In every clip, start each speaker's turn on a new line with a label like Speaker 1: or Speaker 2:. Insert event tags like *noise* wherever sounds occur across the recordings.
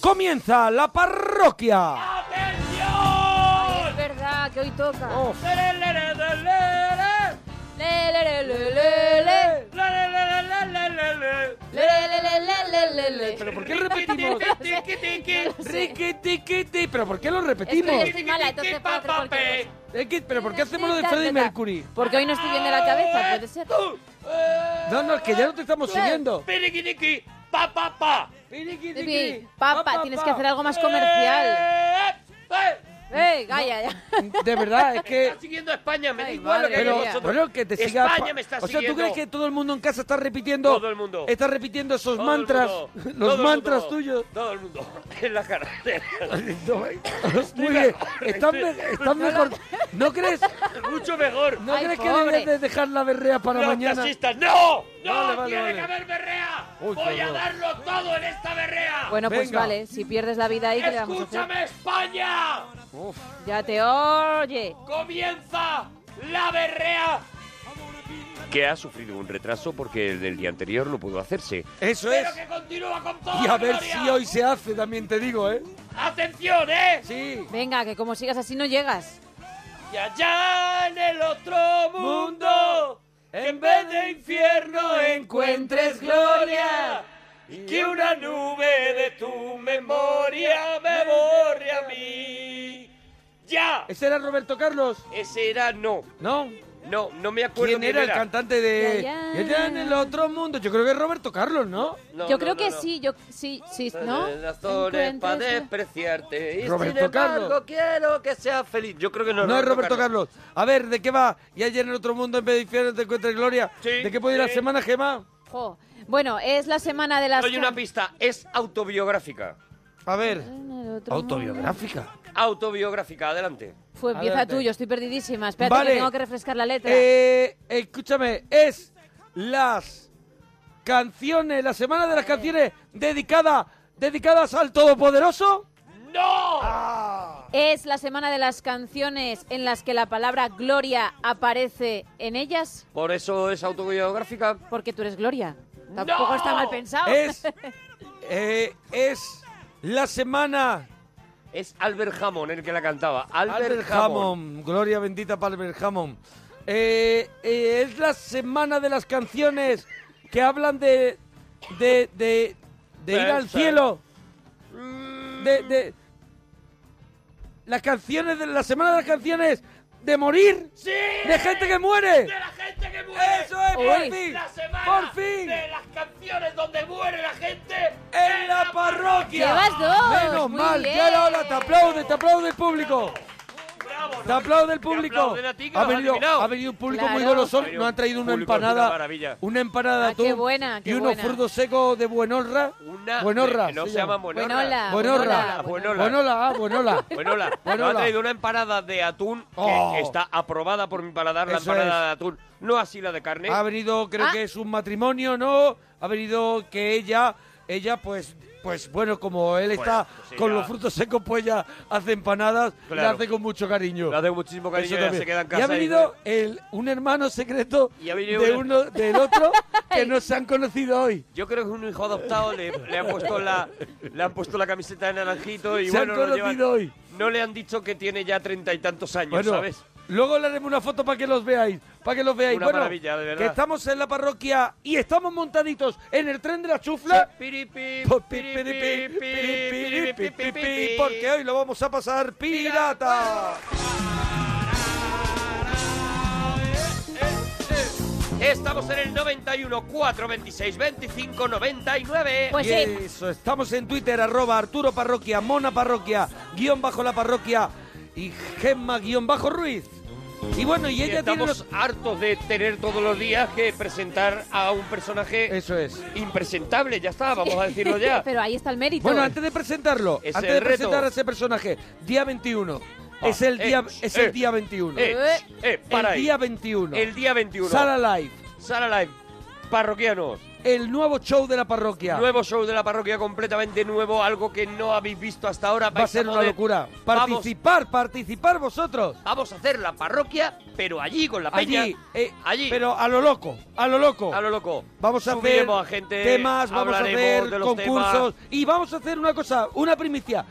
Speaker 1: comienza la parroquia.
Speaker 2: Es verdad que hoy toca. Le, le, le, le, le, le. Le, le, le, le, le, le, le.
Speaker 1: ¿Pero por qué lo
Speaker 3: *laughs*
Speaker 1: repetimos? Riqui, tiqui, ti. ¿Pero por qué lo repetimos?
Speaker 2: Es que yo estoy mala, entonces puedo hacer cualquier cosa.
Speaker 1: Riqui, ¿Pero por qué hacemos lo de Freddie Mercury?
Speaker 2: Porque hoy no estoy bien de la cabeza, puede ser.
Speaker 1: No, no, es que ya no te estamos siguiendo.
Speaker 3: pa pa pa.
Speaker 2: Pipi, Papa, Eh, tienes que hacer algo más comercial. ¡Ey, calla *laughs* ya!
Speaker 1: De verdad, es
Speaker 2: *laughs*
Speaker 1: que...
Speaker 3: Está siguiendo a España, me da
Speaker 2: Ay,
Speaker 3: igual lo que
Speaker 2: madre
Speaker 1: Pero,
Speaker 2: mía.
Speaker 3: digáis vosotros.
Speaker 1: bueno, que te siga...
Speaker 3: España me está
Speaker 1: o sea, ¿tú
Speaker 3: siguiendo.
Speaker 1: crees que todo el mundo en casa está repitiendo...
Speaker 3: Todo el mundo.
Speaker 1: Está repitiendo esos
Speaker 3: Todo el
Speaker 1: mantras,
Speaker 3: mundo, todo
Speaker 1: *laughs* los
Speaker 3: el
Speaker 1: mantras
Speaker 3: mundo, *laughs*
Speaker 1: tuyos.
Speaker 3: Todo el mundo. En la carretera. *laughs*
Speaker 1: *laughs* Muy bien,
Speaker 3: mejor,
Speaker 1: están,
Speaker 3: *laughs* estoy-
Speaker 1: me- están mejor. ¿No crees,
Speaker 3: Mucho mejor.
Speaker 1: no
Speaker 2: Ay,
Speaker 1: crees que
Speaker 2: pobre.
Speaker 1: debes de dejar la berrea para
Speaker 3: Los
Speaker 1: mañana?
Speaker 3: taxistas. ¡No! ¡No!
Speaker 1: Vale, vale,
Speaker 3: ¡Tiene
Speaker 1: vale.
Speaker 3: que haber berrea!
Speaker 1: Uy, qué
Speaker 3: ¡Voy a
Speaker 1: horror.
Speaker 3: darlo todo en esta berrea!
Speaker 2: Bueno, pues
Speaker 1: Venga.
Speaker 2: vale, si pierdes la vida ahí, ¿qué le vamos a hacer?
Speaker 3: ¡Escúchame, España!
Speaker 1: Uf,
Speaker 2: Ya te oye.
Speaker 3: ¡Comienza la berrea! Que ha sufrido un retraso porque el del día anterior no pudo hacerse.
Speaker 1: eso es.
Speaker 3: Pero que continúa con todo.
Speaker 1: Y a ver si hoy se hace, también te digo, ¿eh?
Speaker 3: ¡Atención, eh!
Speaker 1: Sí.
Speaker 2: Venga, que como sigas así no llegas.
Speaker 3: Y allá en el otro mundo, en vez de infierno encuentres gloria. Y que una nube de tu memoria me borre a mí. ¡Ya!
Speaker 1: ¿Ese era Roberto Carlos?
Speaker 3: Ese era no.
Speaker 1: ¿No?
Speaker 3: No, no me acuerdo
Speaker 1: ¿Quién era el cantante de...
Speaker 2: Ya, ya.
Speaker 1: Ella en el otro mundo. Yo creo que es Roberto Carlos, ¿no?
Speaker 3: No,
Speaker 2: yo
Speaker 3: no,
Speaker 2: creo
Speaker 3: no,
Speaker 2: que
Speaker 3: no.
Speaker 2: sí, yo sí, sí, ¿no?
Speaker 3: Tienes Razones para
Speaker 2: Encuentres- eh.
Speaker 3: despreciarte. Y
Speaker 1: Roberto
Speaker 3: sin embargo,
Speaker 1: Carlos.
Speaker 3: quiero que seas feliz. Yo creo que no,
Speaker 1: No, es Roberto Carlos. A ver, ¿de qué va? Y ayer en el otro mundo, en vez de infierno, te encuentras gloria.
Speaker 3: Sí,
Speaker 1: ¿De qué puede ir la
Speaker 3: sí.
Speaker 1: semana, Gemma?
Speaker 2: Jo. Bueno, es la semana de las...
Speaker 3: Doy una pista. Es autobiográfica.
Speaker 1: A ver.
Speaker 2: Ah, Autobiográfica.
Speaker 1: Autobiográfica.
Speaker 3: Autobiográfica, adelante.
Speaker 2: Fue empieza
Speaker 1: Adelante.
Speaker 2: tú, yo estoy perdidísima. Espérate
Speaker 1: Vale.
Speaker 2: que tengo que refrescar la letra.
Speaker 1: Eh, escúchame, es las canciones, la semana de las canciones dedicada, dedicadas al Todopoderoso.
Speaker 3: ¡No!
Speaker 2: ¿Es la semana de las canciones en las que la palabra gloria aparece en ellas?
Speaker 3: Por eso es autobiográfica.
Speaker 2: Porque tú eres gloria. Tampoco
Speaker 3: ¡No!
Speaker 2: está mal pensado.
Speaker 1: Es, eh, es la semana
Speaker 3: Es Albert Hammond el que la cantaba. Albert,
Speaker 1: Albert
Speaker 3: Hammond.
Speaker 1: Hammond, gloria bendita para Albert Hammond. Eh, eh, es la semana de las canciones que hablan de de, de, de ir al
Speaker 3: Pensa.
Speaker 1: cielo.
Speaker 3: Mm.
Speaker 1: De, de- las canciones de la semana de las canciones de morir.
Speaker 3: ¡Sí!
Speaker 1: De gente que muere.
Speaker 3: ¡De la gente que muere!
Speaker 1: Eso es,
Speaker 2: por Uy.
Speaker 1: fin.
Speaker 3: La semana
Speaker 1: Por fin.
Speaker 3: De las canciones donde muere la gente
Speaker 1: en la parroquia.
Speaker 2: Llevas dos,
Speaker 1: Menos
Speaker 2: muy
Speaker 1: mal,
Speaker 2: bien.
Speaker 1: ya era hora, te aplaude, te aplaude el público.
Speaker 3: Bravo, ¿no?
Speaker 1: Te aplaude el público.
Speaker 3: aplauden a ti, que
Speaker 1: Ha
Speaker 3: lo has
Speaker 1: venido,
Speaker 3: adivinado.
Speaker 1: ha venido un público
Speaker 2: Claro.
Speaker 1: muy golosón,
Speaker 3: Ha venido
Speaker 1: nos han
Speaker 3: un
Speaker 1: traído una
Speaker 3: público, es una
Speaker 1: empanada,
Speaker 3: maravilla.
Speaker 1: una empanada de
Speaker 2: Ah, qué
Speaker 1: atún
Speaker 2: buena, qué
Speaker 1: y unos
Speaker 2: buena.
Speaker 1: frutos secos de buenorra.
Speaker 3: Una
Speaker 1: buenorra,
Speaker 3: que no
Speaker 1: se
Speaker 3: se,
Speaker 1: llama.
Speaker 3: llaman buenorra.
Speaker 2: Buenola,
Speaker 1: Buenorra.
Speaker 3: Buenola,
Speaker 1: Buenola, ah, buenola.
Speaker 3: *laughs*
Speaker 1: *laughs*
Speaker 3: Buenola.
Speaker 1: Buenola.
Speaker 3: Nos Pues ha traído una empanada de atún que,
Speaker 1: Pues Oh.
Speaker 3: que está aprobada por mi paladar, la
Speaker 1: Eso
Speaker 3: empanada
Speaker 1: es.
Speaker 3: de atún. No así la de carne.
Speaker 1: Ha venido, creo
Speaker 2: Ah.
Speaker 1: que es un matrimonio, ¿no? Ha venido que ella, ella pues, pues bueno, como él está
Speaker 3: pues
Speaker 1: con
Speaker 3: ella-
Speaker 1: los frutos secos, pues ella hace empanadas, la
Speaker 3: Claro.
Speaker 1: hace con mucho cariño.
Speaker 3: La de muchísimo
Speaker 1: Eso
Speaker 3: cariño ya
Speaker 1: también.
Speaker 3: se queda en
Speaker 1: Y
Speaker 3: casa.
Speaker 1: ha venido el, un hermano secreto
Speaker 3: *laughs* Y ha venido
Speaker 1: de
Speaker 3: un-
Speaker 1: uno, del
Speaker 3: *laughs*
Speaker 1: otro que no se han conocido hoy.
Speaker 3: Yo creo que un hijo adoptado le, le han puesto la le han puesto la camiseta de naranjito y
Speaker 1: Se
Speaker 3: bueno,
Speaker 1: han
Speaker 3: lo
Speaker 1: conocido
Speaker 3: llevan-
Speaker 1: hoy.
Speaker 3: no le han dicho que tiene ya treinta y tantos años,
Speaker 1: Bueno,
Speaker 3: ¿sabes?
Speaker 1: luego le haremos una foto para que los veáis. Para que los veáis.
Speaker 3: Una
Speaker 1: bueno,
Speaker 3: maravilla, de verdad.
Speaker 1: que estamos en la parroquia y estamos montaditos en el tren de la chufla.
Speaker 3: Piripi,
Speaker 1: Pi, pi,
Speaker 3: piripi,
Speaker 1: pi, pi, pi, pi,
Speaker 3: piripi,
Speaker 1: pi, pi,
Speaker 3: piripi.
Speaker 1: Porque hoy lo vamos a pasar pirata.
Speaker 3: Estamos en el 91 426 25 99.
Speaker 2: Pues
Speaker 1: Y
Speaker 2: sí.
Speaker 1: eso, estamos en Twitter, arroba Arturo Parroquia, Mona Parroquia, guión bajo la parroquia y Gemma guión bajo Ruiz. Y bueno, y
Speaker 3: Y
Speaker 1: ella tiene
Speaker 3: estamos
Speaker 1: los...
Speaker 3: hartos de tener todos los días que presentar a un personaje
Speaker 1: Eso es.
Speaker 3: impresentable, ya está, vamos a
Speaker 1: *laughs*
Speaker 3: decirlo ya. Eh,
Speaker 2: Pero ahí está el mérito.
Speaker 1: Bueno, antes de presentarlo,
Speaker 3: Es
Speaker 1: antes
Speaker 3: el
Speaker 1: de
Speaker 3: reto.
Speaker 1: presentar a ese personaje, día 21.
Speaker 3: Ah,
Speaker 1: es el
Speaker 3: eh,
Speaker 1: día, es el
Speaker 3: eh,
Speaker 1: día 21.
Speaker 3: Eh, eh, para
Speaker 1: el
Speaker 3: ahí.
Speaker 1: día 21.
Speaker 3: El día 21.
Speaker 1: Sala Live.
Speaker 3: Sala Live, parroquianos,
Speaker 1: el nuevo show de la parroquia.
Speaker 3: Nuevo show de la parroquia completamente nuevo, algo que no habéis visto hasta ahora.
Speaker 1: Va a ser una locura. Participar, participar vosotros.
Speaker 3: Vamos a hacer la parroquia, pero allí con la peña.
Speaker 1: Allí, eh,
Speaker 3: allí.
Speaker 1: Pero a lo loco, a lo loco.
Speaker 3: A lo loco.
Speaker 1: Vamos a hacer
Speaker 3: Subiremos a gente,
Speaker 1: temas, vamos a
Speaker 3: hablaremos
Speaker 1: hacer
Speaker 3: de los
Speaker 1: concursos y vamos a hacer una cosa, una primicia.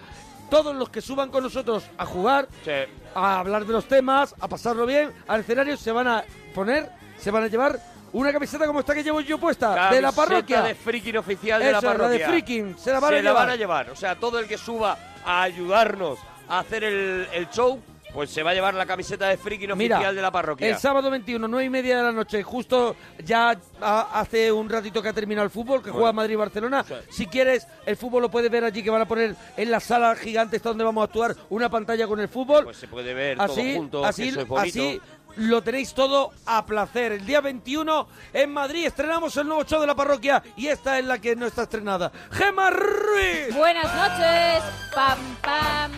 Speaker 1: Todos los que suban con nosotros a jugar,
Speaker 3: Sí.
Speaker 1: a hablar de los temas, a pasarlo bien, al escenario se van a poner, se van a llevar una camiseta como esta que llevo yo puesta, Ah, de la
Speaker 3: Camiseta
Speaker 1: parroquia.
Speaker 3: de freaking oficial de la
Speaker 1: Eso es,
Speaker 3: parroquia.
Speaker 1: la de freaking, se la van a llevar.
Speaker 3: llevar. O sea, todo el que suba a ayudarnos a hacer el, el show, pues se va a llevar la camiseta de freaking oficial de la parroquia.
Speaker 1: El sábado 21, 9 y media de la noche, justo ya a- hace un ratito que ha terminado el fútbol, que juega Madrid y Barcelona. Si quieres, el fútbol lo puedes ver allí, que van a poner en la sala gigante esta donde vamos a actuar una pantalla con el fútbol.
Speaker 3: Pues se puede ver
Speaker 1: así,
Speaker 3: todo junto,
Speaker 1: así,
Speaker 3: que eso es bonito.
Speaker 1: así lo tenéis todo a placer. El día 21 en Madrid estrenamos el nuevo show de la parroquia y esta es la que no está estrenada. Gemma Ruiz.
Speaker 2: Buenas noches. Pam, pam.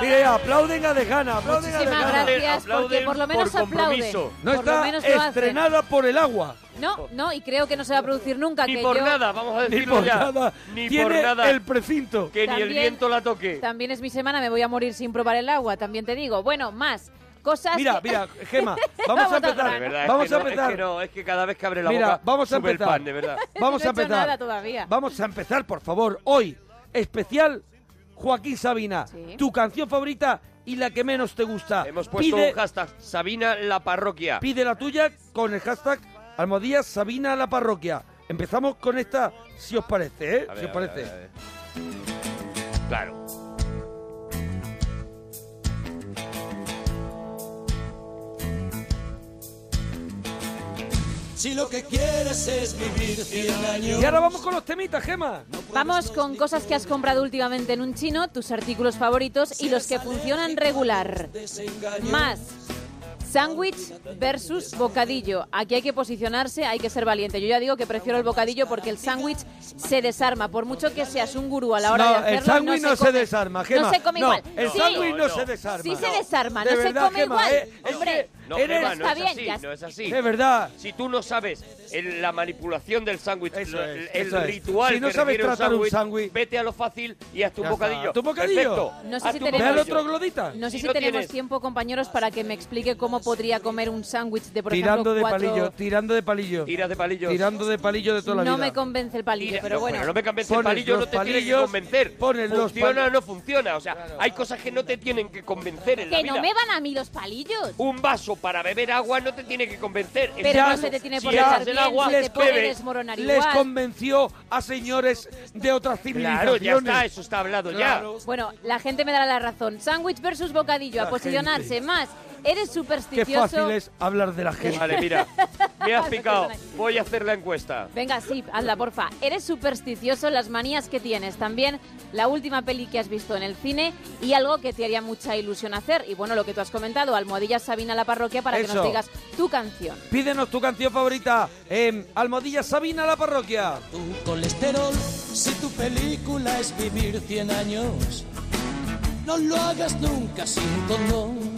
Speaker 1: Mira, aplauden a Dejana, aplauden a
Speaker 2: Muchísimas
Speaker 1: Dejana.
Speaker 2: gracias porque por lo menos
Speaker 1: por
Speaker 2: aplauden.
Speaker 1: compromiso. No
Speaker 2: Por lo
Speaker 1: está
Speaker 2: menos lo hacen.
Speaker 1: estrenada por el
Speaker 3: *laughs*
Speaker 1: agua.
Speaker 2: No, no, y creo que no se va a producir nunca.
Speaker 3: Ni
Speaker 2: Ah, que
Speaker 3: por
Speaker 2: yo-
Speaker 3: nada, vamos a
Speaker 1: Ni
Speaker 3: decirlo
Speaker 1: por
Speaker 3: ya.
Speaker 1: nada.
Speaker 3: Ni
Speaker 1: Tiene
Speaker 3: por nada.
Speaker 1: el precinto.
Speaker 3: Que ni el
Speaker 2: También-
Speaker 3: viento la toque.
Speaker 2: También es mi semana, me voy a morir sin probar el agua, también te digo. Bueno, más cosas.
Speaker 1: Mira,
Speaker 2: que- *laughs*
Speaker 1: mira, Gema, vamos a
Speaker 2: al
Speaker 1: empezar.
Speaker 3: De verdad, es
Speaker 1: Vamos
Speaker 3: que
Speaker 1: a
Speaker 3: no,
Speaker 1: empezar.
Speaker 3: Es que no, es que cada vez que abre la
Speaker 1: Mira,
Speaker 3: boca
Speaker 1: vamos a
Speaker 3: sube el
Speaker 1: empezar.
Speaker 3: pan,
Speaker 1: *laughs*
Speaker 3: de verdad.
Speaker 1: Vamos
Speaker 2: No
Speaker 1: a
Speaker 2: he hecho
Speaker 1: empezar.
Speaker 2: nada todavía.
Speaker 1: Vamos a empezar, por favor. Hoy, especial Joaquín Sabina.
Speaker 2: Sí.
Speaker 1: Tu canción favorita y la que menos te gusta.
Speaker 3: Hemos puesto
Speaker 1: pide,
Speaker 3: un hashtag, Sabina la parroquia.
Speaker 1: pide la tuya con el hashtag Almodías Sabina la parroquia. Empezamos con esta, si os parece, ¿eh?
Speaker 3: A
Speaker 1: si os
Speaker 3: ver, a ver,
Speaker 1: parece.
Speaker 3: a ver, a ver. Claro.
Speaker 4: Si lo que quieres es vivir 100 años.
Speaker 1: Y ahora vamos con los temitas, Gema.
Speaker 2: Vamos con cosas que has comprado últimamente en un chino, tus artículos favoritos y los que funcionan regular. Más sándwich versus bocadillo. Aquí hay que posicionarse, hay que ser valiente. Yo ya digo que prefiero el bocadillo porque el sándwich se desarma. Por mucho que seas un gurú a la hora de
Speaker 1: No,
Speaker 2: hacerlo,
Speaker 1: el sándwich no,
Speaker 2: se,
Speaker 1: se,
Speaker 2: come.
Speaker 1: desarma, Gema.
Speaker 2: No se come
Speaker 1: No,
Speaker 2: igual.
Speaker 1: El
Speaker 2: Sí.
Speaker 1: sándwich no, se desarma.
Speaker 2: Sí se desarma,
Speaker 1: De
Speaker 2: no se
Speaker 1: verdad,
Speaker 2: come
Speaker 1: Gema,
Speaker 2: igual.
Speaker 1: eh, es
Speaker 2: Hombre,
Speaker 1: que
Speaker 3: No,
Speaker 1: eres-
Speaker 3: Gemma, no
Speaker 2: está
Speaker 3: es
Speaker 2: bien,
Speaker 3: así,
Speaker 2: ya-
Speaker 3: no es así.
Speaker 1: De verdad.
Speaker 3: Si tú no sabes el- la manipulación del sándwich,
Speaker 1: Eso
Speaker 3: lo-
Speaker 1: es,
Speaker 3: el, el
Speaker 1: eso es.
Speaker 3: ritual,
Speaker 1: Si no
Speaker 3: que
Speaker 1: sabes
Speaker 3: requiere
Speaker 1: tratar un sándwich-
Speaker 3: vete a lo fácil y haz tu
Speaker 1: Ya está.
Speaker 3: bocadillo.
Speaker 1: ¿Tu bocadillo?
Speaker 3: Perfecto.
Speaker 2: No sé
Speaker 3: Haz
Speaker 2: si
Speaker 3: tu
Speaker 2: tenemos-
Speaker 1: ¿Ve al
Speaker 3: bocadillo.
Speaker 1: otro glodita?
Speaker 2: No sé
Speaker 3: Si
Speaker 2: si
Speaker 3: no
Speaker 2: tenemos
Speaker 3: tienes-
Speaker 2: tiempo, compañeros, para que me explique cómo podría comer un sándwich de, por
Speaker 1: Tirando
Speaker 2: ejemplo,
Speaker 1: de
Speaker 2: cuatro-
Speaker 1: palillo, tirando de palillo.
Speaker 3: Tiras de palillos.
Speaker 1: Tirando de palillo de toda la vida.
Speaker 2: No me convence el palillo,
Speaker 3: Mira,
Speaker 2: pero
Speaker 3: no,
Speaker 2: bueno.
Speaker 3: no me convence el
Speaker 1: Pones
Speaker 3: palillo,
Speaker 1: los
Speaker 3: no te tiene que
Speaker 1: palillos,
Speaker 3: convencer.
Speaker 1: pones los
Speaker 3: funciona o
Speaker 1: pali-
Speaker 3: no funciona. O sea, hay cosas que no te tienen que convencer en la
Speaker 2: Que
Speaker 3: vida.
Speaker 2: no me van a mí los palillos.
Speaker 3: Un vaso para beber agua no te tiene que convencer.
Speaker 2: Pero
Speaker 3: Ese
Speaker 2: no
Speaker 3: vaso,
Speaker 2: se te tiene
Speaker 3: si
Speaker 2: por
Speaker 1: qué
Speaker 3: echas
Speaker 1: echar
Speaker 3: el
Speaker 1: bien,
Speaker 3: agua,
Speaker 1: se te puede
Speaker 3: bebe.
Speaker 2: desmoronar
Speaker 1: Les
Speaker 2: igual.
Speaker 1: convenció a señores de otras
Speaker 3: Claro,
Speaker 1: civilizaciones.
Speaker 3: ya está, eso está hablado
Speaker 1: Claro.
Speaker 2: Bueno, la gente me dará la razón. Sándwich versus bocadillo, a
Speaker 1: La
Speaker 2: posicionarse
Speaker 1: gente.
Speaker 2: más. Eres
Speaker 1: Qué
Speaker 2: supersticioso.
Speaker 1: fácil es hablar de la
Speaker 3: ya.
Speaker 1: gente.
Speaker 3: Vale, mira, me has
Speaker 2: *laughs*
Speaker 3: picado.
Speaker 2: Perdona.
Speaker 3: Voy a hacer la encuesta.
Speaker 2: Venga, sí, hazla, porfa. Eres supersticioso, las manías que tienes. También la última peli que has visto en el cine y algo que te haría mucha ilusión hacer. Y bueno, lo que tú has comentado, almohadilla Sabina la parroquia para que
Speaker 1: Eso.
Speaker 2: nos digas tu canción.
Speaker 1: Pídenos tu canción favorita en Almodilla Sabina la parroquia.
Speaker 4: Tu colesterol, si tu película es vivir 100 años. No lo hagas nunca sin condón.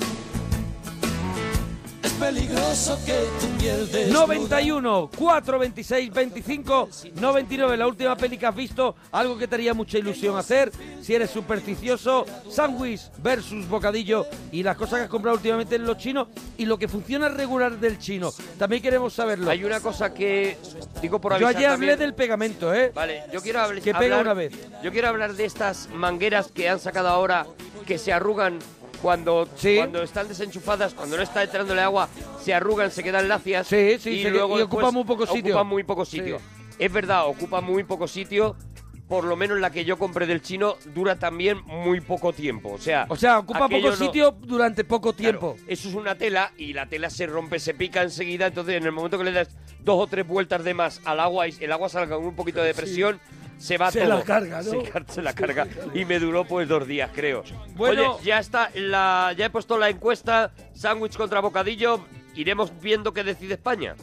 Speaker 4: Es peligroso que tu piel desnuda
Speaker 1: 91, 4, 26, 25, 99. La última peli que has visto, algo que te haría mucha ilusión hacer. Si eres supersticioso, sándwich versus bocadillo. Y las cosas que has comprado últimamente en los chinos y lo que funciona regular del chino. También queremos saberlo.
Speaker 3: Hay una cosa que digo por
Speaker 1: Yo
Speaker 3: avisar
Speaker 1: ayer hablé
Speaker 3: también.
Speaker 1: del pegamento, ¿eh?
Speaker 3: Vale, yo quiero habl-
Speaker 1: Que pega
Speaker 3: hablar...
Speaker 1: una vez.
Speaker 3: Yo quiero hablar de estas mangueras que han sacado ahora, que se arrugan cuando,
Speaker 1: Sí.
Speaker 3: cuando están desenchufadas, cuando no está entrándole agua, se arrugan, se quedan lacias.
Speaker 1: Sí, sí,
Speaker 3: y
Speaker 1: se que-
Speaker 3: luego
Speaker 1: y ocupa
Speaker 3: después
Speaker 1: muy poco sitio.
Speaker 3: ocupa muy poco sitio.
Speaker 1: Sí.
Speaker 3: Es verdad, ocupa muy poco sitio. Por lo menos la que yo compré del chino dura también muy poco tiempo. O sea,
Speaker 1: O sea, ocupa
Speaker 3: aquello
Speaker 1: poco
Speaker 3: no-
Speaker 1: sitio durante poco
Speaker 3: Claro,
Speaker 1: tiempo.
Speaker 3: eso es una tela y la tela se rompe, se pica enseguida. Entonces, en el momento que le das dos o tres vueltas de más al agua y el agua salga con un poquito de presión, se va
Speaker 1: Se
Speaker 3: todo.
Speaker 1: la carga, ¿no?
Speaker 3: Se, car- se la carga. Y me duró pues dos días, creo.
Speaker 1: Bueno.
Speaker 3: Oye, ya está, la, ya he puesto la encuesta, sándwich contra bocadillo. Iremos viendo qué decide España.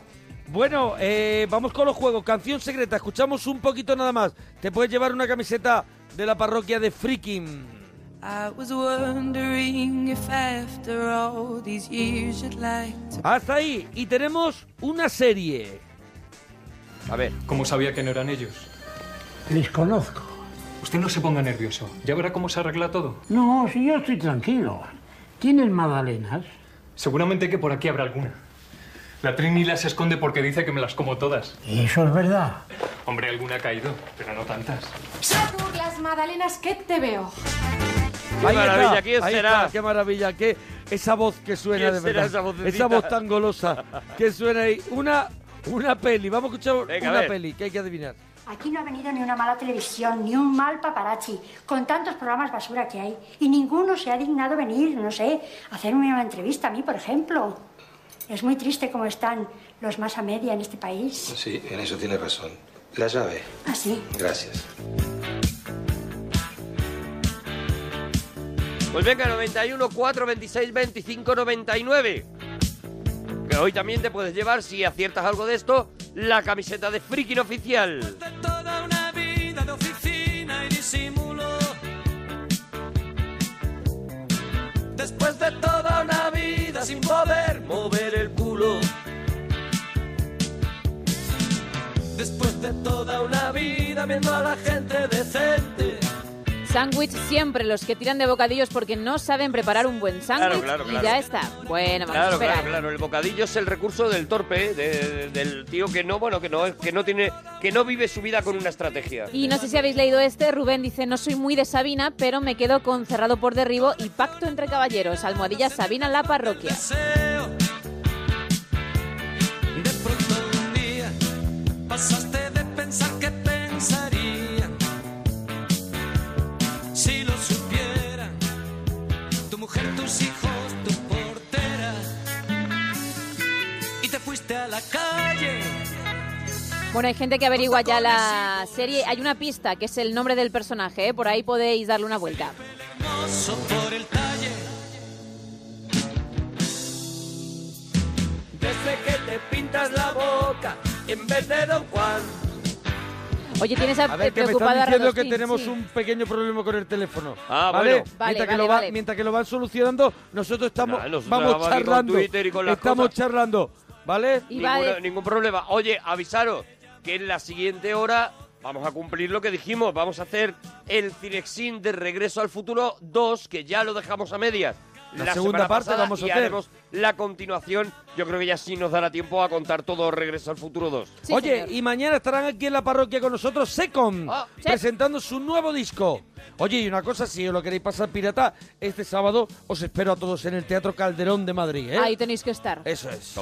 Speaker 1: Bueno, eh, vamos con los juegos. Canción secreta, escuchamos un poquito nada más. Te puedes llevar una camiseta de la parroquia de Freaking.
Speaker 5: I was wondering if after all these years you'd like to
Speaker 1: Hasta ahí. Y tenemos una serie. A ver.
Speaker 6: ¿Cómo sabía que no eran ellos?
Speaker 7: Les conozco.
Speaker 6: Usted no se ponga nervioso. Ya verá cómo se arregla todo.
Speaker 7: No, si yo estoy tranquilo. ¿Tienes magdalenas?
Speaker 6: Seguramente que por aquí habrá alguna. La Trini las esconde porque dice que me las como todas.
Speaker 7: Eso es verdad.
Speaker 6: Hombre, alguna ha caído, pero no tantas.
Speaker 8: Satur, las magdalenas, que te veo.
Speaker 1: Ahí
Speaker 3: maravilla,
Speaker 1: está,
Speaker 3: ¿quién
Speaker 1: ahí
Speaker 3: será?
Speaker 1: está, qué maravilla, qué esa voz que suena
Speaker 3: ¿Quién
Speaker 1: de
Speaker 3: será
Speaker 1: verdad.
Speaker 3: esa vocecita?
Speaker 1: esa voz tan golosa que suena ahí. Una, una peli, vamos a escuchar
Speaker 3: Venga, a
Speaker 1: una
Speaker 3: ver.
Speaker 1: peli que hay que adivinar.
Speaker 9: Aquí no ha venido ni una mala televisión, ni un mal paparazzi, con tantos programas basura que hay. Y ninguno se ha dignado venir, no sé, a hacerme una entrevista a mí, por ejemplo. Es muy triste cómo están los más a media en este país. Ah,
Speaker 10: Sí, en eso tiene razón. La llave.
Speaker 9: Así.
Speaker 10: Gracias.
Speaker 3: Pues venga, 91, 4, 26, 25, 99. Que hoy también te puedes llevar, si aciertas algo de esto, la camiseta de Freaking Oficial.
Speaker 4: Toda una vida de oficina y disimulo.
Speaker 3: Después de toda una vida sin poder mover el culo. Después de toda una vida viendo a la gente decente.
Speaker 2: Sándwich siempre los que tiran de bocadillos porque no saben preparar un buen sándwich
Speaker 3: claro,
Speaker 2: y
Speaker 3: claro.
Speaker 2: ya está. Bueno, vamos a
Speaker 3: Claro,
Speaker 2: esperar.
Speaker 3: claro, claro. El bocadillo es el recurso del torpe, ¿eh? de- del tío que no, bueno, que no, que no tiene, que no vive su vida con una estrategia.
Speaker 2: Y no sé si habéis leído este, Rubén dice, no soy muy de Sabina, pero me quedo con Cerrado por Derribo y Pacto entre Caballeros, almohadilla Sabina la parroquia.
Speaker 4: De pronto un día pasaste de pensar que pensarían si lo supieran tu mujer, tus hijos, tu portera y te fuiste a la calle.
Speaker 2: Bueno, hay gente que averigua ya la serie. Hay una pista, que es el nombre del personaje, ¿eh? por ahí podéis darle una vuelta.
Speaker 4: hermoso por el talle.
Speaker 3: Desde que te pintas la boca en vez de Don Juan.
Speaker 2: Oye, tienes a, eh,
Speaker 1: A ver, que me están
Speaker 2: preocupada
Speaker 1: diciendo que
Speaker 2: Radostín,
Speaker 1: tenemos
Speaker 2: sí.
Speaker 1: un pequeño problema con el teléfono.
Speaker 3: Ah,
Speaker 1: ¿Vale?
Speaker 3: bueno.
Speaker 2: Vale,
Speaker 1: mientras, que
Speaker 2: vale,
Speaker 1: lo va-
Speaker 2: vale.
Speaker 1: mientras que lo van solucionando, nosotros estamos,
Speaker 3: Nah, nosotros
Speaker 1: vamos
Speaker 3: vamos aquí con
Speaker 1: charlando.
Speaker 3: Twitter y con las
Speaker 1: estamos
Speaker 3: cosas.
Speaker 1: charlando, ¿vale?
Speaker 2: Y va
Speaker 3: Ninguna-
Speaker 2: de-
Speaker 3: Ningún problema. Oye, avisaros que en la siguiente hora vamos a cumplir lo que dijimos. Vamos a hacer el Cinexin de Regreso al Futuro 2, que ya lo dejamos a medias.
Speaker 1: La
Speaker 3: semana
Speaker 1: segunda parte
Speaker 3: pasada
Speaker 1: vamos a
Speaker 3: y
Speaker 1: hacer.
Speaker 3: haremos la continuación. Yo creo que ya sí nos dará tiempo a contar todo Regreso al Futuro 2.
Speaker 2: Sí,
Speaker 1: Oye,
Speaker 2: señor. Oh,
Speaker 1: y mañana estarán aquí en la parroquia con nosotros Secon,
Speaker 3: Ah, sí.
Speaker 1: presentando su nuevo disco. Oye, y una cosa, si os lo queréis pasar pirata, este sábado os espero a todos en el Teatro Calderón de Madrid, ¿eh?
Speaker 2: Ahí tenéis que estar.
Speaker 1: Eso es.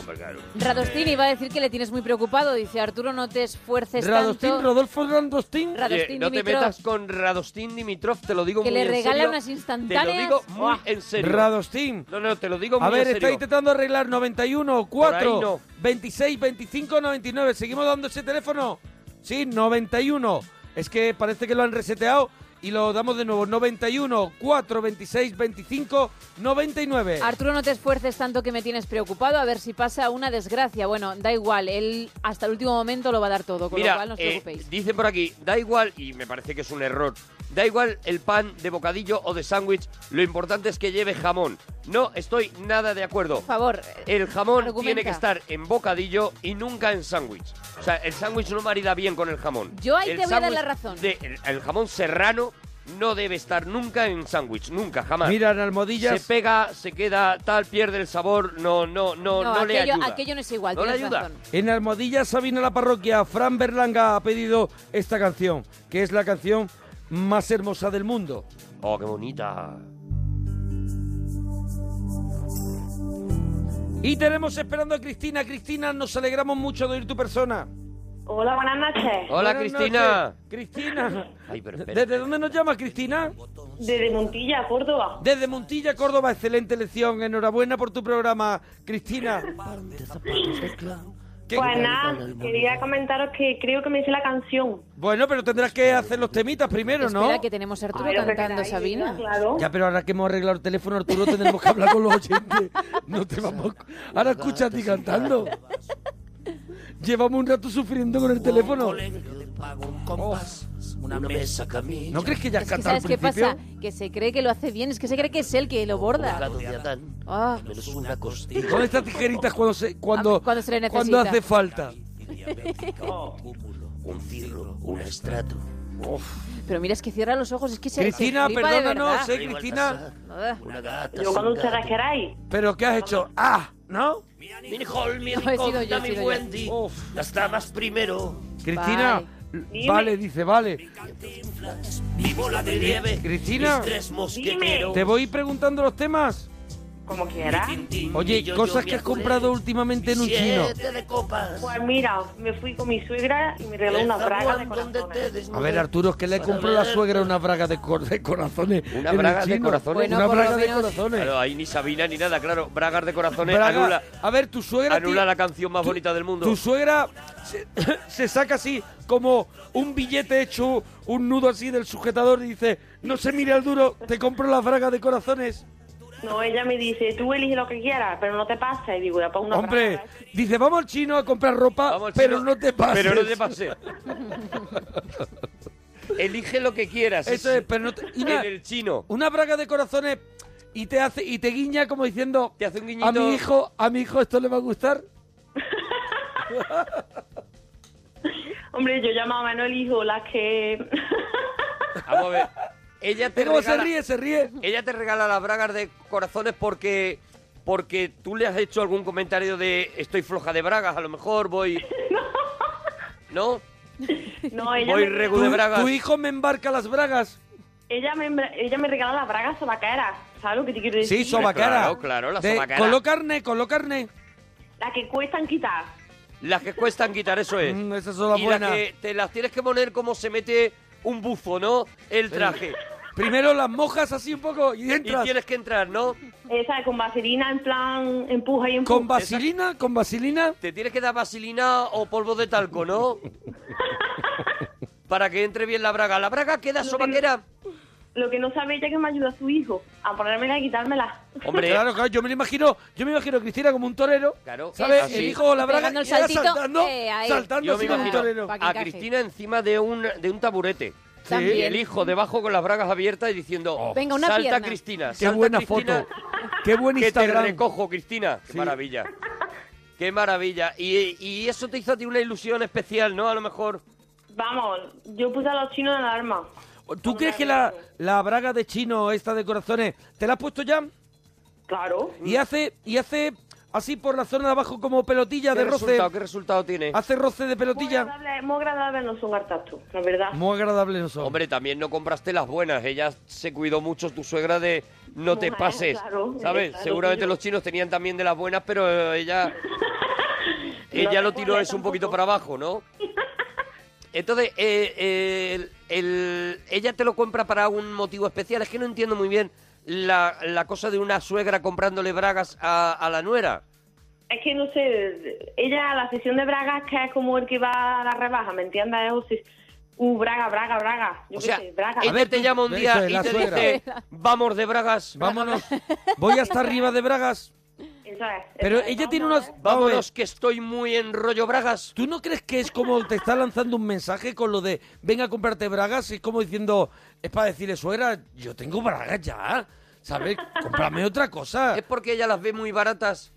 Speaker 2: Radostín iba a decir que le tienes muy preocupado. Dice, Arturo, no te esfuerces
Speaker 1: Radostín,
Speaker 2: tanto.
Speaker 1: Rodolfo Radostín.
Speaker 2: Ra-
Speaker 3: Oye,
Speaker 2: Radostín
Speaker 3: no te
Speaker 2: Dimitrov.
Speaker 3: metas con Radostín Dimitrov, te lo digo
Speaker 2: Que
Speaker 3: muy
Speaker 2: le
Speaker 3: en
Speaker 2: regala
Speaker 3: serio.
Speaker 2: unas
Speaker 3: Te lo
Speaker 2: instantáneas.
Speaker 3: digo muy
Speaker 2: Buah.
Speaker 3: en serio.
Speaker 1: Radostín.
Speaker 3: no, no, te lo digo
Speaker 1: A
Speaker 3: muy
Speaker 1: ver,
Speaker 3: en
Speaker 1: está
Speaker 3: serio.
Speaker 1: intentando arreglar 91,
Speaker 3: ahí
Speaker 1: 4,
Speaker 3: no.
Speaker 1: 26, 25, 99. ¿Seguimos dando ese teléfono? Sí, 91. Es que parece que lo han reseteado y lo damos de nuevo. 91, 4, 26, 25, 99.
Speaker 2: Arturo, no te esfuerces tanto que me tienes preocupado. A ver si pasa una desgracia. Bueno, da igual. Él hasta el último momento lo va a dar todo. Con lo
Speaker 3: Mira,
Speaker 2: cual, no os
Speaker 3: eh,
Speaker 2: preocupéis.
Speaker 3: dicen por aquí, da igual, y me parece que es un error, da igual el pan de bocadillo o de sándwich, lo importante es que lleve jamón. No estoy nada de acuerdo.
Speaker 2: Por favor.
Speaker 3: El jamón
Speaker 2: Argumenta.
Speaker 3: tiene que estar en bocadillo y nunca en sándwich. O sea, el sándwich no marida bien con el jamón.
Speaker 2: Yo ahí
Speaker 3: El
Speaker 2: te voy a dar la
Speaker 3: sándwich
Speaker 2: razón.
Speaker 3: de- el, el jamón serrano no debe estar nunca en sándwich, nunca, jamás.
Speaker 1: Mira, en
Speaker 3: se
Speaker 1: almohadillas.
Speaker 3: pega, se queda tal, pierde el sabor, no, no, no, no,
Speaker 2: No,
Speaker 3: le
Speaker 2: aquello,
Speaker 3: ayuda.
Speaker 2: aquello no es igual.
Speaker 3: No le
Speaker 2: tienes
Speaker 3: ayuda.
Speaker 2: razón.
Speaker 1: En Almohadilla Sabina la Parroquia, Fran Berlanga ha pedido esta canción, que es la canción más hermosa del mundo.
Speaker 3: Oh, qué bonita.
Speaker 1: Y tenemos esperando a Cristina. Cristina, nos alegramos mucho de oír tu persona.
Speaker 9: Hola, buenas noches.
Speaker 3: Hola,
Speaker 1: Buenas
Speaker 3: Cristina.
Speaker 1: noches, Cristina.
Speaker 3: Ay, pero espera.
Speaker 1: ¿Desde dónde nos llamas, Cristina?
Speaker 9: Desde Montilla, Córdoba.
Speaker 1: Desde Montilla, Córdoba. Excelente elección. Enhorabuena por tu programa, Cristina. ¿Qué-
Speaker 9: Pues nada, quería comentaros que creo que me hice la canción.
Speaker 1: Bueno, pero tendrás que hacer los temitas primero, ¿no?
Speaker 2: Espera, que tenemos a Arturo cantando Sabina.
Speaker 9: Claro.
Speaker 1: Ya, pero ahora que hemos arreglado el teléfono, Arturo, tendremos que hablar con los oyentes. No te vamos. Ahora escucha a ti cantando. Llevamos un rato sufriendo con el teléfono. Oh.
Speaker 4: Una mesa camino.
Speaker 1: ¿No crees que ya has
Speaker 2: Es que
Speaker 1: cantado al
Speaker 2: ¿sabes qué
Speaker 1: principio?
Speaker 2: pasa? Que se cree que lo hace bien. Es que se cree que es él que lo borda. Ah.
Speaker 1: Con estas tijeritas cuando se, cuando,
Speaker 2: Cuando se le
Speaker 1: cuando
Speaker 2: necesita.
Speaker 1: hace falta.
Speaker 11: un cirro, un estrato.
Speaker 2: Pero mira, es que cierra los ojos, es que se
Speaker 1: Cristina,
Speaker 2: se flipa de
Speaker 1: perdónanos,
Speaker 2: verdad.
Speaker 1: eh, Cristina.
Speaker 2: Ah.
Speaker 11: Yo cuando ustedes
Speaker 1: queráis. ¿Pero qué has hecho? ¡Ah! ¿No?
Speaker 11: Mi hall, mi
Speaker 2: No, he sido
Speaker 11: ricotta,
Speaker 2: yo, he
Speaker 11: mi
Speaker 2: sido yo.
Speaker 11: Wendy. Las damas primero.
Speaker 1: Cristina,
Speaker 11: Dime.
Speaker 1: vale, dice, vale.
Speaker 11: Mi bola de nieve.
Speaker 1: Cristina,
Speaker 11: Mis tres mosqueteros.
Speaker 1: te voy preguntando los temas.
Speaker 11: Como quieras.
Speaker 1: Oye,
Speaker 11: yo, yo,
Speaker 1: cosas
Speaker 11: mi
Speaker 1: que has
Speaker 11: azules.
Speaker 1: comprado últimamente en un chino.
Speaker 11: Siete de copas.
Speaker 12: Pues mira, me fui con mi suegra y me regaló
Speaker 11: El
Speaker 12: una braga de
Speaker 11: zaguán donde te des-
Speaker 1: A ver, Arturo, es que le compró la suegra una braga de, cor- de corazones.
Speaker 3: Una
Speaker 1: en el
Speaker 3: braga de
Speaker 1: chino.
Speaker 3: corazones.
Speaker 1: una braga de corazones.
Speaker 3: Claro, ahí ni Sabina ni nada, claro. Bragas de corazones
Speaker 1: Braga-
Speaker 3: anula.
Speaker 1: A ver, tu suegra.
Speaker 3: Anula
Speaker 1: ti-
Speaker 3: la canción más bonita del mundo.
Speaker 1: Tu suegra se, *coughs* se saca así como un billete hecho, un nudo así del sujetador y dice, no se mire al duro, te compro las bragas de corazones.
Speaker 12: No, ella me dice, tú elige lo que quieras, pero no te pases. Y digo, ya pues una
Speaker 1: Hombre, dice, vamos al chino a comprar ropa, Ah, pero no te pases.
Speaker 3: Pero no te pases. Elige lo que
Speaker 1: *laughs*
Speaker 3: quieras.
Speaker 1: Eso es, pero no te- y una-
Speaker 3: En el chino.
Speaker 1: Una braga de corazones y te hace y te guiña como diciendo, te hace un
Speaker 3: guiñito.
Speaker 1: a mi hijo, a mi hijo esto le va a gustar.
Speaker 12: braga". Hombre, yo llamaba a Manuel y digo, las que...
Speaker 3: Vamos a ver. Ella te
Speaker 1: Ve cómo se
Speaker 3: regala-
Speaker 1: ríe, se ríe.
Speaker 3: Ella te regala las bragas de corazones porque porque tú le has hecho algún comentario de estoy floja de bragas, a lo mejor voy
Speaker 12: *laughs*
Speaker 3: ¿No?
Speaker 12: No, ella
Speaker 3: Voy
Speaker 12: me-
Speaker 3: regu de bragas.
Speaker 1: Tu hijo me embarca las bragas.
Speaker 12: Ella me, ella me regala las bragas sobacaras, ¿sabes lo que te quiero decir?
Speaker 1: Sí, sobacara.
Speaker 3: Claro, claro, la
Speaker 1: De-
Speaker 3: sobacara.
Speaker 1: Coló carne, coló carne.
Speaker 12: Las que cuestan quitar.
Speaker 3: Las que cuestan quitar, eso es.
Speaker 1: Mm, esas son las
Speaker 3: y
Speaker 1: buenas.
Speaker 3: Las que te las tienes que poner como se mete un bufo, ¿no? El traje.
Speaker 1: *laughs* Primero las mojas así un poco y entras.
Speaker 3: tienes que entrar, ¿no?
Speaker 12: Esa con vaselina en plan empuja y empuja.
Speaker 1: Con vaselina, con vaselina.
Speaker 3: Te tienes que dar vaselina o polvo de talco,
Speaker 1: *laughs*
Speaker 3: ¿no? Para que entre bien la braga. La braga queda sobaquera.
Speaker 12: Lo que no sabe ella que me ayuda a su hijo a ponérmela y quitármela.
Speaker 3: Hombre.
Speaker 1: claro, claro, yo me lo imagino, yo me imagino a Cristina como un torero.
Speaker 3: Claro.
Speaker 1: ¿Sabes?
Speaker 3: Así.
Speaker 1: El hijo o la braga
Speaker 2: Pegando el
Speaker 1: y ella
Speaker 2: saltito,
Speaker 1: saltando,
Speaker 2: eh, ahí.
Speaker 1: saltando
Speaker 3: Yo me
Speaker 1: así como un
Speaker 3: imagino
Speaker 1: torero.
Speaker 3: a Cristina encima de un, de un taburete.
Speaker 1: También.
Speaker 3: Y el hijo debajo con las bragas abiertas y diciendo,
Speaker 2: Venga, una
Speaker 3: salta
Speaker 2: pierna".
Speaker 3: Cristina,
Speaker 1: Qué
Speaker 3: salta
Speaker 1: buena
Speaker 3: Cristina,
Speaker 1: foto. Qué buen
Speaker 3: que te
Speaker 1: Instagram.
Speaker 3: recojo, Cristina. Qué maravilla. Qué maravilla. Y, y eso te hizo a ti una ilusión especial, ¿no? A lo mejor.
Speaker 12: Vamos, yo puse a los chinos en alarma.
Speaker 1: ¿Tú crees que la, la braga de chino, esta de corazones, te la has puesto ya?
Speaker 12: Claro.
Speaker 1: Y hace, y hace así por la zona de abajo como pelotilla
Speaker 3: ¿Qué
Speaker 1: de roce. Ah,
Speaker 3: resultado, ¿Qué resultado tiene?
Speaker 1: Hace roce de
Speaker 12: Muy
Speaker 1: pelotilla.
Speaker 12: agradable, muy agradable no son hartactos, la verdad.
Speaker 1: Muy agradable no son.
Speaker 3: Hombre, también no compraste las buenas. Ella se cuidó mucho tu suegra de no te
Speaker 12: Mujer,
Speaker 3: pases.
Speaker 12: claro,
Speaker 3: ¿Sabes?
Speaker 12: claro,
Speaker 3: Seguramente
Speaker 12: yo-
Speaker 3: los chinos tenían también de las buenas, pero eh, ella.
Speaker 12: *laughs*
Speaker 3: ella lo tiró eso un poquito para abajo, ¿no? Entonces, eh, eh, el, el- ella te lo compra para un motivo especial. Es que no entiendo muy bien la, la cosa de una suegra comprándole bragas a, a la nuera.
Speaker 12: Es que no sé, ella a la sesión de bragas que es como el que va a la rebaja, ¿me entiendes? Es un sis- uh, braga, braga, braga. Yo
Speaker 3: O
Speaker 12: qué
Speaker 3: sea,
Speaker 12: sé, braga.
Speaker 3: ella te llama un
Speaker 1: Eso
Speaker 3: día
Speaker 1: es,
Speaker 3: y
Speaker 1: la
Speaker 3: te
Speaker 1: suegra.
Speaker 3: dice, vamos de bragas.
Speaker 1: Vámonos. Voy hasta arriba de bragas.
Speaker 12: Eso es.
Speaker 1: Pero ella tiene unos...
Speaker 3: Vámonos, que estoy muy en rollo bragas.
Speaker 1: ¿Tú no crees que es como te está lanzando un mensaje con lo de venga a comprarte bragas? Es como diciendo, es para decirle suegra, yo tengo bragas ya. ¿Sabes? Cómprame otra cosa.
Speaker 3: Es porque ella las ve muy baratas.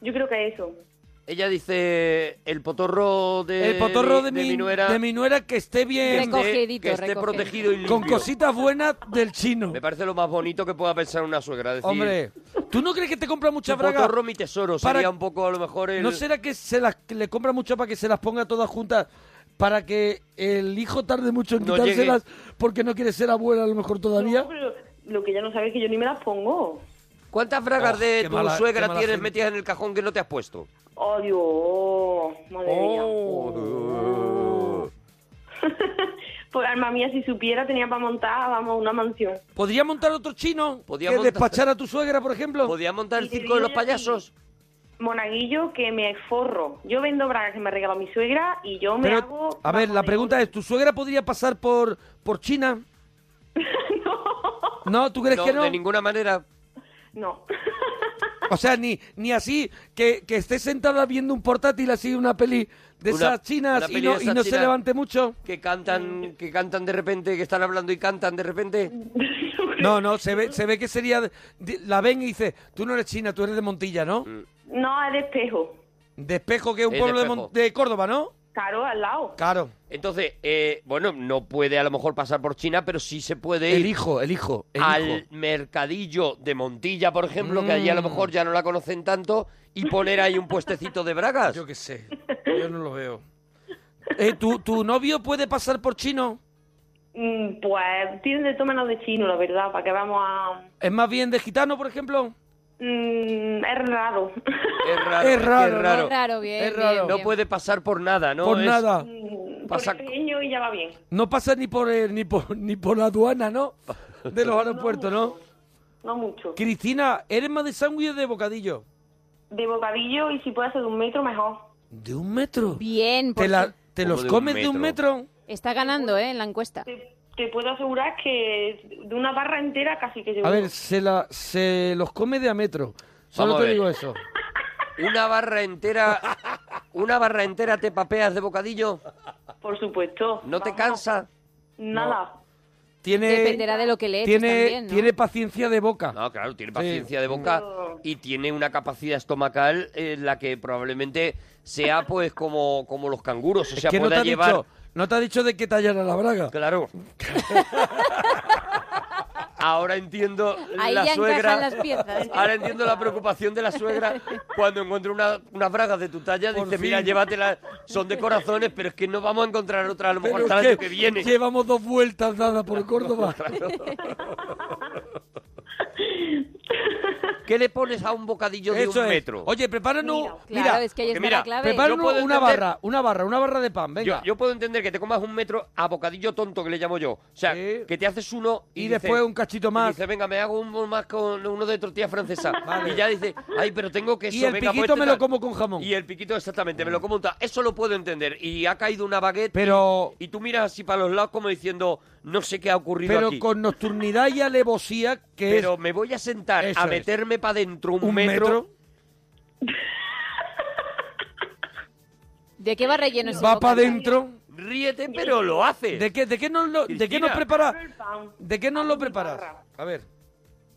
Speaker 12: Yo creo que eso.
Speaker 3: Ella dice el potorro de
Speaker 1: El potorro Eh, de,
Speaker 3: mi,
Speaker 1: mi,
Speaker 3: nuera
Speaker 1: de mi nuera que esté bien.
Speaker 3: que esté, que esté protegido y
Speaker 1: Con
Speaker 3: limpio.
Speaker 1: cositas buenas del chino.
Speaker 3: Me parece lo más bonito que pueda pensar una suegra. Decir,
Speaker 1: Hombre, ¿tú no crees que te compra mucha
Speaker 3: "Tu
Speaker 1: braga?
Speaker 3: potorro mi tesoro
Speaker 1: Para-
Speaker 3: sería un poco a lo mejor el
Speaker 1: ¿No será que se las que le compra mucho para que se las ponga todas juntas? Para que el hijo tarde mucho en
Speaker 3: No
Speaker 1: quitárselas porque no quiere ser abuela a lo mejor todavía.
Speaker 12: Pero lo que ella no sabe es que yo ni me las pongo.
Speaker 3: ¿Cuántas bragas
Speaker 1: Oh,
Speaker 3: de
Speaker 1: qué
Speaker 3: tu
Speaker 1: mala- qué
Speaker 3: suegra
Speaker 1: mala
Speaker 3: tienes
Speaker 1: gente.
Speaker 3: metidas en el cajón que no te has puesto?
Speaker 12: Oh, Dios, madre
Speaker 10: Oh.
Speaker 12: mía. pues alma mía, si supiera tenía para montar, vamos, una mansión.
Speaker 1: ¿Podría montar otro chino?
Speaker 3: Podía
Speaker 1: que
Speaker 3: montar-
Speaker 1: despachar a tu suegra, por ejemplo.
Speaker 3: ¿Podía montar el
Speaker 12: Y te
Speaker 3: circo de los
Speaker 12: digo yo a ti,
Speaker 3: payasos?
Speaker 12: Monaguillo, que me forro. Yo vendo bragas que me regaló mi suegra y yo me
Speaker 1: Pero,
Speaker 12: hago...
Speaker 1: a ver, la pregunta es, ¿tu suegra podría pasar por, por
Speaker 12: *laughs*
Speaker 1: China? no. ¿tú crees
Speaker 3: No,
Speaker 1: que no?
Speaker 3: de ninguna manera.
Speaker 12: No.
Speaker 1: O sea, ni, ni así, que, que esté sentada viendo un portátil así, una peli de
Speaker 3: Una-
Speaker 1: esas chinas
Speaker 3: una
Speaker 1: y
Speaker 3: peli
Speaker 1: no,
Speaker 3: de
Speaker 1: y
Speaker 3: esas
Speaker 1: no se
Speaker 3: chinas.
Speaker 1: levante mucho.
Speaker 12: *laughs*
Speaker 3: Que cantan, que cantan de repente, que están hablando y cantan de repente.
Speaker 1: No, no, se ve, se ve que sería... de- de- La ven y dice, tú no eres china, tú eres de Montilla, ¿no?
Speaker 12: No, es despejo.
Speaker 1: De Espejo, que es un
Speaker 3: Mm. Es de
Speaker 1: pueblo de,
Speaker 3: Espejo.
Speaker 1: Mon- de Córdoba, ¿no?
Speaker 12: Caro al lado.
Speaker 1: Claro.
Speaker 3: Entonces, eh, bueno, no puede a lo mejor pasar por China, pero sí se puede ir
Speaker 1: El hijo, el hijo, el
Speaker 3: al
Speaker 1: hijo.
Speaker 3: mercadillo de Montilla, por ejemplo, que allí a lo
Speaker 1: Mm.
Speaker 3: mejor ya no la conocen tanto, y poner ahí un puestecito de bragas.
Speaker 1: Yo qué sé, yo no lo veo. Eh, ¿tu, ¿Tu novio puede pasar por chino?
Speaker 12: Mm, Pues tienen de tomar de chino, la verdad, para que vamos a...
Speaker 1: ¿Es más bien de gitano, por ejemplo?
Speaker 12: Mm, es raro.
Speaker 3: Es raro,
Speaker 1: Es raro,
Speaker 3: es
Speaker 1: ¿no?
Speaker 3: raro.
Speaker 1: Es raro, bien, Es raro. bien,
Speaker 3: No
Speaker 1: bien.
Speaker 3: puede pasar por nada, ¿no?
Speaker 1: Por
Speaker 3: Es-
Speaker 1: nada.
Speaker 12: Mm.
Speaker 3: Pasa-
Speaker 12: Por el pequeño y ya va bien.
Speaker 1: No pasa ni por, eh, ni por ni por la aduana, ¿no? De los aeropuertos, ¿no?
Speaker 12: No mucho.
Speaker 1: Cristina, ¿eres más de sándwich o de bocadillo?
Speaker 12: De bocadillo y si puede ser de un metro, mejor.
Speaker 1: ¿De un metro?
Speaker 2: Bien,
Speaker 1: ¿Te,
Speaker 2: porque
Speaker 1: la- te
Speaker 3: ¿Cómo
Speaker 1: los
Speaker 3: de un
Speaker 1: comes de un
Speaker 3: metro?
Speaker 1: metro?
Speaker 2: está ganando ¿eh? en la encuesta.
Speaker 12: Te puedo asegurar que de una barra entera casi que yo...
Speaker 1: A ver, se, la, se los come de a metro. Solo
Speaker 3: Vamos a
Speaker 1: te
Speaker 3: ver.
Speaker 1: digo eso.
Speaker 3: Una barra entera, una barra entera te papeas de bocadillo.
Speaker 12: Por supuesto.
Speaker 3: ¿No te cansa?
Speaker 12: Nada.
Speaker 1: Tiene,
Speaker 2: Dependerá de lo que le eches
Speaker 1: tiene,
Speaker 2: también, ¿no?
Speaker 1: tiene paciencia de boca.
Speaker 3: No, pues claro, tiene paciencia de boca y tiene una capacidad estomacal en la que probablemente sea pues como, como los canguros, o sea,
Speaker 1: que no te,
Speaker 3: pueda
Speaker 1: ha
Speaker 3: llevar...
Speaker 1: dicho, no te ha dicho de qué tallara la braga. *laughs*
Speaker 3: Claro. Ahora entiendo
Speaker 2: Ahí
Speaker 3: la
Speaker 2: ya
Speaker 3: suegra.
Speaker 2: encajan las piezas.
Speaker 3: Ahora entiendo la preocupación de la suegra cuando encuentra una- unas bragas de tu talla. dice, mira, llévatelas. Son de corazones, pero es que no vamos a encontrar otra a lo mejor
Speaker 1: Pero
Speaker 3: hasta el
Speaker 1: es
Speaker 3: año
Speaker 1: que
Speaker 3: que viene.
Speaker 1: Llevamos dos vueltas dadas
Speaker 3: *laughs*
Speaker 1: por Córdoba.
Speaker 3: ¿Qué le pones a un bocadillo de
Speaker 1: Eso
Speaker 3: un
Speaker 1: es.
Speaker 3: metro?
Speaker 1: Oye, prepáranos.
Speaker 2: Claro,
Speaker 1: mira,
Speaker 2: es que ahí está
Speaker 3: mira,
Speaker 2: la clave.
Speaker 1: prepáranos
Speaker 3: Yo puedo
Speaker 1: una
Speaker 3: entender-
Speaker 1: barra, una barra, una barra de pan,
Speaker 3: Yo,
Speaker 1: venga.
Speaker 3: yo puedo entender que te comas un metro a bocadillo tonto, que le llamo yo. O sea, que te haces uno y,
Speaker 1: y
Speaker 3: dices-
Speaker 1: después un cachito
Speaker 3: Y
Speaker 1: más.
Speaker 3: dice, venga, me hago un más con uno de
Speaker 1: *laughs*
Speaker 3: tortilla francesa.
Speaker 1: Vale.
Speaker 3: Y ya dice, ay, pero tengo queso.
Speaker 1: Y el
Speaker 3: venga, pues
Speaker 1: piquito
Speaker 3: este
Speaker 1: me lo
Speaker 3: tal".
Speaker 1: como con jamón. Mm.
Speaker 3: Y el piquito, exactamente, me lo como un tal. Eso lo puedo entender. Y ha caído una baguette.
Speaker 1: Pero-
Speaker 3: Y, y tú miras así para los lados como diciendo, no sé qué ha ocurrido
Speaker 1: Pero
Speaker 3: aquí.
Speaker 1: con nocturnidad y alevosía que
Speaker 3: pero
Speaker 1: es
Speaker 3: me voy a sentar
Speaker 1: Eso
Speaker 3: a
Speaker 1: es.
Speaker 3: meterme para dentro un,
Speaker 1: un metro,
Speaker 2: ¿De qué va relleno ese
Speaker 1: va para
Speaker 2: bocadillo?
Speaker 1: adentro.
Speaker 3: Ríete, pero lo haces.
Speaker 1: ¿De qué, de qué nos lo, de qué nos
Speaker 3: Cristina.
Speaker 1: prepara?
Speaker 12: El pan.
Speaker 1: ¿De qué nos lo preparas? A ver,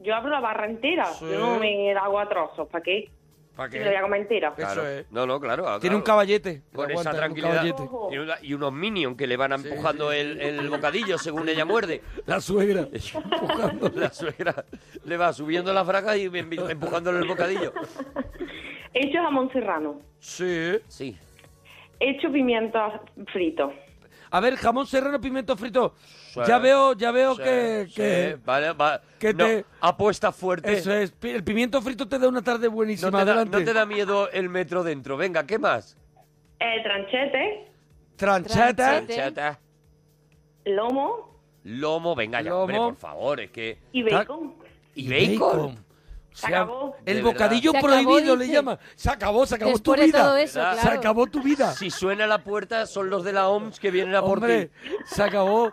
Speaker 12: Yo abro la barra entera.
Speaker 1: Sí.
Speaker 12: Yo no me la hago a trozos. ¿Para qué?
Speaker 1: ¿para
Speaker 12: Si lo voy a comer entera.
Speaker 3: Claro.
Speaker 1: Eso es.
Speaker 3: No, no, claro. ah,
Speaker 1: Tiene un
Speaker 3: claro.
Speaker 1: caballete.
Speaker 3: Con
Speaker 1: Aguanta,
Speaker 3: esa
Speaker 1: un
Speaker 3: tranquilidad.
Speaker 1: caballete.
Speaker 3: Y, una- y unos minions que le van empujando El, el bocadillo según ella muerde.
Speaker 1: La suegra.
Speaker 3: *laughs* La suegra le va subiendo las bragas y empu- empujándole el bocadillo.
Speaker 12: Hecho jamón serrano.
Speaker 1: Sí.
Speaker 3: Sí.
Speaker 12: Hecho pimientos fritos.
Speaker 1: A ver, jamón serrano, pimiento frito.
Speaker 3: Sí.
Speaker 1: Ya veo, ya veo
Speaker 3: Sí,
Speaker 1: que,
Speaker 3: sí,
Speaker 1: que
Speaker 3: vale, va-
Speaker 1: que
Speaker 3: no,
Speaker 1: te-
Speaker 3: apuesta fuerte.
Speaker 1: eso es. Pi- El pimiento frito te da una tarde buenísima.
Speaker 3: No te, da,
Speaker 1: Adelante.
Speaker 3: no te da miedo el metro dentro. Venga, ¿qué más?
Speaker 12: Eh, tranchete.
Speaker 1: Tranchata.
Speaker 2: Tranchete.
Speaker 3: Chata,
Speaker 12: Lomo
Speaker 3: lomo, venga ya, hombre,
Speaker 1: Lomo.
Speaker 3: por favor, es que...
Speaker 12: y
Speaker 1: Tra-
Speaker 12: bacon.
Speaker 3: ¿Y bacon?
Speaker 1: O sea,
Speaker 12: acabó.
Speaker 1: el
Speaker 3: De
Speaker 1: bocadillo
Speaker 2: Se acabó,
Speaker 1: prohibido le
Speaker 2: dice.
Speaker 1: llaman. Se acabó, se acabó
Speaker 2: Después
Speaker 1: tu
Speaker 2: de
Speaker 1: vida.
Speaker 2: todo eso,
Speaker 3: ¿Verdad?
Speaker 2: claro.
Speaker 1: Se acabó tu vida.
Speaker 3: Si suena la puerta, son los de la OMS que vienen a por
Speaker 1: Hombre,
Speaker 3: ti.
Speaker 1: se acabó.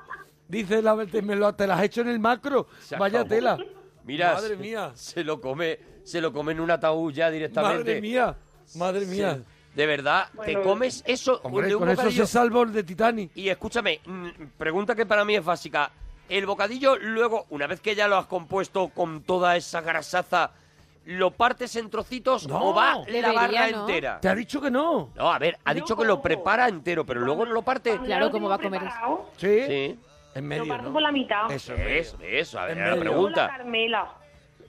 Speaker 1: Dice la te, me lo, te las has hecho en el macro.
Speaker 3: Se
Speaker 1: Vaya
Speaker 3: acabó.
Speaker 1: tela.
Speaker 3: Mira,
Speaker 1: Madre
Speaker 3: se-
Speaker 1: mía.
Speaker 3: Se lo come, se lo come en un ataúd ya directamente.
Speaker 1: Madre mía. Madre
Speaker 3: Sí.
Speaker 1: mía.
Speaker 3: De verdad, te
Speaker 12: Bueno.
Speaker 3: comes eso
Speaker 1: Hombre,
Speaker 3: de un
Speaker 1: con eso
Speaker 3: bocadillo.
Speaker 1: se salva el de Titanic.
Speaker 3: Y escúchame, mm, pregunta que para mí es básica. El bocadillo, luego, una vez que ya lo has compuesto con toda esa grasaza, ¿lo partes en trocitos
Speaker 1: No.
Speaker 3: o va la
Speaker 2: Debería,
Speaker 3: barra
Speaker 2: ¿no?
Speaker 3: entera?
Speaker 1: Te ha dicho que no.
Speaker 3: No, a ver, ha
Speaker 12: No.
Speaker 3: dicho que lo prepara entero, pero luego no lo parte.
Speaker 12: Cuando
Speaker 2: Claro,
Speaker 12: lo
Speaker 2: ¿cómo
Speaker 12: tengo
Speaker 2: va a comer
Speaker 12: preparado,
Speaker 1: Sí.
Speaker 3: Sí.
Speaker 1: En
Speaker 12: Lo
Speaker 1: medio.
Speaker 12: parto
Speaker 1: ¿no?
Speaker 12: por la mitad.
Speaker 1: Eso, en medio.
Speaker 3: Eso, eso, a ver,
Speaker 1: En
Speaker 3: era la
Speaker 1: medio.
Speaker 12: Pongo la
Speaker 3: pregunta.
Speaker 12: carmela.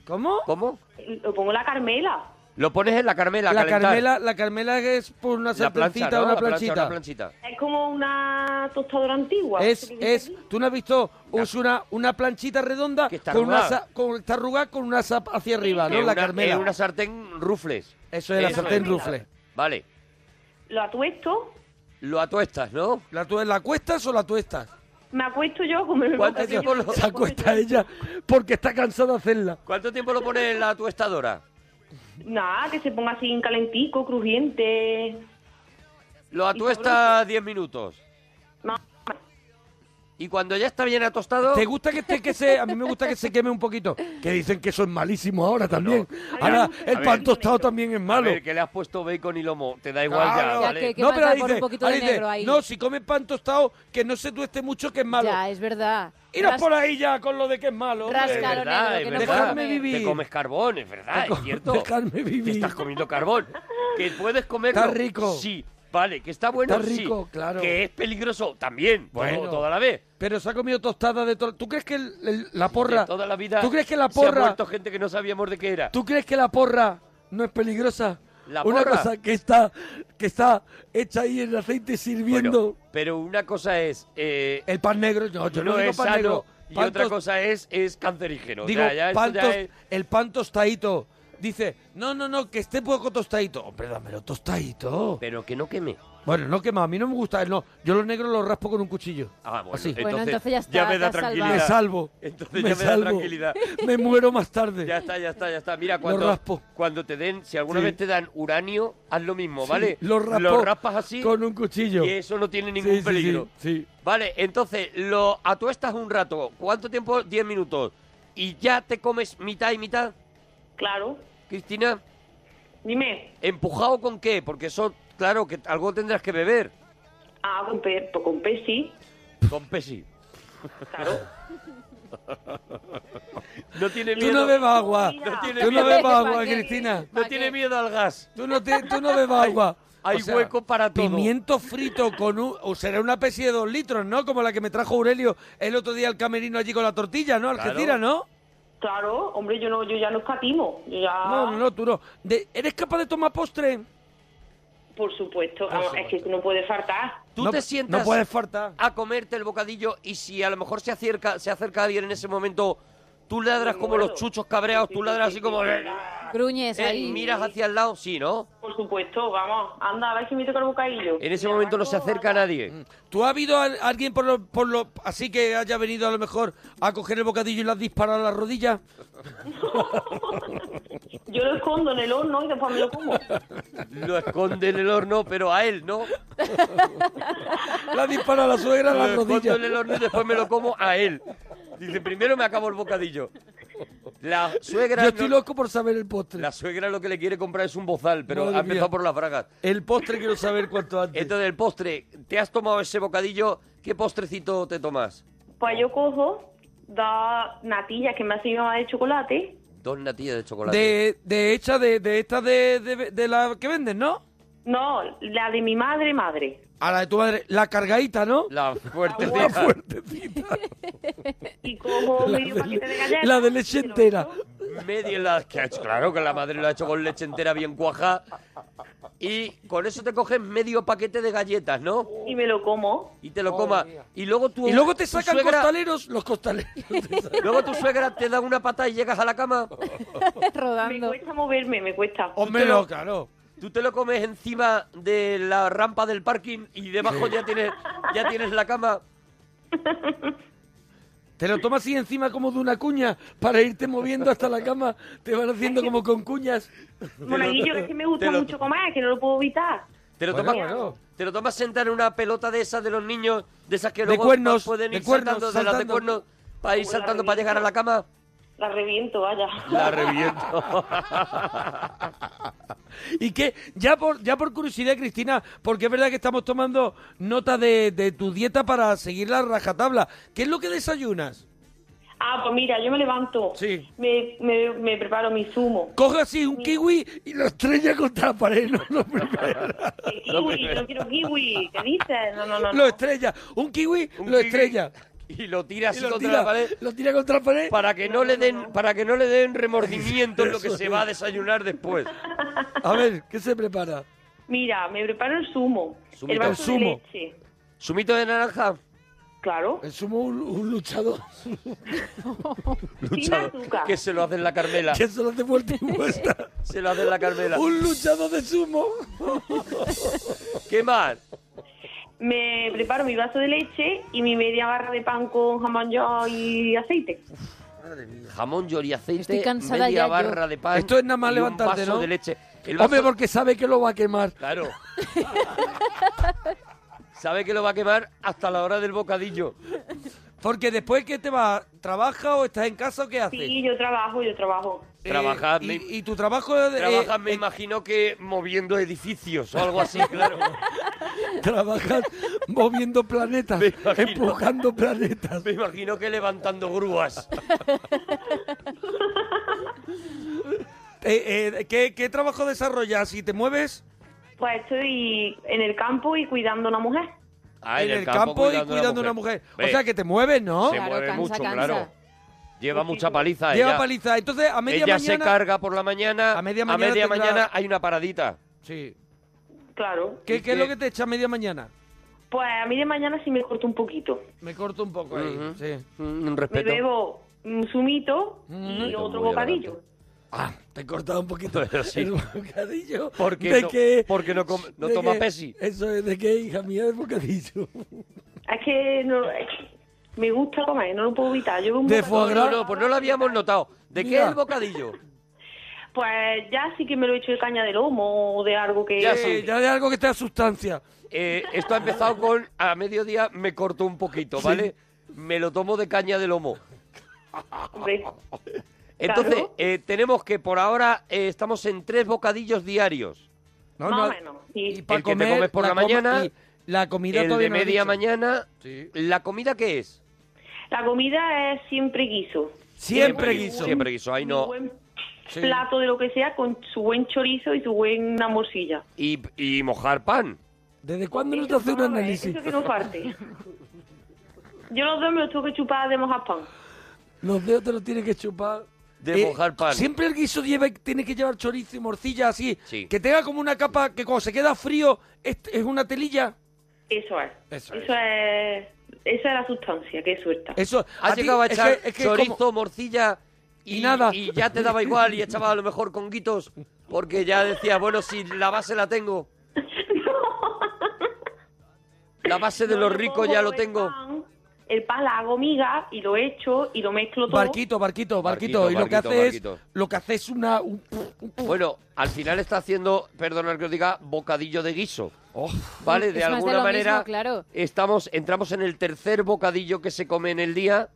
Speaker 1: ¿Cómo?
Speaker 3: ¿Cómo?
Speaker 12: Lo pongo la carmela.
Speaker 3: Lo pones en la carmela, a
Speaker 1: La
Speaker 3: calentar.
Speaker 1: Carmela, la Carmela es por una
Speaker 3: la plancha,
Speaker 1: serpencita,
Speaker 3: ¿no?
Speaker 1: una
Speaker 3: La plancha,
Speaker 1: planchita.
Speaker 3: una planchita.
Speaker 12: Es como una tostadora antigua.
Speaker 1: Es,
Speaker 12: ¿Qué
Speaker 1: es, tú no has visto, es una, una planchita redonda
Speaker 3: Que está
Speaker 1: con una
Speaker 3: arrugada.
Speaker 1: sa- con, está arrugada con una sap hacia arriba, ¿no?
Speaker 3: En
Speaker 1: la
Speaker 3: una-
Speaker 1: Carmela.
Speaker 3: en una sartén rufles.
Speaker 1: Eso es, la
Speaker 3: Eso
Speaker 1: sartén
Speaker 3: es.
Speaker 1: rufle.
Speaker 3: Vale.
Speaker 12: Lo atuesto.
Speaker 3: Lo atuestas, ¿no?
Speaker 1: ¿La, tu- ¿La cuestas o la tuestas?
Speaker 12: Me acuesto yo a comer el
Speaker 3: ¿Cuánto
Speaker 12: bocadillo.
Speaker 3: tiempo lo-
Speaker 1: Se acuesta ella porque está cansada de hacerla.
Speaker 3: ¿Cuánto tiempo lo pones en la tuestadora?
Speaker 12: Nada, que se ponga así calentico, crujiente.
Speaker 3: Lo atuesta 10 minutos. Y cuando ya está bien atostado,
Speaker 1: ¿Te gusta que esté que se.? A mí me gusta que se queme un poquito. Que dicen que eso es malísimo ahora también.
Speaker 12: No.
Speaker 1: Ahora,
Speaker 12: A ver,
Speaker 1: el
Speaker 12: a
Speaker 1: pan
Speaker 12: ver.
Speaker 1: tostado también es
Speaker 3: a
Speaker 1: malo.
Speaker 3: ver, que le has puesto bacon y lomo, te da igual ya,
Speaker 1: Claro.
Speaker 3: ¿vale?
Speaker 2: Ya que-
Speaker 1: no,
Speaker 2: mal
Speaker 1: pero
Speaker 2: va
Speaker 1: ahí
Speaker 2: por
Speaker 1: dice,
Speaker 2: un poquito
Speaker 1: ahí
Speaker 2: de
Speaker 1: dice,
Speaker 2: negro ahí.
Speaker 1: no, si comes pan tostado, que no se tueste mucho, que es malo.
Speaker 2: Ya, es verdad.
Speaker 1: Iros
Speaker 2: Ras-
Speaker 1: por ahí ya con lo de que es malo. hombre.
Speaker 3: Es
Speaker 2: Rasca. Claro,
Speaker 3: verdad,
Speaker 2: negro,
Speaker 3: es
Speaker 2: que
Speaker 1: no
Speaker 3: verdad.
Speaker 1: puedo comer.
Speaker 3: Te comes carbón, es verdad,
Speaker 1: *laughs* Te co-
Speaker 3: es cierto.
Speaker 1: dejarme vivir.
Speaker 3: Te estás comiendo carbón. Que puedes comerlo.
Speaker 1: Está rico.
Speaker 3: Sí. vale, que está bueno,
Speaker 1: Está rico,
Speaker 3: sí.
Speaker 1: claro.
Speaker 3: Que es peligroso también, bueno,
Speaker 1: Bueno.
Speaker 3: toda la vez.
Speaker 1: Pero se ha comido tostada de todo. ¿Tú crees que el- el- la porra.
Speaker 3: De toda la vida.
Speaker 1: ¿Tú crees que la
Speaker 3: Se ha
Speaker 1: porra.
Speaker 3: muerto gente que no sabíamos de qué era.
Speaker 1: ¿Tú crees que la porra no es peligrosa?
Speaker 3: La
Speaker 1: Una
Speaker 3: porra.
Speaker 1: cosa que está, que está hecha ahí en aceite sirviendo.
Speaker 3: Pero una cosa es. eh,
Speaker 1: el pan negro, no, yo no,
Speaker 3: no
Speaker 1: digo
Speaker 3: es
Speaker 1: pan
Speaker 3: sano.
Speaker 1: negro.
Speaker 3: Y
Speaker 1: pan
Speaker 3: otra
Speaker 1: tos-
Speaker 3: cosa es, es cancerígeno. O
Speaker 1: Digo,
Speaker 3: sea, ya esto
Speaker 1: pan
Speaker 3: ya
Speaker 1: tos-
Speaker 3: es-
Speaker 1: el pan tostadito. Dice, no, no, no, que esté poco tostadito. Hombre, dámelo tostadito.
Speaker 3: Pero que no queme.
Speaker 1: Bueno, no quema, a mí no me gusta. No, yo los negros los raspo con un cuchillo.
Speaker 3: Ah, bueno,
Speaker 1: Así.
Speaker 2: Bueno, entonces ya está,
Speaker 3: me da
Speaker 2: te has
Speaker 3: tranquilidad.
Speaker 1: Me salvo.
Speaker 3: Entonces
Speaker 1: me
Speaker 3: ya me da
Speaker 1: salvo.
Speaker 3: tranquilidad.
Speaker 1: Me muero más tarde.
Speaker 3: Ya está, ya está, ya está. Mira, cuando,
Speaker 1: raspo.
Speaker 3: cuando te den, si alguna
Speaker 1: Sí.
Speaker 3: vez te dan uranio, haz lo mismo, ¿vale?
Speaker 1: Sí, lo raspo
Speaker 3: raspas así
Speaker 1: con un cuchillo.
Speaker 3: y eso no tiene ningún
Speaker 1: Sí, sí,
Speaker 3: peligro.
Speaker 1: sí, sí.
Speaker 3: Vale, entonces lo atuestas un rato. ¿Cuánto tiempo? 10 minutos. ¿Y ya te comes mitad y mitad?
Speaker 12: Claro.
Speaker 3: Cristina.
Speaker 12: Dime.
Speaker 3: ¿Empujado con qué? Porque eso, claro, que algo tendrás que beber.
Speaker 12: Ah, con, pe- con Pepsi.
Speaker 3: Con Pepsi.
Speaker 12: Claro.
Speaker 3: No tiene
Speaker 1: Tú
Speaker 3: miedo.
Speaker 1: no bebas agua.
Speaker 3: No tiene
Speaker 1: Tú no
Speaker 3: miedo.
Speaker 1: bebas agua, Cristina.
Speaker 3: No tiene miedo al gas.
Speaker 1: Tú no, te- tú no bebas agua.
Speaker 3: hay hueco para todo.
Speaker 1: Pimiento frito con un... O será una especie de dos litros, ¿no? Como la que me trajo Aurelio el otro día al camerino allí con la tortilla, ¿no? Argentina, ¿no?
Speaker 12: Claro, hombre, yo no, yo ya no escatimo. Yo ya...
Speaker 1: No, no, no, tú no. De- ¿Eres capaz de tomar postre?
Speaker 12: Por supuesto. Vamos, es que no puede faltar.
Speaker 3: Tú
Speaker 1: No-
Speaker 3: te sientas
Speaker 1: no puedes faltar.
Speaker 3: a comerte el bocadillo y si a lo mejor se acerca, se acerca alguien en ese momento, tú ladras como los chuchos cabreados, tú ladras así como...
Speaker 2: Gruñes
Speaker 3: Eh,
Speaker 2: ahí.
Speaker 3: miras hacia el lado, sí, ¿no?
Speaker 12: Por supuesto, vamos. Anda, a ver si me toca el bocadillo.
Speaker 3: En ese momento no se acerca nadie.
Speaker 1: ¿Tú ha habido al- alguien por lo, por lo... Así que haya venido a lo mejor a coger el bocadillo y le has disparado a las rodillas?
Speaker 12: Yo lo escondo en el horno y después me lo
Speaker 3: *laughs*
Speaker 12: como.
Speaker 3: Lo esconde en el horno, pero a él, ¿no?
Speaker 1: Le has disparado a la suegra a
Speaker 3: *laughs* Lo
Speaker 1: las
Speaker 3: escondo
Speaker 1: rodillas.
Speaker 3: en el horno y después me lo como a él. Dice, primero me acabo el bocadillo. La suegra...
Speaker 1: Yo estoy
Speaker 3: no-
Speaker 1: loco por saber el postre.
Speaker 3: La suegra lo que le quiere comprar es un bozal, pero
Speaker 1: Madre
Speaker 3: ha empezado
Speaker 1: mía.
Speaker 3: por las bragas.
Speaker 1: El postre quiero saber cuánto antes.
Speaker 3: Entonces, el postre, ¿te has tomado ese bocadillo? ¿Qué postrecito te tomas?
Speaker 12: Pues yo cojo dos natillas que me ha sido de chocolate.
Speaker 3: Dos natillas de chocolate.
Speaker 1: De, de hecha de, de esta de, de, de la que venden, ¿no?
Speaker 12: No, la de mi madre, madre.
Speaker 1: A la de tu madre, la cargadita, ¿no?
Speaker 3: La fuerte.
Speaker 1: La fuerte.
Speaker 12: Y cojo medio paquete de galletas.
Speaker 1: La de leche entera.
Speaker 3: Media la que ha hecho. Claro que la madre lo ha hecho con leche entera bien cuaja. Y con eso te coges medio paquete de galletas, ¿no?
Speaker 12: Y me lo como.
Speaker 3: Y te lo comas. Y luego tú.
Speaker 1: Y luego te
Speaker 3: tu
Speaker 1: sacan
Speaker 3: suegra-
Speaker 1: costaleros, los costaleros.
Speaker 3: *laughs* Luego tu suegra te da una patada y llegas a la cama.
Speaker 12: Me
Speaker 2: *laughs* Rodando.
Speaker 12: cuesta moverme, me cuesta.
Speaker 1: Hombre,
Speaker 3: lo-
Speaker 1: no, claro.
Speaker 3: Tú te lo comes encima de la rampa del parking y debajo ya tienes, ya tienes la cama.
Speaker 1: Te lo tomas así encima como de una cuña para irte moviendo hasta la cama. Te van haciendo como con cuñas.
Speaker 12: Monaguillo, que es que me gusta
Speaker 3: te lo-
Speaker 12: mucho comer, que no lo puedo evitar.
Speaker 3: Te lo,
Speaker 1: Bueno,
Speaker 3: tomas,
Speaker 1: bueno.
Speaker 3: te lo tomas sentar en una pelota de esas de los niños, de esas que
Speaker 1: De
Speaker 3: luego
Speaker 1: cuernos,
Speaker 3: pueden ir
Speaker 1: de cuernos,
Speaker 3: saltando, de las de
Speaker 1: saltando.
Speaker 3: cuernos, para ir
Speaker 12: Uy, la
Speaker 3: saltando para llegar a la cama.
Speaker 12: La reviento, vaya. *laughs*
Speaker 3: La reviento.
Speaker 1: Y que, ya por, ya por curiosidad, Cristina, porque es verdad que estamos tomando nota de, de tu dieta para seguir la rajatabla. ¿Qué es lo que desayunas?
Speaker 12: Ah, pues mira, yo me levanto.
Speaker 1: Sí.
Speaker 12: Me, me, me preparo mi
Speaker 1: *laughs*
Speaker 12: zumo.
Speaker 1: Coge así un kiwi y lo estrella contra la pared. No, no, primero.
Speaker 12: El Eh, kiwi, no quiero kiwi. ¿Qué dices? No, no, no.
Speaker 1: Lo
Speaker 12: no.
Speaker 1: estrella. Un kiwi
Speaker 3: Un
Speaker 1: lo
Speaker 3: kiwi
Speaker 1: estrella.
Speaker 3: Y lo tira así
Speaker 1: Y lo
Speaker 3: contra
Speaker 1: tira,
Speaker 3: la pared
Speaker 1: lo tira contra la pared.
Speaker 3: para que no le den, para que no le den remordimiento en lo que se va a desayunar después.
Speaker 1: A ver, ¿qué se prepara?
Speaker 12: Mira, me preparo el zumo.
Speaker 3: Zumito.
Speaker 12: el vaso
Speaker 1: El zumo.
Speaker 12: de leche.
Speaker 3: Sumito de naranja,
Speaker 12: Claro.
Speaker 1: El sumo un, un
Speaker 3: *laughs*
Speaker 1: luchador.
Speaker 3: luchador,
Speaker 12: azúcar.
Speaker 3: que se lo hace en la Carmela,
Speaker 1: Que se lo hace vuelta y vuelta.
Speaker 3: se lo hace en la Carmela.
Speaker 1: Un luchador de sumo.
Speaker 3: ¿Qué más?
Speaker 12: Me preparo mi vaso de leche y mi media barra de pan con jamón yo y aceite.
Speaker 3: Jamón, llor y aceite,
Speaker 2: Estoy cansada
Speaker 3: media
Speaker 2: ya, yo.
Speaker 3: barra de pan.
Speaker 1: Esto es nada más
Speaker 3: y
Speaker 1: levantarte,
Speaker 3: un vaso
Speaker 1: ¿no?
Speaker 3: de leche. El
Speaker 1: Hombre,
Speaker 3: vaso-
Speaker 1: porque sabe que lo va a quemar. *laughs*
Speaker 3: Claro. Sabe que lo va a quemar hasta la hora del bocadillo.
Speaker 1: Eh, Porque después que te vas, ¿trabaja o estás en casa o qué haces?
Speaker 12: Sí, yo trabajo, yo trabajo.
Speaker 1: Eh,
Speaker 3: Trabajar, me-
Speaker 1: y, y tu trabajo es de- *laughs*
Speaker 3: Trabajas,
Speaker 1: eh,
Speaker 3: me
Speaker 1: eh,
Speaker 3: imagino que moviendo edificios o algo así, claro.
Speaker 1: trabajas moviendo planetas,
Speaker 3: Me imagino.
Speaker 1: empujando planetas.
Speaker 3: Me imagino que levantando grúas.
Speaker 1: Eh, eh, ¿qué, qué trabajo desarrollas? Si te mueves,
Speaker 12: Pues estoy en el campo y cuidando a una mujer.
Speaker 1: Ah, en, el campo, y cuidando a una mujer. O sea que te mueves, ¿no?
Speaker 12: Se Claro, mueve cansa, mucho, cansa. claro.
Speaker 1: Lleva
Speaker 3: mucha paliza
Speaker 1: Lleva
Speaker 3: ella.
Speaker 1: paliza. Entonces, a media
Speaker 3: Ella se
Speaker 1: mañana...
Speaker 3: carga por la mañana.
Speaker 1: A media
Speaker 3: a
Speaker 1: mañana,
Speaker 3: media
Speaker 1: tendrá-
Speaker 3: mañana hay una paradita.
Speaker 1: Sí.
Speaker 12: Claro.
Speaker 1: ¿Qué, qué es lo que te echa a media mañana?
Speaker 12: Pues a mí de mañana sí me corto un poquito.
Speaker 1: Me corto un poco ahí, sí.
Speaker 3: Mm, Un
Speaker 12: Me
Speaker 3: respeto.
Speaker 12: bebo un zumito y
Speaker 1: Mm.
Speaker 12: otro
Speaker 1: Muy
Speaker 12: bocadillo.
Speaker 1: Te he cortado un
Speaker 3: *laughs*
Speaker 1: poquito el bocadillo.
Speaker 3: ¿Por qué
Speaker 1: de
Speaker 3: no-
Speaker 1: que-
Speaker 3: por qué no com- no
Speaker 1: de
Speaker 3: toma
Speaker 1: que-
Speaker 3: Pepsi?
Speaker 1: Eso es, ¿de qué, hija mía, de bocadillo?
Speaker 12: Es que no, es que me gusta comer, no lo puedo evitar. Yo veo un
Speaker 3: No,
Speaker 12: bocadillo-
Speaker 3: no, no, pues no lo habíamos notado. ¿De qué es el bocadillo?
Speaker 12: Pues ya sí que me lo he hecho de caña de lomo o de algo que...
Speaker 3: Ya sí, ya
Speaker 1: de algo que te da sustancia.
Speaker 3: Eh, esto ha empezado con a mediodía me corto un poquito, ¿vale? Me lo tomo de caña de lomo.
Speaker 12: Hombre,
Speaker 3: Entonces,
Speaker 12: Claro.
Speaker 3: eh, tenemos que por ahora eh, estamos en tres bocadillos diarios.
Speaker 1: No,
Speaker 12: más o menos. sí.
Speaker 3: el que te comes por la, mañana,
Speaker 1: la comida
Speaker 3: el de
Speaker 1: todavía no lo he
Speaker 3: media
Speaker 1: dicho.
Speaker 3: mañana. ¿La comida qué es?
Speaker 12: La comida es siempre guiso.
Speaker 3: Siempre guiso, ahí no.
Speaker 12: Un buen
Speaker 3: Sí.
Speaker 12: plato de lo que sea con su buen chorizo y su buena morcilla.
Speaker 3: Y, y mojar pan.
Speaker 1: ¿Desde cuándo nos hace un análisis?
Speaker 12: Eso que no falte.
Speaker 3: *laughs*
Speaker 12: Yo los dos me los tengo que chupar de mojar pan.
Speaker 1: Los dedos te los tienes que chupar. Eh,
Speaker 3: De mojar pan.
Speaker 1: Siempre el guiso lleva, tiene que llevar chorizo y morcilla así. Que tenga como una capa que cuando se queda frío es, es una telilla.
Speaker 12: Eso es.
Speaker 1: Eso
Speaker 12: es. Esa es la sustancia que suelta.
Speaker 1: Eso.
Speaker 3: Has
Speaker 1: ti-
Speaker 3: llegado a
Speaker 1: es
Speaker 3: echar
Speaker 1: que- es que
Speaker 3: chorizo, morcilla y,
Speaker 1: nada.
Speaker 3: Y ya te daba igual y echaba a lo mejor conguitos. Porque ya decías, bueno, si la base la tengo. La base de
Speaker 12: Yo
Speaker 3: los
Speaker 12: le
Speaker 3: ricos
Speaker 12: pongo
Speaker 3: ya lo
Speaker 12: el
Speaker 3: tengo.
Speaker 12: pan, El pan la hago miga y lo echo y lo mezclo todo.
Speaker 1: Barquito, barquito, barquito. y lo que
Speaker 3: barquito,
Speaker 1: hace
Speaker 3: barquito.
Speaker 1: es. Lo que hace es una. un-
Speaker 3: Bueno, al final está haciendo, perdonad que os diga, bocadillo de guiso. vale,
Speaker 2: Es
Speaker 3: de
Speaker 2: más
Speaker 3: alguna
Speaker 2: lo
Speaker 3: manera
Speaker 2: mismo, claro.
Speaker 3: estamos, entramos en el tercer bocadillo que se come en el día.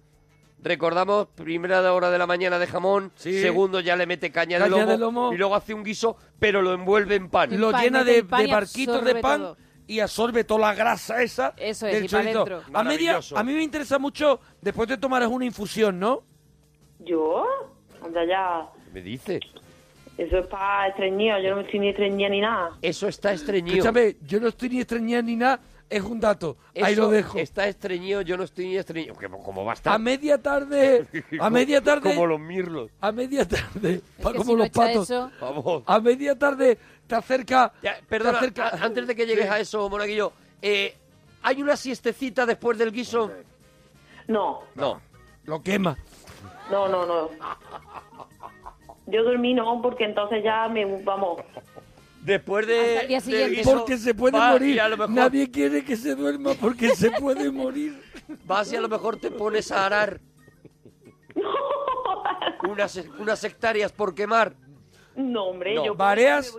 Speaker 3: Recordamos, primera hora de la mañana de jamón, segundo ya le mete caña, de,
Speaker 1: Caña
Speaker 3: lomo,
Speaker 1: de lomo.
Speaker 3: y luego hace un guiso, pero lo envuelve en pan.
Speaker 1: lo llena de, de barquitos
Speaker 3: barquitos
Speaker 1: de pan y absorbe toda la grasa esa
Speaker 2: Eso es,
Speaker 1: del
Speaker 2: y pa'
Speaker 1: chorizo.
Speaker 2: dentro.
Speaker 1: A, media,
Speaker 3: Maravilloso.
Speaker 1: a mí me interesa mucho, después de tomar una infusión, ¿no?
Speaker 12: ¿Yo? Anda ya.
Speaker 3: Me dice.
Speaker 12: Eso es para estreñido. Yo no estoy ni estreñida ni nada.
Speaker 3: Eso está estreñido.
Speaker 1: Escúchame, yo no estoy ni estreñida ni nada, es un dato. Ahí
Speaker 3: Eso
Speaker 1: lo dejo.
Speaker 3: Está estreñido, yo no estoy ni estreñido. Que, como va a estar.
Speaker 1: A media
Speaker 3: *laughs*
Speaker 1: tarde, a media tarde,
Speaker 3: Como los mirlos.
Speaker 1: a media tarde, pa-
Speaker 3: que
Speaker 1: como
Speaker 3: si no
Speaker 1: los
Speaker 3: echa
Speaker 1: patos.
Speaker 3: eso- Vamos.
Speaker 1: A media tarde te acerca.
Speaker 3: Perdona,
Speaker 1: te acerca-
Speaker 3: a- antes de que llegues
Speaker 1: Sí.
Speaker 3: a eso, Monaguillo, eh, ¿hay una siestecita después del guiso?
Speaker 12: No,
Speaker 3: No.
Speaker 1: Lo quema.
Speaker 12: no, no, no. Yo dormí no, porque entonces ya me. Vamos.
Speaker 3: Después de.
Speaker 12: Hasta el día
Speaker 3: del
Speaker 12: siguiente.
Speaker 3: guiso,
Speaker 1: Porque se puede
Speaker 3: va y
Speaker 1: morir.
Speaker 3: a lo mejor-
Speaker 1: Nadie quiere que se duerma porque se puede morir.
Speaker 3: *laughs* Vas y a lo mejor te pones a arar. unas, unas hectáreas por quemar.
Speaker 12: No, hombre,
Speaker 3: No.
Speaker 12: yo.
Speaker 3: ¿Vareas?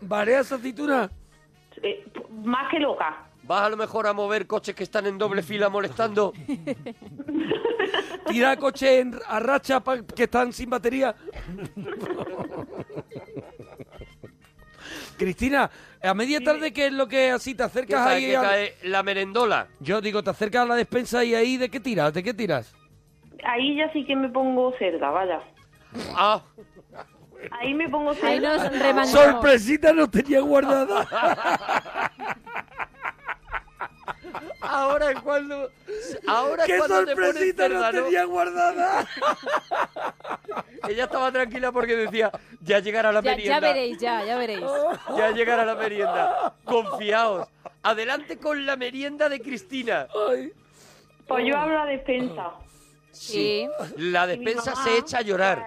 Speaker 1: ¿Vareas aceituna?
Speaker 12: eh, más que loca.
Speaker 3: Vas a lo mejor a mover coches que están en doble
Speaker 1: *laughs*
Speaker 3: fila molestando.
Speaker 1: Tira coche en, a racha pa- que están sin batería. Cristina, a media tarde, ¿qué es lo que así te
Speaker 3: Que
Speaker 1: acercas
Speaker 3: cae,
Speaker 1: ahí?
Speaker 3: que
Speaker 1: al-
Speaker 3: cae la merendola.
Speaker 1: Yo digo, te acercas a la despensa y ahí, ¿de qué tiras? ¿De qué tiras?
Speaker 12: Ahí ya sí que me pongo cerda, vaya.
Speaker 3: Ah.
Speaker 12: Ahí me pongo cerda.
Speaker 2: Ahí
Speaker 3: *laughs*
Speaker 2: nos remangamos.
Speaker 1: Sorpresita no tenía guardada.
Speaker 3: Ahora es cuando. Ahora es
Speaker 1: ¡Qué
Speaker 3: cuando te pones
Speaker 1: sorpresita no
Speaker 3: cerda, ¿no?
Speaker 1: tenía guardada!
Speaker 3: Ella estaba tranquila porque decía, ya llegará la
Speaker 2: Ya, ya
Speaker 3: merienda.
Speaker 2: veréis, ya,
Speaker 1: *laughs*
Speaker 2: ya veréis.
Speaker 3: Ya llegará la merienda. Confiaos. Adelante con la merienda de Cristina.
Speaker 12: Pues yo hablo a despensa.
Speaker 2: Sí.
Speaker 3: La
Speaker 12: Mi
Speaker 3: despensa
Speaker 12: mamá,
Speaker 3: se echa a llorar.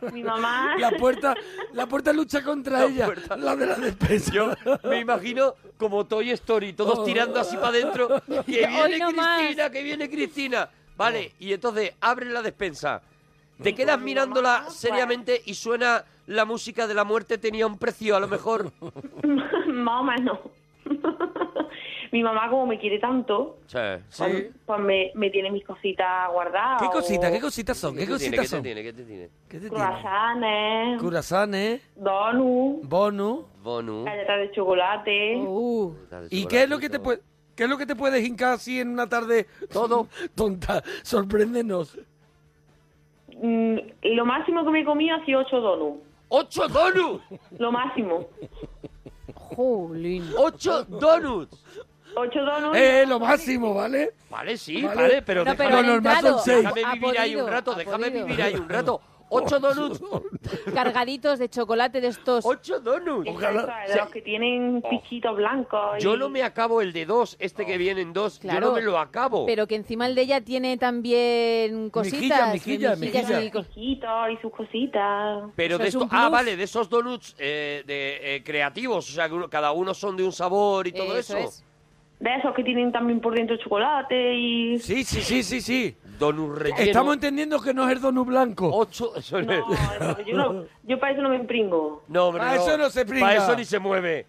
Speaker 12: pues,
Speaker 3: *laughs*
Speaker 12: mi mamá.
Speaker 1: La puerta, la puerta lucha contra ella. La de la despensa.
Speaker 3: Yo me imagino como Toy Story, todos tirando así para adentro. Que
Speaker 1: Oh. Hoy
Speaker 3: viene
Speaker 1: no más.
Speaker 3: Cristina, que viene Cristina. Vale, y entonces abren la despensa. Te quedas mirándola seriamente y suena la música de la muerte tenía un precio, a
Speaker 1: *laughs*
Speaker 3: lo mejor.
Speaker 12: *laughs* Más o menos. mi mamá, como me quiere tanto, pues, pues me, me tiene mis cositas guardadas.
Speaker 1: ¿Qué
Speaker 12: o
Speaker 1: cositas? ¿Qué cositas son? ¿Qué
Speaker 3: ¿Qué te tiene?
Speaker 1: cositas
Speaker 3: ¿Qué te
Speaker 1: son?
Speaker 3: tiene? ¿Qué te tiene?
Speaker 1: ¿Qué te tiene? ¿eh?
Speaker 12: Croissants,
Speaker 1: Curasanes,
Speaker 12: donuts,
Speaker 1: bonu.
Speaker 3: Bonu.
Speaker 12: galletas de chocolate.
Speaker 3: Pues
Speaker 1: ¿Y qué es lo que te puede, qué es lo que te puedes hincar así en una tarde
Speaker 3: *laughs*
Speaker 1: todo tonta? Sorpréndenos.
Speaker 12: Mm, y lo máximo que me he comido ha sido ocho donuts.
Speaker 3: ¡Ocho donuts!
Speaker 12: Lo máximo.
Speaker 2: Jolín.
Speaker 1: *laughs*
Speaker 3: ¡Ocho donuts!
Speaker 12: ¡Ocho donuts!
Speaker 1: Eh, lo máximo, ¿vale?
Speaker 3: Vale, sí,
Speaker 1: Vale.
Speaker 3: vale, pero,
Speaker 1: No,
Speaker 3: déjame-
Speaker 1: pero ha Lo normal son entrado, seis.
Speaker 3: Déjame
Speaker 1: ha
Speaker 3: vivir ahí
Speaker 1: podido,
Speaker 3: un rato,
Speaker 1: ha
Speaker 3: déjame
Speaker 1: podido.
Speaker 3: vivir ahí
Speaker 1: *laughs*
Speaker 3: un rato. Ocho donuts.
Speaker 2: Cargaditos de chocolate de estos.
Speaker 3: ¡Ocho donuts!
Speaker 12: Ojalá. Los que tienen
Speaker 3: Oh.
Speaker 12: pichitos blancos. y-
Speaker 3: Yo no me acabo el de dos, este
Speaker 12: Oh,
Speaker 3: que viene en dos, yo
Speaker 2: Claro.
Speaker 3: no me lo acabo.
Speaker 2: Pero que encima el de ella tiene también cositas.
Speaker 3: mejillas, mejillas.
Speaker 2: y cos-
Speaker 12: y sus cositas.
Speaker 3: Pero de esto, ah, vale, de esos donuts eh, de, eh, creativos, o sea, que uno- cada uno son de un sabor y todo eso.
Speaker 12: De esos que tienen también por dentro chocolate y...
Speaker 1: Sí, sí, sí, sí, sí.
Speaker 3: Donut relleno.
Speaker 1: Estamos entendiendo que no es el donut blanco.
Speaker 3: Ocho, *laughs* eso
Speaker 12: No, hermano, yo, no- yo para eso no me impringo.
Speaker 3: No, hombre,
Speaker 1: Para
Speaker 3: no.
Speaker 1: eso no se pringa.
Speaker 3: Para eso ni se mueve.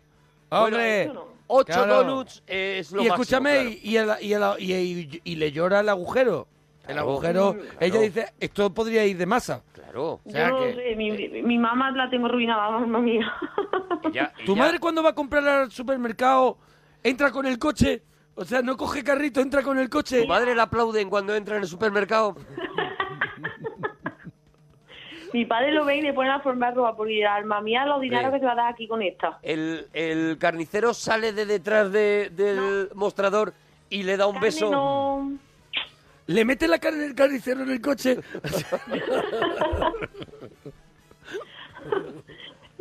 Speaker 1: Hombre.
Speaker 3: Bueno, ocho
Speaker 1: Claro.
Speaker 3: donuts eh, es lo
Speaker 1: Y
Speaker 3: máximo,
Speaker 1: escúchame,
Speaker 3: claro.
Speaker 1: y, el- y el- y- y- y le llora el agujero. El agujero,
Speaker 12: Claro.
Speaker 1: ella dice, esto podría ir de masa.
Speaker 3: Claro.
Speaker 1: O sea
Speaker 12: yo no
Speaker 1: que- eh,
Speaker 12: sé, mi, mi mamá la tengo arruinada, mamá mía.
Speaker 1: *laughs* ¿Tu madre cuando va a comprar al supermercado entra con el coche? O sea, no coge carrito, entra con el coche. ¿Tu
Speaker 3: madre la aplauden cuando entra en el supermercado?
Speaker 12: Mi padre lo ve y le pone a formar ropa porque dirá, alma mía, los dineros
Speaker 3: Sí.
Speaker 12: que te va a dar aquí con esta.
Speaker 3: El, el carnicero sale de detrás de- del mostrador y le da un beso.
Speaker 12: No,
Speaker 1: ¿Le mete la carne del carnicero en el
Speaker 2: *laughs*
Speaker 1: coche?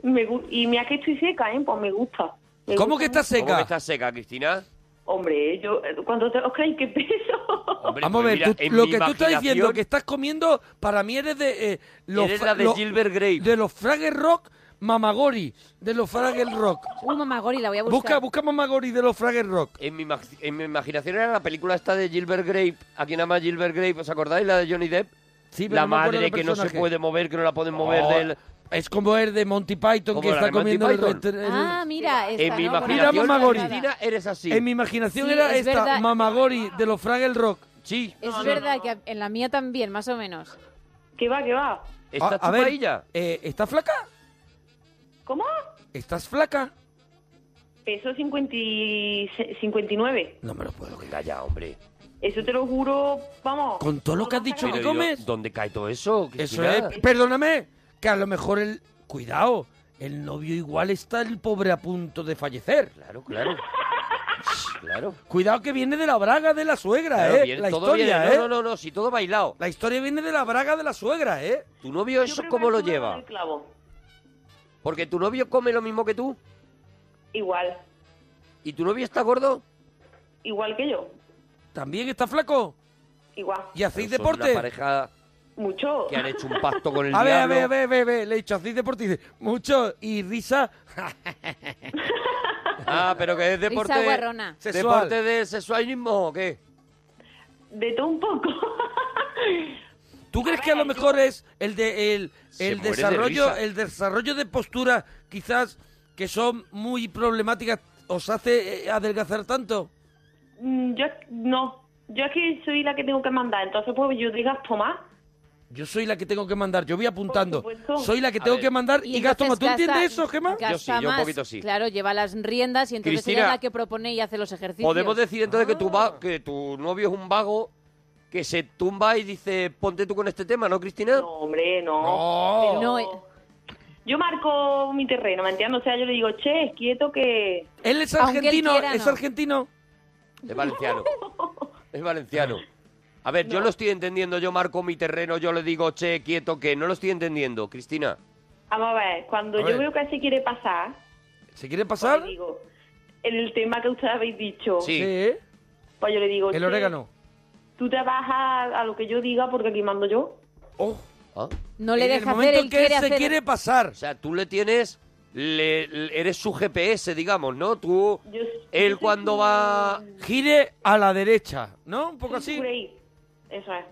Speaker 12: me gu- y mira que estoy seca, ¿eh? Pues me gusta. Me gusta mucho.
Speaker 3: ¿Cómo que está seca, Cristina?
Speaker 12: Hombre, yo, cuando te os creéis que peso.
Speaker 3: Hombre,
Speaker 1: Vamos a
Speaker 3: pues
Speaker 1: ver,
Speaker 3: mira,
Speaker 1: tú-
Speaker 3: en
Speaker 1: lo
Speaker 3: mi
Speaker 1: que tú estás diciendo
Speaker 3: imaginación-
Speaker 1: que estás comiendo, para mí eres de... eh,
Speaker 3: Eres la de Gilbert Grape.
Speaker 1: De los Fraggle Rock, Mamagori. De los Fraggle Rock.
Speaker 2: Uh, mamagori, la voy a
Speaker 1: Busca,
Speaker 2: buscar.
Speaker 1: busca Mamagori de los Fraggle Rock.
Speaker 3: En mi, imag- en mi imaginación era la película esta de Gilbert Grape. ¿A quien ama Gilbert Grape? ¿Os acordáis? La de Johnny Depp.
Speaker 1: Sí, pero
Speaker 3: la
Speaker 1: no me acuerdo
Speaker 3: madre
Speaker 1: del
Speaker 3: que no se
Speaker 1: personaje.
Speaker 3: puede mover, que no la pueden mover
Speaker 1: Oh,
Speaker 3: del...
Speaker 1: Es como el de Monty Python
Speaker 3: Como
Speaker 1: que
Speaker 3: la
Speaker 1: está
Speaker 3: de Monty
Speaker 1: comiendo el,
Speaker 3: Python.
Speaker 1: el- el-
Speaker 2: Ah, mira, esta,
Speaker 3: en mi
Speaker 2: ¿no? Por
Speaker 1: Mira,
Speaker 3: imaginación,
Speaker 1: Mamagori.
Speaker 3: Cristina, eres así.
Speaker 1: En mi imaginación
Speaker 2: Sí,
Speaker 1: era
Speaker 2: es
Speaker 1: esta,
Speaker 2: verdad.
Speaker 1: Mamagori de los Fraggle Rock.
Speaker 3: Sí.
Speaker 2: Es verdad que en la mía también, más o menos.
Speaker 12: Que va, que va.
Speaker 1: ¿Está Ah, a, ver, eh, ¿Estás flaca?
Speaker 12: ¿Cómo?
Speaker 1: ¿Estás flaca?
Speaker 12: Peso 50 y se- 59.
Speaker 1: No me lo
Speaker 3: puedo creer. Ya, hombre.
Speaker 12: Eso te lo juro, vamos.
Speaker 1: Con todo lo que has dicho
Speaker 3: Pero
Speaker 1: que
Speaker 3: yo-
Speaker 1: comes.
Speaker 3: ¿Dónde cae todo eso?
Speaker 1: Eso
Speaker 3: Cristina?
Speaker 1: es. Perdóname, que a lo mejor el. Cuidado, el novio igual está el pobre a punto de fallecer.
Speaker 3: Claro, claro. Claro.
Speaker 1: Cuidado que viene de la braga de la suegra,
Speaker 3: Claro,
Speaker 1: ¿eh?
Speaker 3: bien,
Speaker 1: la
Speaker 3: todo
Speaker 1: historia,
Speaker 3: bien.
Speaker 1: ¿eh?
Speaker 3: No, no, no, no, si todo bailado.
Speaker 1: La historia viene de la braga de la suegra, ¿eh?
Speaker 3: ¿Tu novio eso cómo lo lleva?
Speaker 12: El clavo.
Speaker 3: Porque tu novio come lo mismo que tú.
Speaker 12: Igual.
Speaker 3: ¿Y tu novio está gordo?
Speaker 12: Igual que yo.
Speaker 1: ¿También está flaco?
Speaker 12: Igual.
Speaker 1: ¿Y hacéis
Speaker 3: Pero son
Speaker 1: deporte?
Speaker 3: Una pareja
Speaker 12: Mucho.
Speaker 3: que han hecho un pacto con el
Speaker 1: a ver, a
Speaker 3: diablo.
Speaker 1: ver, a ver, a ver, a ver, le he dicho, hacéis deporte y dice, mucho, y risa.
Speaker 3: Ah, pero que es deporte.
Speaker 2: Risa guarrona.
Speaker 1: Sexual.
Speaker 3: ¿Deporte de sexualismo o qué?
Speaker 12: De todo un poco. *laughs*
Speaker 1: ¿Tú crees que a lo mejor es el de el,
Speaker 3: Se
Speaker 1: el
Speaker 3: muere de
Speaker 1: desarrollo,
Speaker 3: risa.
Speaker 1: el desarrollo de posturas quizás que son muy problemáticas os hace eh, adelgazar tanto?
Speaker 12: Mm, Yo no. Yo es que soy la que tengo que mandar. Entonces, pues yo digas tomar.
Speaker 1: Yo soy la que tengo que mandar, yo voy apuntando. Soy la que
Speaker 3: A
Speaker 1: tengo
Speaker 3: ver.
Speaker 1: que mandar y, gasto más. ¿Tú
Speaker 2: Entonces
Speaker 1: entiendes
Speaker 2: gasta-
Speaker 1: eso, Gemma?
Speaker 2: gasta más. Claro, lleva las riendas y entonces
Speaker 3: Cristina,
Speaker 2: ella es la que propone y hace los ejercicios.
Speaker 3: Podemos decir entonces que, tu
Speaker 2: Ah.
Speaker 3: va- que tu novio es un vago que se tumba y dice, ponte tú con este tema, ¿no, Cristina? No,
Speaker 12: hombre,
Speaker 2: eh,
Speaker 12: no. Pero Yo marco mi terreno, ¿me entiendes? O sea, yo le digo, che, quieto que...
Speaker 1: Él es
Speaker 12: Aunque él
Speaker 1: argentino,
Speaker 12: quiera,
Speaker 1: es
Speaker 12: no.
Speaker 1: argentino.
Speaker 3: Es valenciano. Es valenciano. A ver, yo lo estoy entendiendo, yo marco mi terreno, yo le digo, che, quieto, que no lo estoy entendiendo, Cristina.
Speaker 12: Vamos a ver, cuando
Speaker 3: A
Speaker 12: yo
Speaker 3: ver.
Speaker 12: veo que se quiere pasar,
Speaker 1: ¿Se quiere pasar?
Speaker 12: le digo, en el tema que ustedes habéis dicho,
Speaker 1: Sí.
Speaker 12: pues yo le digo,
Speaker 1: ¿eh? El
Speaker 12: "Che,
Speaker 1: orégano.
Speaker 12: tú te vas a, a lo que yo diga porque aquí mando yo.
Speaker 3: Ah.
Speaker 1: Oh,
Speaker 2: No le
Speaker 1: En el
Speaker 2: deja hacer,
Speaker 1: momento
Speaker 2: él
Speaker 1: que
Speaker 2: quiere
Speaker 1: él se
Speaker 2: hacer...
Speaker 1: quiere pasar.
Speaker 3: O sea, tú le tienes, le- le- eres su GPS, digamos, ¿no? Tú,
Speaker 12: Yo,
Speaker 3: él cuando va...
Speaker 1: Gire a la derecha, ¿no? Un poco
Speaker 12: así. Eso es.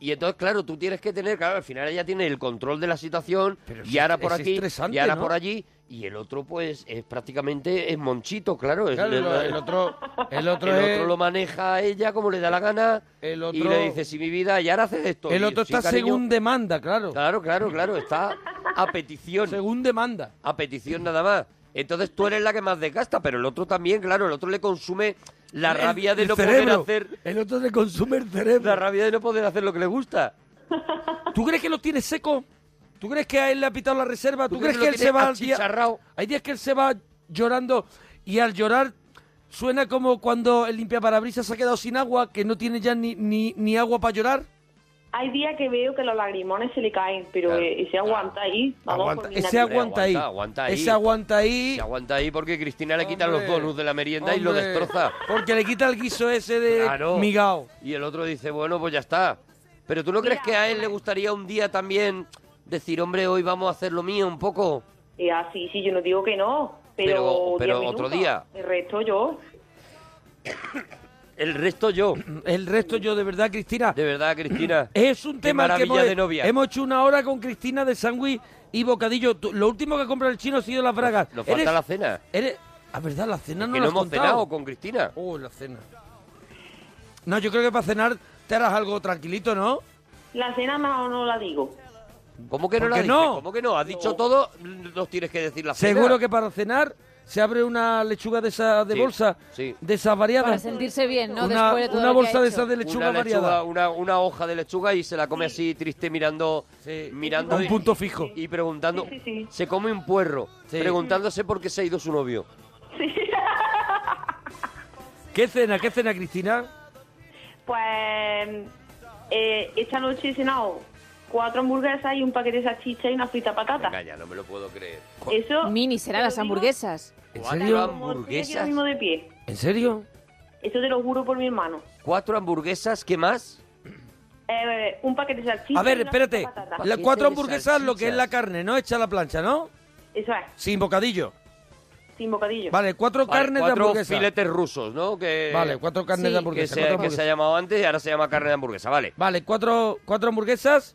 Speaker 3: Y entonces, claro, tú tienes que tener, claro, al final ella tiene el control de la situación, y ahora por
Speaker 1: es
Speaker 3: aquí,
Speaker 1: estresante,
Speaker 3: y ahora
Speaker 1: ¿no?
Speaker 3: por allí, y el otro, pues, es prácticamente es monchito, claro. es-
Speaker 1: Claro, Pues el- el otro- el otro
Speaker 3: el
Speaker 1: es-
Speaker 3: otro lo maneja a ella como le da la gana, y
Speaker 1: otro-
Speaker 3: le dice, sí, mi vida, y ahora haces esto.
Speaker 1: El
Speaker 3: Y,
Speaker 1: otro
Speaker 3: "Sí,
Speaker 1: está
Speaker 3: cariño".
Speaker 1: según demanda, claro.
Speaker 3: Claro, claro, claro, está a petición.
Speaker 1: *laughs* Según demanda.
Speaker 3: A petición nada más. Entonces tú eres la que más desgasta, pero el otro también, claro, el otro le consume la
Speaker 1: El-
Speaker 3: rabia de
Speaker 1: el
Speaker 3: no
Speaker 1: cerebro.
Speaker 3: poder hacer...
Speaker 1: El otro le consume el cerebro.
Speaker 3: La rabia de no poder hacer lo que le gusta.
Speaker 1: ¿Tú crees que lo tiene seco? ¿Tú crees que a él le ha pitado la reserva? ¿Tú, crees que,
Speaker 3: lo
Speaker 1: él
Speaker 3: tiene
Speaker 1: se va al día?
Speaker 3: achicharrao?
Speaker 1: Hay días que él se va llorando y al llorar suena como cuando el limpiaparabrisas se ha quedado sin agua, que no tiene ya ni, ni, ni agua para llorar.
Speaker 12: Hay días que veo que los lagrimones se le caen, pero
Speaker 1: Claro.
Speaker 12: eh, se aguanta ahí. Vamos,
Speaker 1: Aguanta.
Speaker 12: por mi
Speaker 1: Ese
Speaker 12: natural.
Speaker 1: aguanta ahí.
Speaker 3: aguanta ahí.
Speaker 1: Ese aguanta ahí.
Speaker 3: Se aguanta ahí porque Cristina le quita los
Speaker 1: Hombre.
Speaker 3: bonus de la merienda y lo
Speaker 1: Hombre.
Speaker 3: destroza.
Speaker 1: Porque le quita el guiso ese de
Speaker 3: Claro.
Speaker 1: migao.
Speaker 3: Y el otro dice, bueno, pues ya está. Pero ¿tú no crees que a él le gustaría un día también decir, hombre, hoy vamos a hacer lo mío un poco?
Speaker 12: Ya, sí, sí, yo no digo que no,
Speaker 3: Pero-
Speaker 12: pero...
Speaker 3: pero
Speaker 12: 10
Speaker 3: otro
Speaker 12: minutos.
Speaker 3: día.
Speaker 12: El resto yo.
Speaker 3: El resto yo.
Speaker 1: El resto yo, de verdad, Cristina.
Speaker 3: De verdad, Cristina.
Speaker 1: Es un
Speaker 3: Qué
Speaker 1: tema al que
Speaker 3: maravilla
Speaker 1: hemos,
Speaker 3: de novia.
Speaker 1: hemos hecho una hora con Cristina de sándwich y bocadillo. Tú- lo último que compra el chino ha sido las bragas.
Speaker 3: Nos falta
Speaker 1: Eres-
Speaker 3: la cena.
Speaker 1: Eres... A verdad, la cena no
Speaker 3: que
Speaker 1: la
Speaker 3: no
Speaker 1: has
Speaker 3: hemos
Speaker 1: contado.
Speaker 3: cenado con Cristina.
Speaker 1: Oh, la cena. No, yo creo que para cenar te harás algo tranquilito, ¿no?
Speaker 12: La cena no, no la digo.
Speaker 3: ¿Cómo que no
Speaker 1: ¿Por
Speaker 3: la
Speaker 1: qué
Speaker 3: dices?
Speaker 1: no?
Speaker 3: ¿Cómo que no? Has dicho todo, nos tienes que decir la cena.
Speaker 1: Seguro que para cenar se abre una lechuga de esa de
Speaker 3: Sí,
Speaker 1: bolsa,
Speaker 3: sí.
Speaker 1: de esas variadas.
Speaker 2: Para sentirse bien, ¿no?
Speaker 1: Una-
Speaker 2: Después de todo
Speaker 1: una
Speaker 2: lo que ha
Speaker 1: bolsa de
Speaker 2: hecho.
Speaker 1: esas de lechuga
Speaker 3: una,
Speaker 1: variada.
Speaker 3: una, una hoja de lechuga y se la come así triste mirando, mirando
Speaker 1: A un
Speaker 3: y-
Speaker 1: punto fijo.
Speaker 3: y preguntando. Se come un puerro, preguntándose por qué se ha ido su novio.
Speaker 1: ¿Qué cena? ¿Qué cena, Cristina?
Speaker 12: Pues eh, esta noche he cenado cuatro hamburguesas y un paquete de salchicha y una frita patata.
Speaker 3: Calla, no me lo puedo creer.
Speaker 12: Eso...
Speaker 2: Mini serán las hamburguesas.
Speaker 1: ¿En
Speaker 3: Cuatro
Speaker 1: serio?
Speaker 12: Yo quiero
Speaker 3: hamburguesas.
Speaker 12: mismo de pie.
Speaker 1: ¿En serio?
Speaker 12: Eso te lo juro por mi hermano.
Speaker 3: Cuatro hamburguesas, ¿qué más?
Speaker 12: Eh, un paquete de salchicha.
Speaker 1: A ver,
Speaker 12: y una
Speaker 1: espérate.
Speaker 12: frita patata.
Speaker 1: Las cuatro hamburguesas, lo que es la carne, ¿no? Hecha a la plancha, ¿no?
Speaker 12: Eso es,
Speaker 1: Sin bocadillo.
Speaker 12: sin bocadillo.
Speaker 1: Vale, cuatro
Speaker 3: Vale,
Speaker 1: carnes de
Speaker 3: cuatro
Speaker 1: hamburguesa.
Speaker 3: filetes rusos, ¿no? Que,
Speaker 1: Vale, cuatro carnes de hamburguesa,
Speaker 3: Que se,
Speaker 1: cuatro
Speaker 3: que se
Speaker 1: hamburguesas.
Speaker 3: ha llamado antes y ahora se llama carne de hamburguesa, vale.
Speaker 1: Vale, cuatro, cuatro hamburguesas.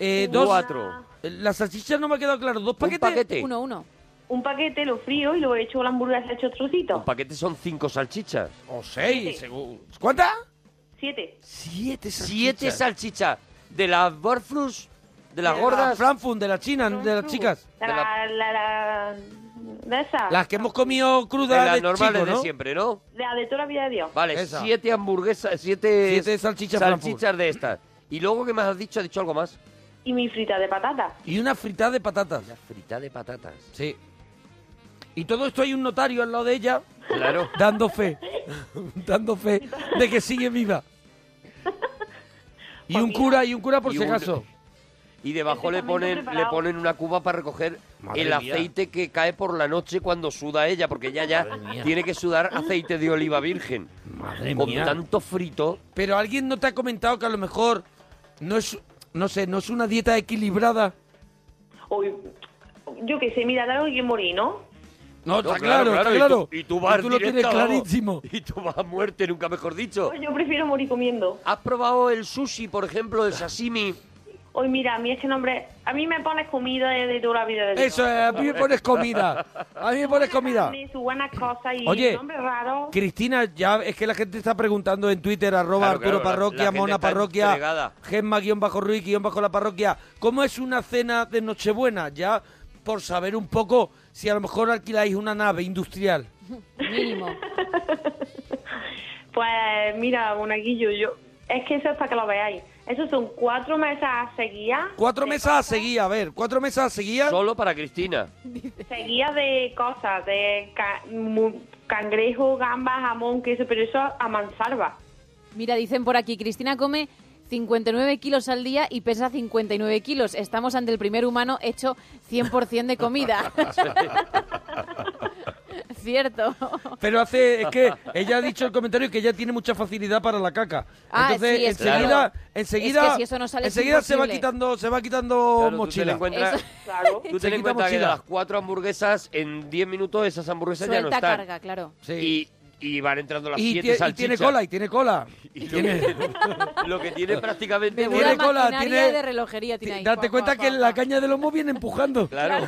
Speaker 1: eh, dos.
Speaker 3: Cuatro.
Speaker 1: La salchicha no me ha quedado claro. ¿Dos paquetes?
Speaker 3: paquete.
Speaker 2: Uno, uno.
Speaker 12: Un paquete lo frío y lo he hecho con la hamburguesa hecho trocitos.
Speaker 3: Un paquete son cinco salchichas.
Speaker 1: O seis, según. ¿Cuántas?
Speaker 12: Siete.
Speaker 1: Siete salchichas.
Speaker 3: Siete salchichas. De las Barflus, de las
Speaker 1: De
Speaker 3: gordas.
Speaker 1: las Frankfurt, de las chinas, de las chicas.
Speaker 12: La, la, la, de esa.
Speaker 1: Las que hemos comido
Speaker 3: de
Speaker 1: crudas
Speaker 3: las
Speaker 1: de
Speaker 3: normales
Speaker 1: chico, ¿no?
Speaker 3: de siempre, ¿no?
Speaker 12: La de toda la vida de Dios.
Speaker 3: Vale,
Speaker 1: Esa.
Speaker 3: siete hamburguesas, siete,
Speaker 1: Siete salchichas Frankfurt.
Speaker 3: de estas. Y luego, ¿qué más has dicho? ¿Has dicho algo más?
Speaker 12: Y mi frita de patata.
Speaker 1: Y una fritada de patatas.
Speaker 3: Fritada de patatas.
Speaker 1: Sí. Y todo esto hay un notario al lado de ella.
Speaker 3: Claro.
Speaker 1: Dando fe. *laughs* dando fe de que sigue viva. Y un cura, y un cura por
Speaker 3: Y
Speaker 1: si
Speaker 3: un-
Speaker 1: acaso.
Speaker 3: Y debajo le ponen, le
Speaker 12: preparado.
Speaker 3: ponen una cuba para recoger
Speaker 1: Madre
Speaker 3: el
Speaker 1: mía.
Speaker 3: aceite que cae por la noche cuando suda ella, porque ella ya tiene que sudar aceite de oliva virgen.
Speaker 1: Madre
Speaker 3: Con
Speaker 1: mía.
Speaker 3: tanto frito.
Speaker 1: Pero alguien no te ha comentado que a lo mejor no es, no sé, no es una dieta equilibrada.
Speaker 12: Uy, yo qué sé, mira, algo que morir, ¿no?
Speaker 1: No,
Speaker 3: No,
Speaker 1: está claro, está claro.
Speaker 3: Y tú, y tú vas
Speaker 1: Y tú lo tienes
Speaker 3: directa, vamos.
Speaker 1: clarísimo.
Speaker 3: Y tú vas a muerte, nunca mejor dicho.
Speaker 12: Pues yo prefiero morir comiendo.
Speaker 3: ¿Has probado el sushi, por ejemplo, el sashimi?
Speaker 12: Hoy mira, a mí es que nombre... A mí me pones comida de, de toda la vida de Dios.
Speaker 1: Eso es, a mí me pones comida. A mí me pones comida.
Speaker 12: Carne, Sus buenas cosas y
Speaker 1: Oye.
Speaker 12: nombre raro.
Speaker 1: Cristina, ya es que la gente está preguntando en Twitter, arroba
Speaker 3: Claro,
Speaker 1: Arturo
Speaker 3: claro, la-
Speaker 1: Parroquia,
Speaker 3: la gente
Speaker 1: Mona
Speaker 3: está
Speaker 1: Parroquia,
Speaker 3: entregada.
Speaker 1: Gemma guión bajo Ruiz guión bajo la parroquia. ¿Cómo es una cena de Nochebuena? Ya por saber un poco si a lo mejor alquiláis una nave industrial.
Speaker 2: Mínimo.
Speaker 12: Pues mira, monaguillo, yo... Es que eso es para que lo veáis. Esos son cuatro mesas seguidas.
Speaker 1: Cuatro mesas a seguir, a ver, cuatro mesas a seguir.
Speaker 3: Solo para Cristina.
Speaker 12: Seguía de cosas, de ca- mu- cangrejo, gamba, jamón, queso, pero eso a mansalva.
Speaker 2: Mira, dicen por aquí, Cristina come 59 kilos al día y pesa 59 kilos. Estamos ante el primer humano hecho 100% de
Speaker 3: *laughs*
Speaker 2: comida. Cierto.
Speaker 1: Pero hace, es que ella ha dicho el comentario que ella tiene mucha facilidad para la caca.
Speaker 2: Ah,
Speaker 1: Entonces,
Speaker 2: sí, es
Speaker 1: enseguida,
Speaker 2: claro.
Speaker 1: enseguida,
Speaker 2: Es que si eso no sale, es
Speaker 1: enseguida se va
Speaker 2: imposible.
Speaker 1: quitando, se va quitando
Speaker 3: Claro, tú te la
Speaker 1: Oh, mochila.
Speaker 3: encuentras-
Speaker 2: Eso-
Speaker 12: Claro.
Speaker 3: Tú
Speaker 1: Se
Speaker 3: ten en
Speaker 1: quita
Speaker 3: cuenta que de
Speaker 1: mochila.
Speaker 3: las cuatro hamburguesas, en 10 minutos esas hamburguesas ya no
Speaker 2: Suelta
Speaker 3: están.
Speaker 2: carga, claro.
Speaker 1: Sí.
Speaker 3: Y, y van entrando las
Speaker 1: Y
Speaker 3: siete
Speaker 1: tie- y
Speaker 3: salchichas.
Speaker 1: tiene cola, y tiene cola.
Speaker 3: Y lo, Que, *laughs* lo que
Speaker 1: *laughs*
Speaker 3: tiene prácticamente...
Speaker 2: Menuda
Speaker 1: tiene cola,
Speaker 2: maquinaria
Speaker 1: tiene-
Speaker 2: de relojería tiene ahí.
Speaker 1: Date cuenta que la caña del lomo viene
Speaker 2: *laughs*
Speaker 1: empujando.
Speaker 3: Claro.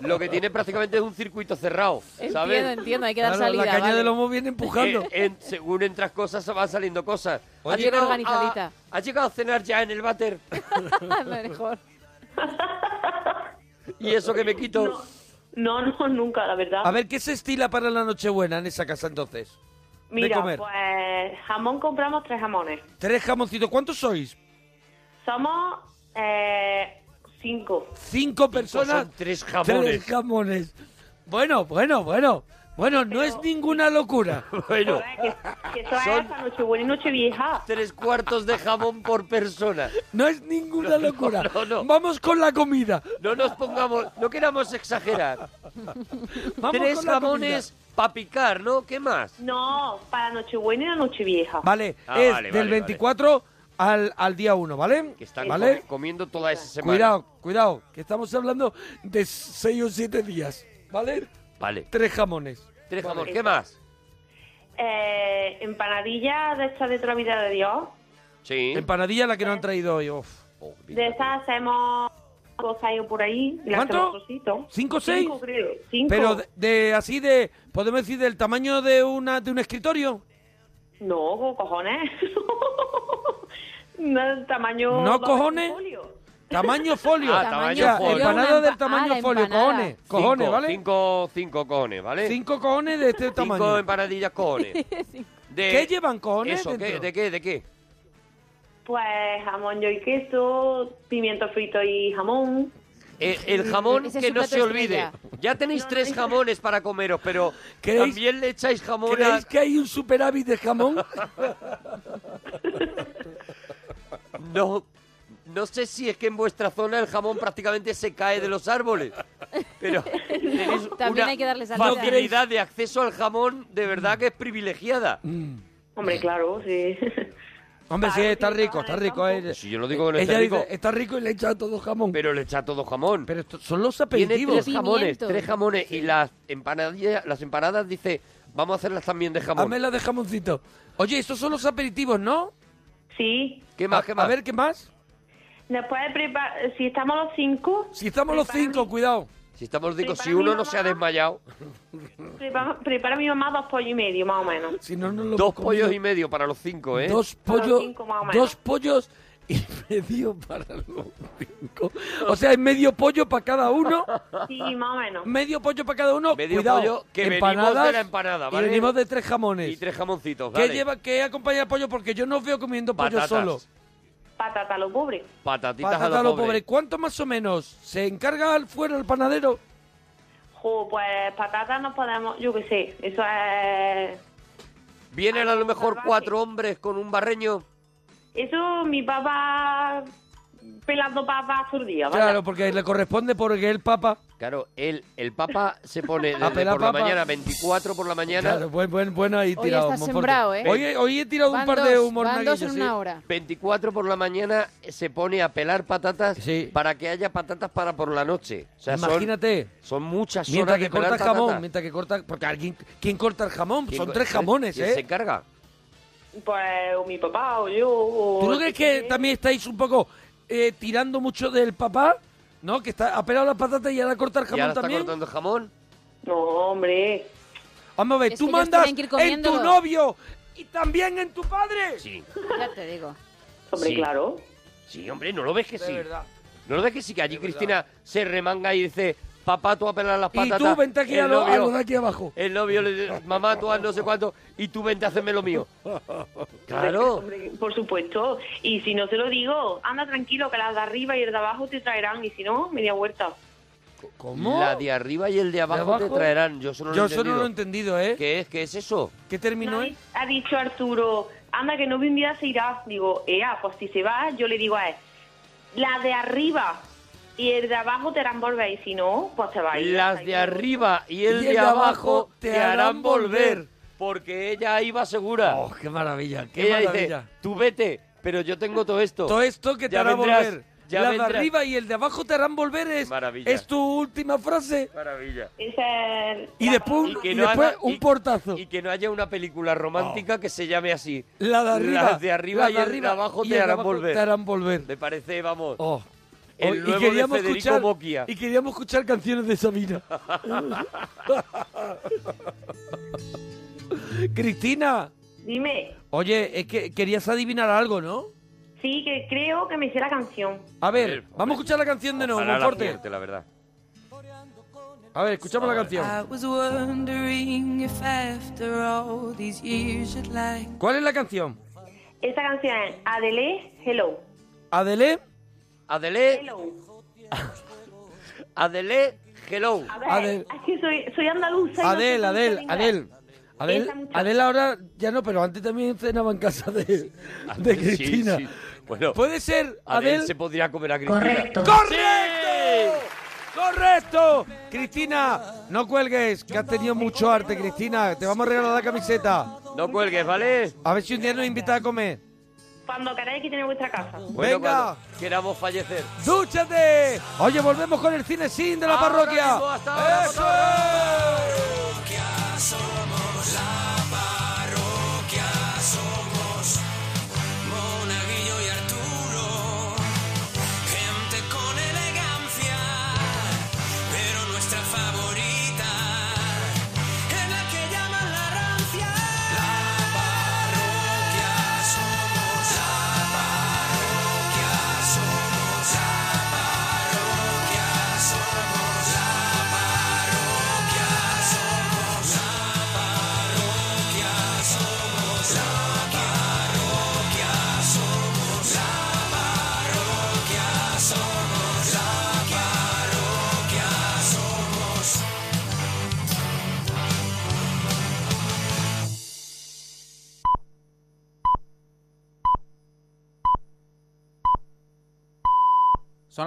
Speaker 3: lo que tiene prácticamente es un circuito cerrado, ¿sabes?
Speaker 2: Entiendo, entiendo, hay que dar
Speaker 1: Claro,
Speaker 2: salida.
Speaker 1: la caña
Speaker 2: vale.
Speaker 1: del
Speaker 2: *laughs*
Speaker 1: lomo viene empujando.
Speaker 3: *laughs* Eh, en- según entras cosas, van saliendo cosas.
Speaker 1: Oye,
Speaker 3: ¿Has llegado,
Speaker 2: organizadita.
Speaker 3: a, ¿Has llegado a cenar ya en el váter? *laughs*
Speaker 1: *laughs*
Speaker 2: Mejor.
Speaker 3: ¿Y eso que me quito?
Speaker 12: No, no, nunca, la verdad.
Speaker 1: A ver, ¿qué se estila para la Nochebuena en esa casa entonces?
Speaker 12: Mira,
Speaker 1: de comer.
Speaker 12: pues jamón compramos tres jamones.
Speaker 1: Tres jamoncitos. ¿Cuántos sois?
Speaker 12: Somos eh, cinco.
Speaker 1: Cinco personas.
Speaker 3: son tres jamones.
Speaker 1: Tres jamones. Bueno, bueno, bueno. Bueno, no es ninguna locura.
Speaker 3: Bueno.
Speaker 12: Que eso es hasta Nochebuena y Nochevieja.
Speaker 3: Tres cuartos de jamón por persona.
Speaker 1: No es ninguna locura.
Speaker 3: *laughs* No, no,
Speaker 1: Vamos con la comida.
Speaker 3: No nos pongamos, no queramos exagerar.
Speaker 1: Vamos
Speaker 3: Tres
Speaker 1: con la
Speaker 3: jamones para picar, ¿no? ¿Qué más?
Speaker 12: No, para Nochebuena y la Nochevieja.
Speaker 1: Vale,
Speaker 3: Ah,
Speaker 1: es
Speaker 3: vale,
Speaker 1: del
Speaker 3: vale,
Speaker 1: 24 Al, al día 1, ¿vale? Que
Speaker 3: Están
Speaker 1: ¿Vale?
Speaker 3: comi- comiendo toda esa semana.
Speaker 1: Cuidado, cuidado, que estamos hablando de 6 o 7 días, ¿vale?
Speaker 3: Vale.
Speaker 1: Tres jamones.
Speaker 3: Tres
Speaker 1: Vale.
Speaker 3: jamones, ¿qué más?
Speaker 12: Eh, empanadilla de esta de toda la vida de Dios.
Speaker 3: Sí. Oh,
Speaker 1: Empanadilla la que no han traído hoy. uf.
Speaker 12: De esas hacemos dos años por ahí. y le
Speaker 1: ¿Cuánto?
Speaker 12: hacemos trocitos.
Speaker 1: ¿Cinco o seis?
Speaker 12: Cinco, creo. Cinco.
Speaker 1: Pero de, de- así de, podemos decir, del tamaño de una de un escritorio.
Speaker 12: No, co- cojones. *laughs* no, tamaño...
Speaker 1: No,
Speaker 12: dos
Speaker 1: cojones.
Speaker 12: folio.
Speaker 1: Tamaño folio.
Speaker 3: Ah, tamaño
Speaker 1: O sea,
Speaker 3: folio.
Speaker 1: Empanada
Speaker 3: Una
Speaker 1: del
Speaker 3: empa-
Speaker 1: tamaño
Speaker 3: ah, la
Speaker 1: folio,
Speaker 3: empanada.
Speaker 1: cojones. Cojones,
Speaker 3: Cinco,
Speaker 1: ¿vale?
Speaker 3: Cinco, cinco cojones, ¿vale?
Speaker 1: Cinco cojones de este tamaño.
Speaker 3: Cinco empanadillas
Speaker 1: *laughs*
Speaker 3: cojones. De-
Speaker 1: ¿Qué llevan cojones
Speaker 3: Eso, ¿qué-
Speaker 1: dentro?
Speaker 3: ¿de qué? ¿De qué?
Speaker 12: Pues jamón yo y queso, pimiento frito y jamón.
Speaker 3: Eh, el jamón
Speaker 12: Ese es
Speaker 3: que
Speaker 12: su
Speaker 3: no
Speaker 12: plato
Speaker 3: se olvide.
Speaker 12: estrella.
Speaker 3: Ya tenéis tres jamones para comeros, pero
Speaker 1: ¿Creéis-
Speaker 3: también le echáis jamón a...
Speaker 1: ¿Creéis que hay un superávit de jamón?
Speaker 3: No, no sé si es que en vuestra zona el jamón prácticamente se cae de los árboles, pero tenéis
Speaker 2: *laughs* También
Speaker 3: una
Speaker 2: hay que darles salida.
Speaker 3: facilidad de acceso al jamón de verdad que es privilegiada.
Speaker 12: Hombre, claro, sí.
Speaker 1: *laughs*
Speaker 12: *laughs*
Speaker 1: Hombre, sí, está rico, está rico. eh.
Speaker 3: Si yo lo digo con
Speaker 1: Ella
Speaker 3: este
Speaker 1: dice,
Speaker 3: rico,
Speaker 1: está rico y le echa todo jamón.
Speaker 3: pero le echa todo jamón.
Speaker 1: Pero son los
Speaker 3: tiene
Speaker 1: aperitivos.
Speaker 3: tres jamones,
Speaker 1: Pimiento.
Speaker 3: tres jamones y las empanadillas, las empanadas dice, vamos a hacerlas también de jamón.
Speaker 1: Hazme la de jamoncito. Oye, estos son los aperitivos, ¿no?
Speaker 12: Sí.
Speaker 3: ¿Qué más,
Speaker 1: A-
Speaker 3: qué más?
Speaker 1: A ver, ¿qué más?
Speaker 12: Después de preparar, si estamos los cinco,
Speaker 1: Si estamos los cinco, cuidado.
Speaker 3: Si estamos digo, si
Speaker 12: Prepara mi
Speaker 3: uno no se ha desmayado,
Speaker 12: prepara, prepara mi mamá dos pollos y medio, más
Speaker 1: *laughs*
Speaker 12: o menos.
Speaker 1: Si no, no lo
Speaker 3: dos
Speaker 1: hemos comido.
Speaker 3: pollos y medio para los cinco, ¿eh?
Speaker 1: Dos
Speaker 12: Para los
Speaker 1: pollos,
Speaker 12: cinco, más o menos.
Speaker 1: dos pollos y medio para los cinco. O sea, es medio pollo para cada
Speaker 3: *laughs*
Speaker 1: uno.
Speaker 12: Sí, más o menos.
Speaker 1: Medio pollo para cada uno.
Speaker 3: Medio
Speaker 1: Cuidado,
Speaker 3: pollo que
Speaker 1: empanadas
Speaker 3: venimos de la empanada, ¿vale?
Speaker 1: Y venimos de tres jamones.
Speaker 3: Y tres jamoncitos,
Speaker 1: ¿Qué
Speaker 3: vale.
Speaker 1: lleva, qué acompaña el pollo? Porque yo no os veo comiendo pollo
Speaker 3: Pues Patatas.
Speaker 1: solo.
Speaker 12: Patata a lo pobre.
Speaker 3: Patatitas
Speaker 1: Patata
Speaker 3: a
Speaker 1: a
Speaker 3: los
Speaker 1: lo pobre. ¿Cuánto más o menos se encarga al fuera el panadero?
Speaker 12: Jo, pues patata no podemos, yo qué sé, eso es...
Speaker 3: Vienen a lo mejor cuatro hombres con un barreño.
Speaker 12: Eso mi papá pelando papas zurdía, ¿vale?
Speaker 1: Claro, porque le corresponde porque el papa.
Speaker 3: Claro, el, el papa
Speaker 1: *laughs*
Speaker 3: se pone desde por
Speaker 1: pelar
Speaker 3: la
Speaker 1: papa.
Speaker 3: mañana, 24 por la mañana.
Speaker 1: Claro, buen, buen, bueno ahí
Speaker 2: Hoy
Speaker 1: tirado.
Speaker 2: estás
Speaker 1: Monforte.
Speaker 2: sembrado, ¿eh?
Speaker 1: Hoy, hoy he tirado un
Speaker 2: Van
Speaker 1: par de
Speaker 2: dos,
Speaker 1: humor
Speaker 2: van dos en una hora.
Speaker 3: 24 por la mañana eh, se pone a pelar patatas para que haya patatas para por la noche. O sea, son-
Speaker 1: Imagínate.
Speaker 3: Son, muchas horas
Speaker 1: Mientras que
Speaker 3: de pelar
Speaker 1: corta jamón,
Speaker 3: patatas.
Speaker 1: mientras que corta. Porque alguien. ¿Quién corta el jamón?
Speaker 3: ¿Quién
Speaker 1: Son
Speaker 3: co-
Speaker 1: tres jamones,
Speaker 3: quién
Speaker 1: ¿eh?
Speaker 3: se encarga?
Speaker 12: Pues o mi papá o yo o...
Speaker 1: ¿Tú no crees que también estáis un poco eh, tirando mucho del papá? ¿No? Que está, ha pelado las patatas y ahora corta el
Speaker 3: y ahora
Speaker 1: jamón
Speaker 3: está
Speaker 1: también.
Speaker 3: cortando jamón.
Speaker 12: No, hombre.
Speaker 1: Vamos a ver,
Speaker 2: Es
Speaker 1: tú
Speaker 2: que ellos
Speaker 1: mandas
Speaker 2: tienen que ir
Speaker 1: en tu
Speaker 2: comiéndolo.
Speaker 1: novio y también en tu padre.
Speaker 3: Sí.
Speaker 2: Ya te digo.
Speaker 12: Hombre,
Speaker 3: Sí.
Speaker 12: claro.
Speaker 3: Sí, hombre, ¿no lo ves que
Speaker 1: De
Speaker 3: sí?
Speaker 1: verdad.
Speaker 3: ¿No lo ves que sí? Que allí Cristina se remanga y dice, papá, tú a pelar las
Speaker 1: Y
Speaker 3: patatas.
Speaker 1: tú vente aquí
Speaker 3: El
Speaker 1: a lo, a
Speaker 3: novio-
Speaker 1: lo de aquí abajo.
Speaker 3: El novio le dice, mamá, tú haz no sé cuánto, y tú vente a hacerme lo mío. Claro.
Speaker 12: *laughs* Hombre, por supuesto. Y si no se lo digo, anda tranquilo que las de arriba y el de abajo te traerán. Y si no, media vuelta.
Speaker 1: ¿Cómo?
Speaker 3: La de arriba y el de abajo, te
Speaker 1: abajo?
Speaker 3: traerán. Yo solo lo
Speaker 1: Yo
Speaker 3: he
Speaker 1: eso
Speaker 3: entendido.
Speaker 1: no lo he entendido, ¿eh?
Speaker 3: ¿Qué es? ¿Qué es eso?
Speaker 1: ¿Qué terminó?
Speaker 12: No,
Speaker 1: en?
Speaker 12: ha dicho Arturo, anda que no un día se irá. Digo, ea, pues si se va, yo le digo a él, la de arriba y el de abajo te harán volver. Y si no, pues te va a ir.
Speaker 3: Las de arriba y el,
Speaker 1: Y
Speaker 3: de abajo te harán volver. Porque ella iba segura.
Speaker 1: ¡Oh, qué maravilla! ¡Qué
Speaker 3: ella
Speaker 1: maravilla!
Speaker 3: dice, tú vete, pero yo tengo todo esto.
Speaker 1: Todo esto que te
Speaker 3: Ya
Speaker 1: hará
Speaker 3: vendrás,
Speaker 1: volver.
Speaker 3: ya
Speaker 1: la
Speaker 3: vendrás.
Speaker 1: de arriba y el de abajo te harán volver es,
Speaker 3: Maravilla.
Speaker 1: es tu última frase.
Speaker 3: Maravilla.
Speaker 12: Esa es
Speaker 1: Y
Speaker 12: la
Speaker 1: después,
Speaker 12: palabra.
Speaker 1: y
Speaker 3: no
Speaker 1: después
Speaker 3: haga-
Speaker 1: un
Speaker 3: y-
Speaker 1: portazo. Oh.
Speaker 3: Y que no haya una película romántica que se llame así.
Speaker 1: La de arriba.
Speaker 3: Las de arriba
Speaker 1: la
Speaker 3: y el de abajo
Speaker 1: y
Speaker 3: te
Speaker 1: el de
Speaker 3: harán
Speaker 1: abajo
Speaker 3: volver.
Speaker 1: Te harán volver.
Speaker 3: Me parece, vamos.
Speaker 1: Oh.
Speaker 3: El
Speaker 1: Oh,
Speaker 3: nuevo de Federico
Speaker 1: escuchar,
Speaker 3: Bocchia.
Speaker 1: y queríamos escuchar canciones de
Speaker 3: *laughs*
Speaker 1: Sabina. Cristina,
Speaker 12: Dime,
Speaker 1: oye, es que querías adivinar algo, ¿no?
Speaker 12: sí, que creo que me sé la canción.
Speaker 1: A ver, vamos a escuchar la canción de nuevo,
Speaker 3: Ojalá la
Speaker 1: Monforte.
Speaker 3: acierte, la verdad.
Speaker 1: A ver, escuchamos la
Speaker 5: I
Speaker 1: canción.
Speaker 5: was wondering if after all these years you'd like
Speaker 1: ¿Cuál es la canción?
Speaker 12: Esta canción es Adele, Hello.
Speaker 1: Adelé,
Speaker 3: Adele,
Speaker 12: Hello.
Speaker 3: Adele,
Speaker 13: Hello.
Speaker 12: A ver,
Speaker 13: Adel,
Speaker 12: es que soy, soy andaluza. y no sé
Speaker 13: Adel,
Speaker 12: tanto
Speaker 13: Adel,
Speaker 12: de inglés.
Speaker 13: Adel. Adel,
Speaker 12: Esa muchacha.
Speaker 13: Adel ahora ya no, pero antes también cenaba en casa de, de
Speaker 3: sí,
Speaker 13: Cristina.
Speaker 3: sí. Bueno,
Speaker 13: ¿Puede ser,
Speaker 3: Adel,
Speaker 13: Adel?
Speaker 3: se podría comer a Cristina.
Speaker 13: ¡Correcto! ¡Correcto! ¡Correcto! Cristina, no cuelgues, que has tenido mucho arte, Cristina. Te vamos a regalar la camiseta.
Speaker 3: No cuelgues, ¿vale?
Speaker 13: A ver si un día nos invita a comer.
Speaker 12: Cuando queráis que tiene vuestra casa.
Speaker 3: Bueno,
Speaker 13: Venga.
Speaker 3: cuando queramos fallecer.
Speaker 13: ¡Dúchate! Oye, volvemos con el cine sin de la
Speaker 3: Ahora
Speaker 13: parroquia.
Speaker 3: mismo, hasta ahora,
Speaker 13: ¡Eso
Speaker 3: parroquia
Speaker 14: somos la parroquia, somos Monaguillo y Arturo, gente con elegancia, pero nuestra favorita es la que llaman la rancia. La parroquia somos, la parroquia somos, la parroquia somos, la parroquia somos, la parroquia somos, la parroquia somos, la parroquia somos, la parroquia somos.
Speaker 1: Son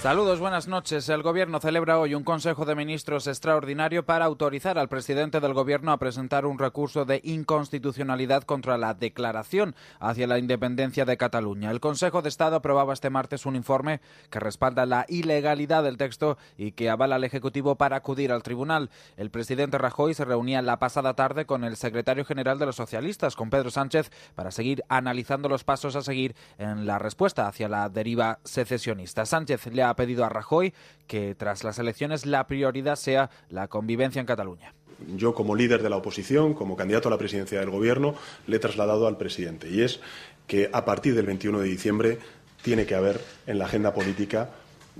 Speaker 1: Saludos, buenas noches. El Gobierno celebra hoy un Consejo de Ministros extraordinario para autorizar al presidente del Gobierno a presentar un recurso de inconstitucionalidad contra la declaración hacia la independencia de Cataluña. El Consejo de Estado aprobaba este martes un informe que respalda la ilegalidad del texto y que avala al Ejecutivo para acudir al tribunal. El presidente Rajoy se reunía la pasada tarde con el secretario general de los socialistas, con Pedro Sánchez, para seguir analizando los pasos a seguir en la respuesta hacia la deriva secesionista. Sánchez le ha pedido a Rajoy que tras las elecciones la prioridad sea la convivencia en Cataluña.
Speaker 15: yo como líder de la oposición, como candidato a la presidencia del Gobierno, le he trasladado al presidente y es que a partir del 21 de diciembre tiene que haber en la agenda política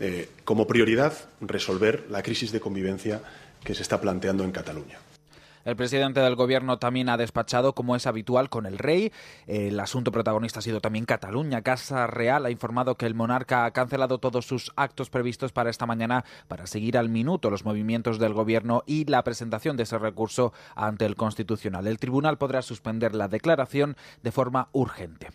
Speaker 15: eh, como prioridad resolver la crisis de convivencia que se está planteando en Cataluña.
Speaker 1: El presidente del gobierno también ha despachado, como es habitual, con el rey. El asunto protagonista ha sido también Cataluña. Casa Real ha informado que el monarca ha cancelado todos sus actos previstos para esta mañana para seguir al minuto los movimientos del gobierno y la presentación de ese recurso ante el Constitucional. El tribunal podrá suspender la declaración de forma urgente.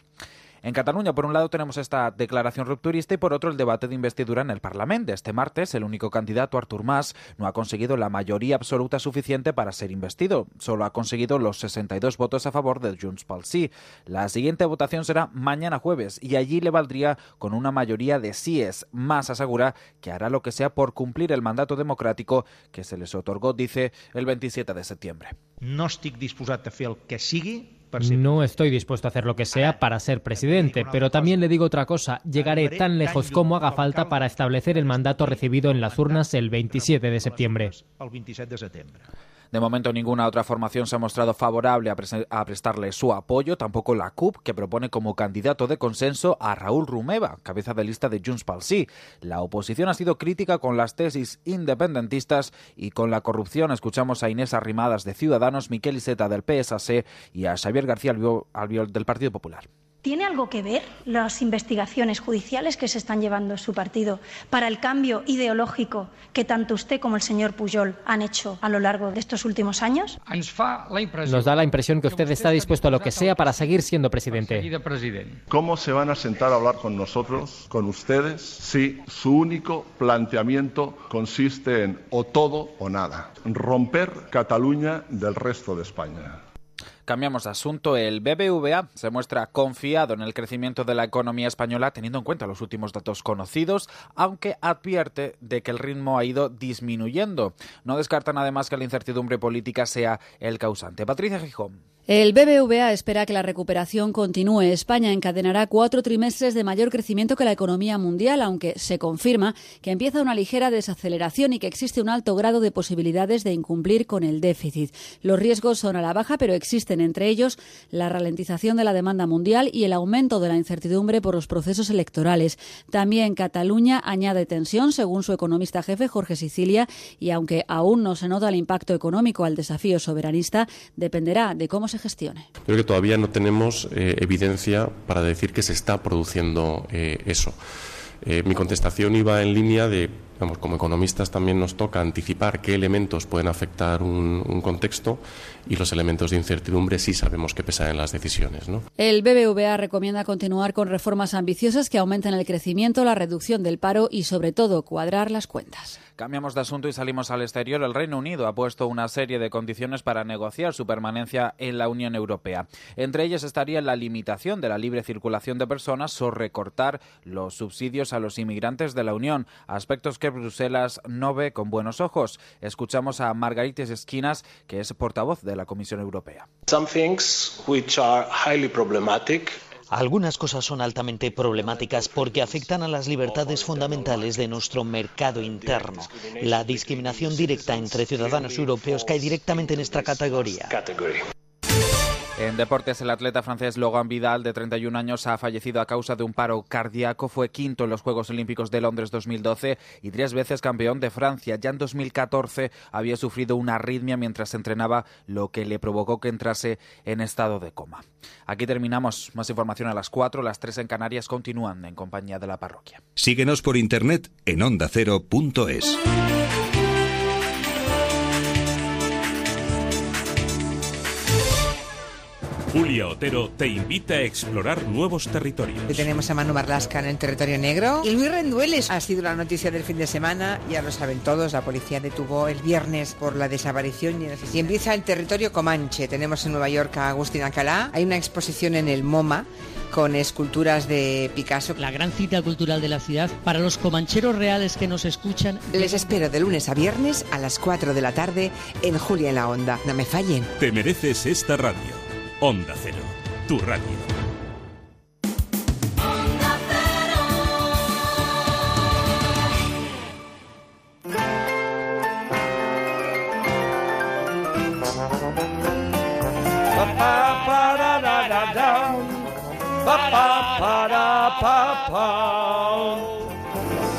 Speaker 1: En Cataluña, por un lado, tenemos esta declaración rupturista y por otro, el debate de investidura en el Parlamento. Este martes, el único candidato, Artur Mas, no ha conseguido la mayoría absoluta suficiente para ser investido. Solo ha conseguido los 62 votos a favor de Junts pel Sí. La siguiente votación será mañana jueves y allí le valdría con una mayoría de síes. Mas asegura que hará lo que sea por cumplir el mandato democrático que se les otorgó, dice, el 27 de septiembre.
Speaker 16: No estic disposat a fer el que sigui per ser
Speaker 9: No estoy dispuesto a hacer lo que sea para ser presidente, pero también le digo otra cosa, llegaré tan lejos como haga falta para establecer el mandato recibido en las urnas el 27 de septiembre.
Speaker 16: el 27 de setembre.
Speaker 1: De momento ninguna otra formación se ha mostrado favorable a, prese- a prestarle su apoyo, tampoco la CUP, que propone como candidato de consenso a Raúl Rumeva, cabeza de lista de Junts pel Sí. La oposición ha sido crítica con las tesis independentistas y con la corrupción. Escuchamos a Inés Arrimadas de Ciudadanos, Miquel Iceta del PSC y a Xavier García Albiol- Albiol del Partido Popular.
Speaker 17: ¿Tiene algo que ver las investigaciones judiciales que se están llevando su partido para el cambio ideológico que tanto usted como el señor Pujol han hecho a lo largo de estos últimos años?
Speaker 18: Ens fa la impressió
Speaker 9: Nos da la impresión que usted está dispuesto a lo que sea para seguir siendo presidente.
Speaker 18: de president.
Speaker 4: ¿Cómo se van a sentar a hablar con nosotros, con ustedes, si su único planteamiento consiste en o todo o nada? Romper Cataluña del resto de España.
Speaker 1: Cambiamos de asunto. El BBVA se muestra confiado en el crecimiento de la economía española teniendo en cuenta los últimos datos conocidos, aunque advierte de que el ritmo ha ido disminuyendo. No descartan además que la incertidumbre política sea el causante. Patricia Gijón.
Speaker 19: El BBVA espera que la recuperación continúe. España encadenará cuatro trimestres de mayor crecimiento que la economía mundial, aunque se confirma que empieza una ligera desaceleración y que existe un alto grado de posibilidades de incumplir con el déficit. Los riesgos son a la baja, pero existen persisten, entre ellos la ralentización de la demanda mundial y el aumento de la incertidumbre por los procesos electorales. También Cataluña añade tensión, según su economista jefe Jorge Sicilia, y aunque aún no se nota el impacto económico al desafío soberanista, dependerá de cómo se gestione.
Speaker 20: Creo que todavía no tenemos eh, evidencia para decir que se está produciendo eh, eso. Eh, mi contestación iba en línea de, digamos, como economistas también nos toca anticipar qué elementos pueden afectar un, un contexto y los elementos de incertidumbre sí sabemos que pesan en las decisiones. ¿no?
Speaker 19: El BBVA recomienda continuar con reformas ambiciosas que aumenten el crecimiento, la reducción del paro y, sobre todo, cuadrar las cuentas.
Speaker 21: Cambiamos de asunto y salimos al exterior. El Reino Unido ha puesto una serie de condiciones para negociar su permanencia en la Unión Europea. Entre ellas estaría la limitación de la libre circulación de personas o recortar los subsidios a los inmigrantes de la Unión, aspectos que Bruselas no ve con buenos ojos. Escuchamos a Margaritis Esquinas, que es portavoz de la Comisión Europea.
Speaker 22: Some things which are highly problematic
Speaker 23: Algunas cosas son altamente problemáticas porque afectan a las libertades fundamentales de nuestro mercado interno. La discriminación directa entre ciudadanos europeos cae directamente en esta categoría.
Speaker 21: En deportes, el atleta francés Logan Vidal, de 31 años, ha fallecido a causa de un paro cardíaco. Fue quinto en los Juegos Olímpicos de Londres 2012 y tres veces campeón de Francia. Ya en 2014 había sufrido una arritmia mientras entrenaba, lo que le provocó que entrase en estado de coma. Aquí terminamos. Más información a las 4, las 3 en Canarias continúan en compañía de la parroquia.
Speaker 24: Síguenos por internet en ondacero.es.
Speaker 25: Julia Otero te invita a explorar nuevos territorios.
Speaker 26: Tenemos a Manu Marlasca en el territorio negro y Luis Rendueles ha sido la noticia del fin de semana. Ya lo saben todos, la policía detuvo el viernes por la desaparición y el asesinato. Y empieza el territorio Comanche. Tenemos en Nueva York a Agustín Acalá. Hay una exposición en el MoMA con esculturas de Picasso.
Speaker 27: La gran cita cultural de la ciudad para los comancheros reales que nos escuchan.
Speaker 26: Les espero de lunes a viernes a las 4 de la tarde en Julia en la Onda. No me fallen.
Speaker 25: Te mereces esta radio. Onda Cero, tu radio.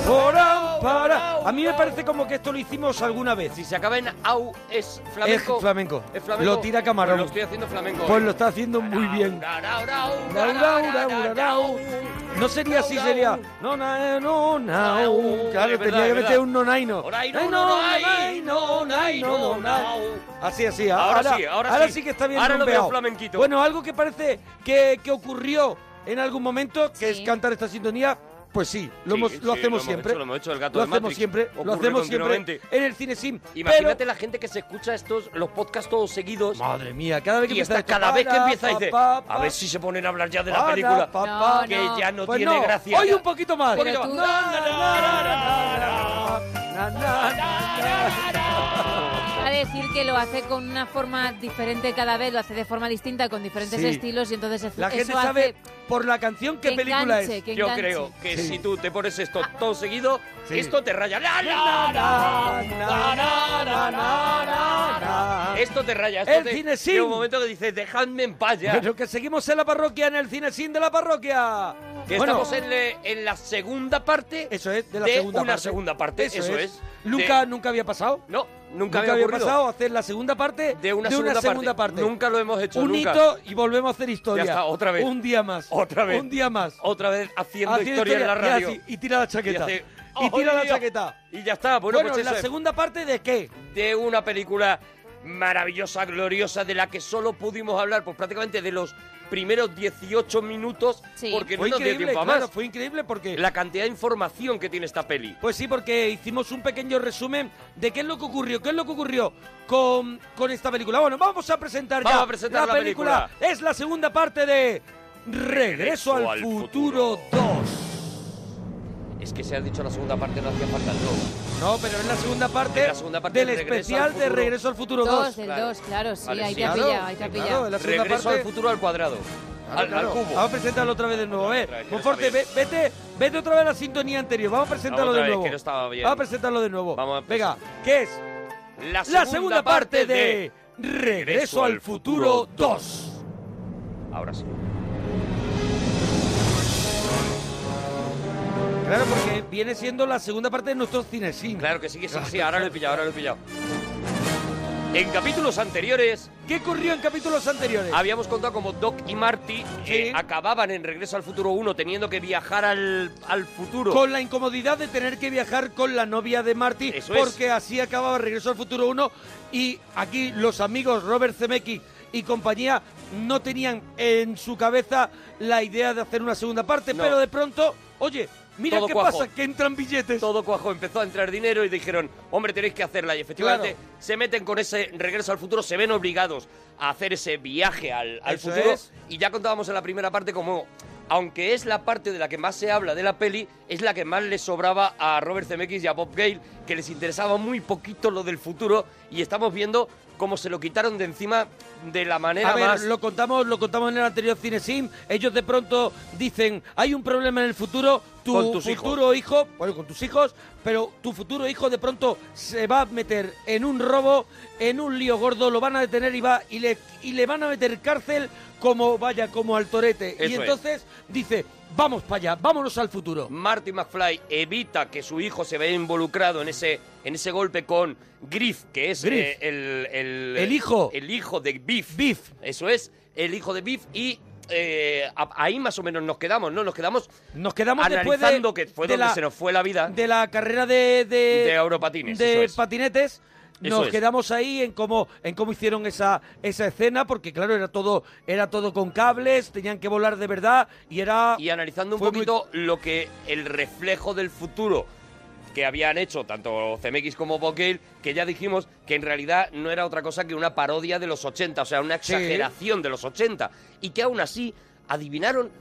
Speaker 1: Porán, para. A mí me parece como que esto lo hicimos alguna vez.
Speaker 3: Si se acaba en au, es
Speaker 1: Es
Speaker 3: flamenco.
Speaker 1: flamenco.
Speaker 3: Es flamenco.
Speaker 1: Lo tira Camarón.
Speaker 3: Pues lo estoy haciendo flamenco.
Speaker 1: Pues lo está haciendo muy bien. No sería así, sería. No, na, eh, no, na, uh. Claro,
Speaker 3: Es verdad,
Speaker 1: tenía que
Speaker 3: es
Speaker 1: meter
Speaker 3: verdad.
Speaker 1: un nonaino. Ay, no, nonaino, nonaino, nonaino. Así, así.
Speaker 3: Ahora sí, ahora sí.
Speaker 1: que está bien
Speaker 3: Ahora lo veo
Speaker 1: rompeado.
Speaker 3: flamenquito.
Speaker 1: Bueno, algo que parece que, que ocurrió en algún momento, que es cantar esta sintonía, pues sí, lo,
Speaker 3: Sí,
Speaker 1: hemos-
Speaker 3: sí,
Speaker 1: lo hacemos
Speaker 3: hemos
Speaker 1: siempre.
Speaker 3: hecho, lo hemos hecho, el gato
Speaker 1: Lo
Speaker 3: de
Speaker 1: hacemos
Speaker 3: Matrix.
Speaker 1: siempre, lo
Speaker 3: Ocurre
Speaker 1: hacemos siempre
Speaker 3: continuamente.
Speaker 1: en el cine sim.
Speaker 3: Imagínate
Speaker 1: pero-
Speaker 3: la gente que se escucha estos, los podcasts todos seguidos.
Speaker 1: Madre mía, cada vez que
Speaker 3: y
Speaker 1: empieza
Speaker 3: está-
Speaker 1: esto,
Speaker 3: cada vez que
Speaker 1: para,
Speaker 3: empieza dice,
Speaker 1: pa, pa,
Speaker 3: a ver si se ponen a hablar ya de la
Speaker 1: Para,
Speaker 3: película,
Speaker 1: pa, pa. No,
Speaker 3: que
Speaker 1: no.
Speaker 3: ya no
Speaker 1: Pues
Speaker 3: tiene
Speaker 1: no,
Speaker 3: gracia.
Speaker 1: hoy
Speaker 3: ya.
Speaker 1: un poquito más.
Speaker 3: Un poquito
Speaker 1: Pero
Speaker 3: más.
Speaker 2: A decir que lo hace con una forma diferente cada vez, lo hace de forma distinta, con diferentes
Speaker 1: Sí.
Speaker 2: estilos y entonces eso
Speaker 1: La gente
Speaker 2: hace-
Speaker 1: sabe por la canción qué
Speaker 2: que
Speaker 1: película
Speaker 2: enganche,
Speaker 1: es.
Speaker 2: que
Speaker 3: Yo
Speaker 2: enganche.
Speaker 3: creo que si tú te pones esto todo seguido,
Speaker 1: Sí.
Speaker 3: esto te raya. La, la, la, la, la, la, la, la. Esto te raya. Esto
Speaker 1: El
Speaker 3: te-
Speaker 1: cine
Speaker 3: llega un momento que dices, dejadme en paz ya.
Speaker 1: Pero que seguimos en la parroquia, en el cine sin de la parroquia.
Speaker 3: Que
Speaker 1: Bueno,
Speaker 3: estamos en, eh, en la segunda parte.
Speaker 1: Eso es, de la segunda
Speaker 3: una
Speaker 1: parte.
Speaker 3: segunda parte. Eso, es.
Speaker 1: Nunca, nunca había pasado.
Speaker 3: No, nunca,
Speaker 1: había,
Speaker 3: ocurrido.
Speaker 1: pasado hacer la segunda parte de
Speaker 3: una segunda parte. Nunca lo hemos hecho,
Speaker 1: Un
Speaker 3: nunca.
Speaker 1: hito y volvemos a hacer historia.
Speaker 3: Ya está, otra vez.
Speaker 1: Un día más.
Speaker 3: Otra vez.
Speaker 1: Un día más.
Speaker 3: Otra vez haciendo,
Speaker 1: Haciendo
Speaker 3: historia, en la
Speaker 1: historia, y
Speaker 3: radio.
Speaker 1: así, y tira la chaqueta.
Speaker 3: hace,
Speaker 1: Y tira la
Speaker 3: "Oye,
Speaker 1: chaqueta".
Speaker 3: Y ya está. Bueno,
Speaker 1: Bueno,
Speaker 3: pues
Speaker 1: ¿la segunda parte de qué?
Speaker 3: De una película maravillosa, gloriosa, de la que solo pudimos hablar, pues prácticamente de los primeros 18 minutos, porque
Speaker 1: Fue
Speaker 3: no nos dio
Speaker 1: increíble,
Speaker 3: tiempo a
Speaker 1: claro,
Speaker 3: más.
Speaker 1: fue increíble porque...
Speaker 3: La cantidad de información que tiene esta peli.
Speaker 1: Pues sí, porque hicimos un pequeño resumen de qué es lo que ocurrió, qué es lo que ocurrió con, con esta película. Bueno, vamos a presentar
Speaker 3: Vamos
Speaker 1: ya
Speaker 3: a presentar la
Speaker 1: película. Es la segunda parte de Regreso, al, futuro 2.
Speaker 3: Es que se ha dicho la segunda parte, no hacía falta el dos.
Speaker 1: No, pero es la segunda parte,
Speaker 3: Es la segunda parte
Speaker 1: del
Speaker 3: de Regreso al
Speaker 1: especial de
Speaker 3: Futuro.
Speaker 1: Regreso al Futuro 2.
Speaker 2: Dos, del dos, claro, sí, ahí te ha
Speaker 1: Claro,
Speaker 2: pillado, ahí te ha
Speaker 1: sí,
Speaker 2: pillado.
Speaker 1: claro, es la segunda
Speaker 3: Regreso
Speaker 1: parte.
Speaker 3: al futuro al cuadrado. al,
Speaker 1: Claro. Ah,
Speaker 3: al cubo.
Speaker 1: Vamos a presentarlo otra vez de nuevo. eh. A ver, Conforte, ve- vete, vete otra vez a la sintonía anterior. Vamos a presentarlo de
Speaker 3: otra vez,
Speaker 1: nuevo.
Speaker 3: que no estaba bien.
Speaker 1: Vamos a presentarlo de nuevo. Venga, ¿qué es?
Speaker 3: La segunda parte de
Speaker 1: Regreso al futuro 2. Ahora sí. Claro, porque viene siendo la segunda parte de nuestro cinesín.
Speaker 3: Claro que sí, que sí, sí, ahora lo he pillado, ahora lo he pillado. En capítulos anteriores...
Speaker 1: ¿Qué ocurrió en capítulos anteriores?
Speaker 3: Habíamos contado como Doc y Marty que acababan en Regreso al Futuro 1 teniendo que viajar al, al futuro.
Speaker 1: Con la incomodidad de tener que viajar con la novia de Marty, porque así acababa Regreso al Futuro 1 y aquí los amigos Robert Zemeckis y compañía no tenían en su cabeza la idea de hacer una segunda parte, pero de pronto, oye, mira
Speaker 3: Todo
Speaker 1: qué
Speaker 3: cuajó.
Speaker 1: pasa, que entran billetes.
Speaker 3: Todo cuajo, empezó a entrar dinero y dijeron, hombre, tenéis que hacerla. Y efectivamente
Speaker 1: Claro.
Speaker 3: se meten con ese regreso al futuro, se ven obligados a hacer ese viaje al, al
Speaker 1: Eso
Speaker 3: futuro.
Speaker 1: es.
Speaker 3: Y ya contábamos en la primera parte como, aunque es la parte de la que más se habla de la peli, es la que más le sobraba a Robert Zemeckis y a Bob Gale, que les interesaba muy poquito lo del futuro. Y estamos viendo cómo se lo quitaron de encima de la manera
Speaker 1: A ver,
Speaker 3: más...
Speaker 1: lo contamos, lo contamos en el anterior CineSim. Ellos de pronto dicen, hay un problema en el futuro. Tu
Speaker 3: Con tus
Speaker 1: futuro hijo, bueno, con tus hijos, pero tu futuro hijo de pronto se va a meter en un robo, en un lío gordo, lo van a detener y va y le y le van a meter cárcel como vaya, como al torete. y
Speaker 3: Eso es.
Speaker 1: entonces dice, vamos para allá, vámonos al futuro.
Speaker 3: Marty McFly evita que su hijo se vea involucrado en ese, en ese golpe con Griff, que es
Speaker 1: Griff.
Speaker 3: eh, el, el,
Speaker 1: El hijo.
Speaker 3: El hijo de Beef. Beef. Eso es, el hijo de Beef. Y eh, a- ahí más o menos nos quedamos, ¿no? Nos quedamos,
Speaker 1: nos quedamos después de-
Speaker 3: analizando que fue
Speaker 1: de
Speaker 3: donde
Speaker 1: la-
Speaker 3: se nos fue la vida.
Speaker 1: de la carrera de de,
Speaker 3: De auropatines,
Speaker 1: de
Speaker 3: eso es.
Speaker 1: patinetes
Speaker 3: Eso
Speaker 1: nos
Speaker 3: es.
Speaker 1: quedamos ahí en cómo en cómo hicieron esa esa escena porque claro era todo era todo con cables tenían que volar de verdad y era
Speaker 3: y analizando un
Speaker 1: Ah, fue muy-
Speaker 3: poquito lo que el reflejo del futuro que habían hecho tanto CMX como Bob Gale, que ya dijimos que en realidad no era otra cosa que una parodia de los 80, o sea, una
Speaker 1: Sí.
Speaker 3: exageración de los 80, y que aún así adivinaron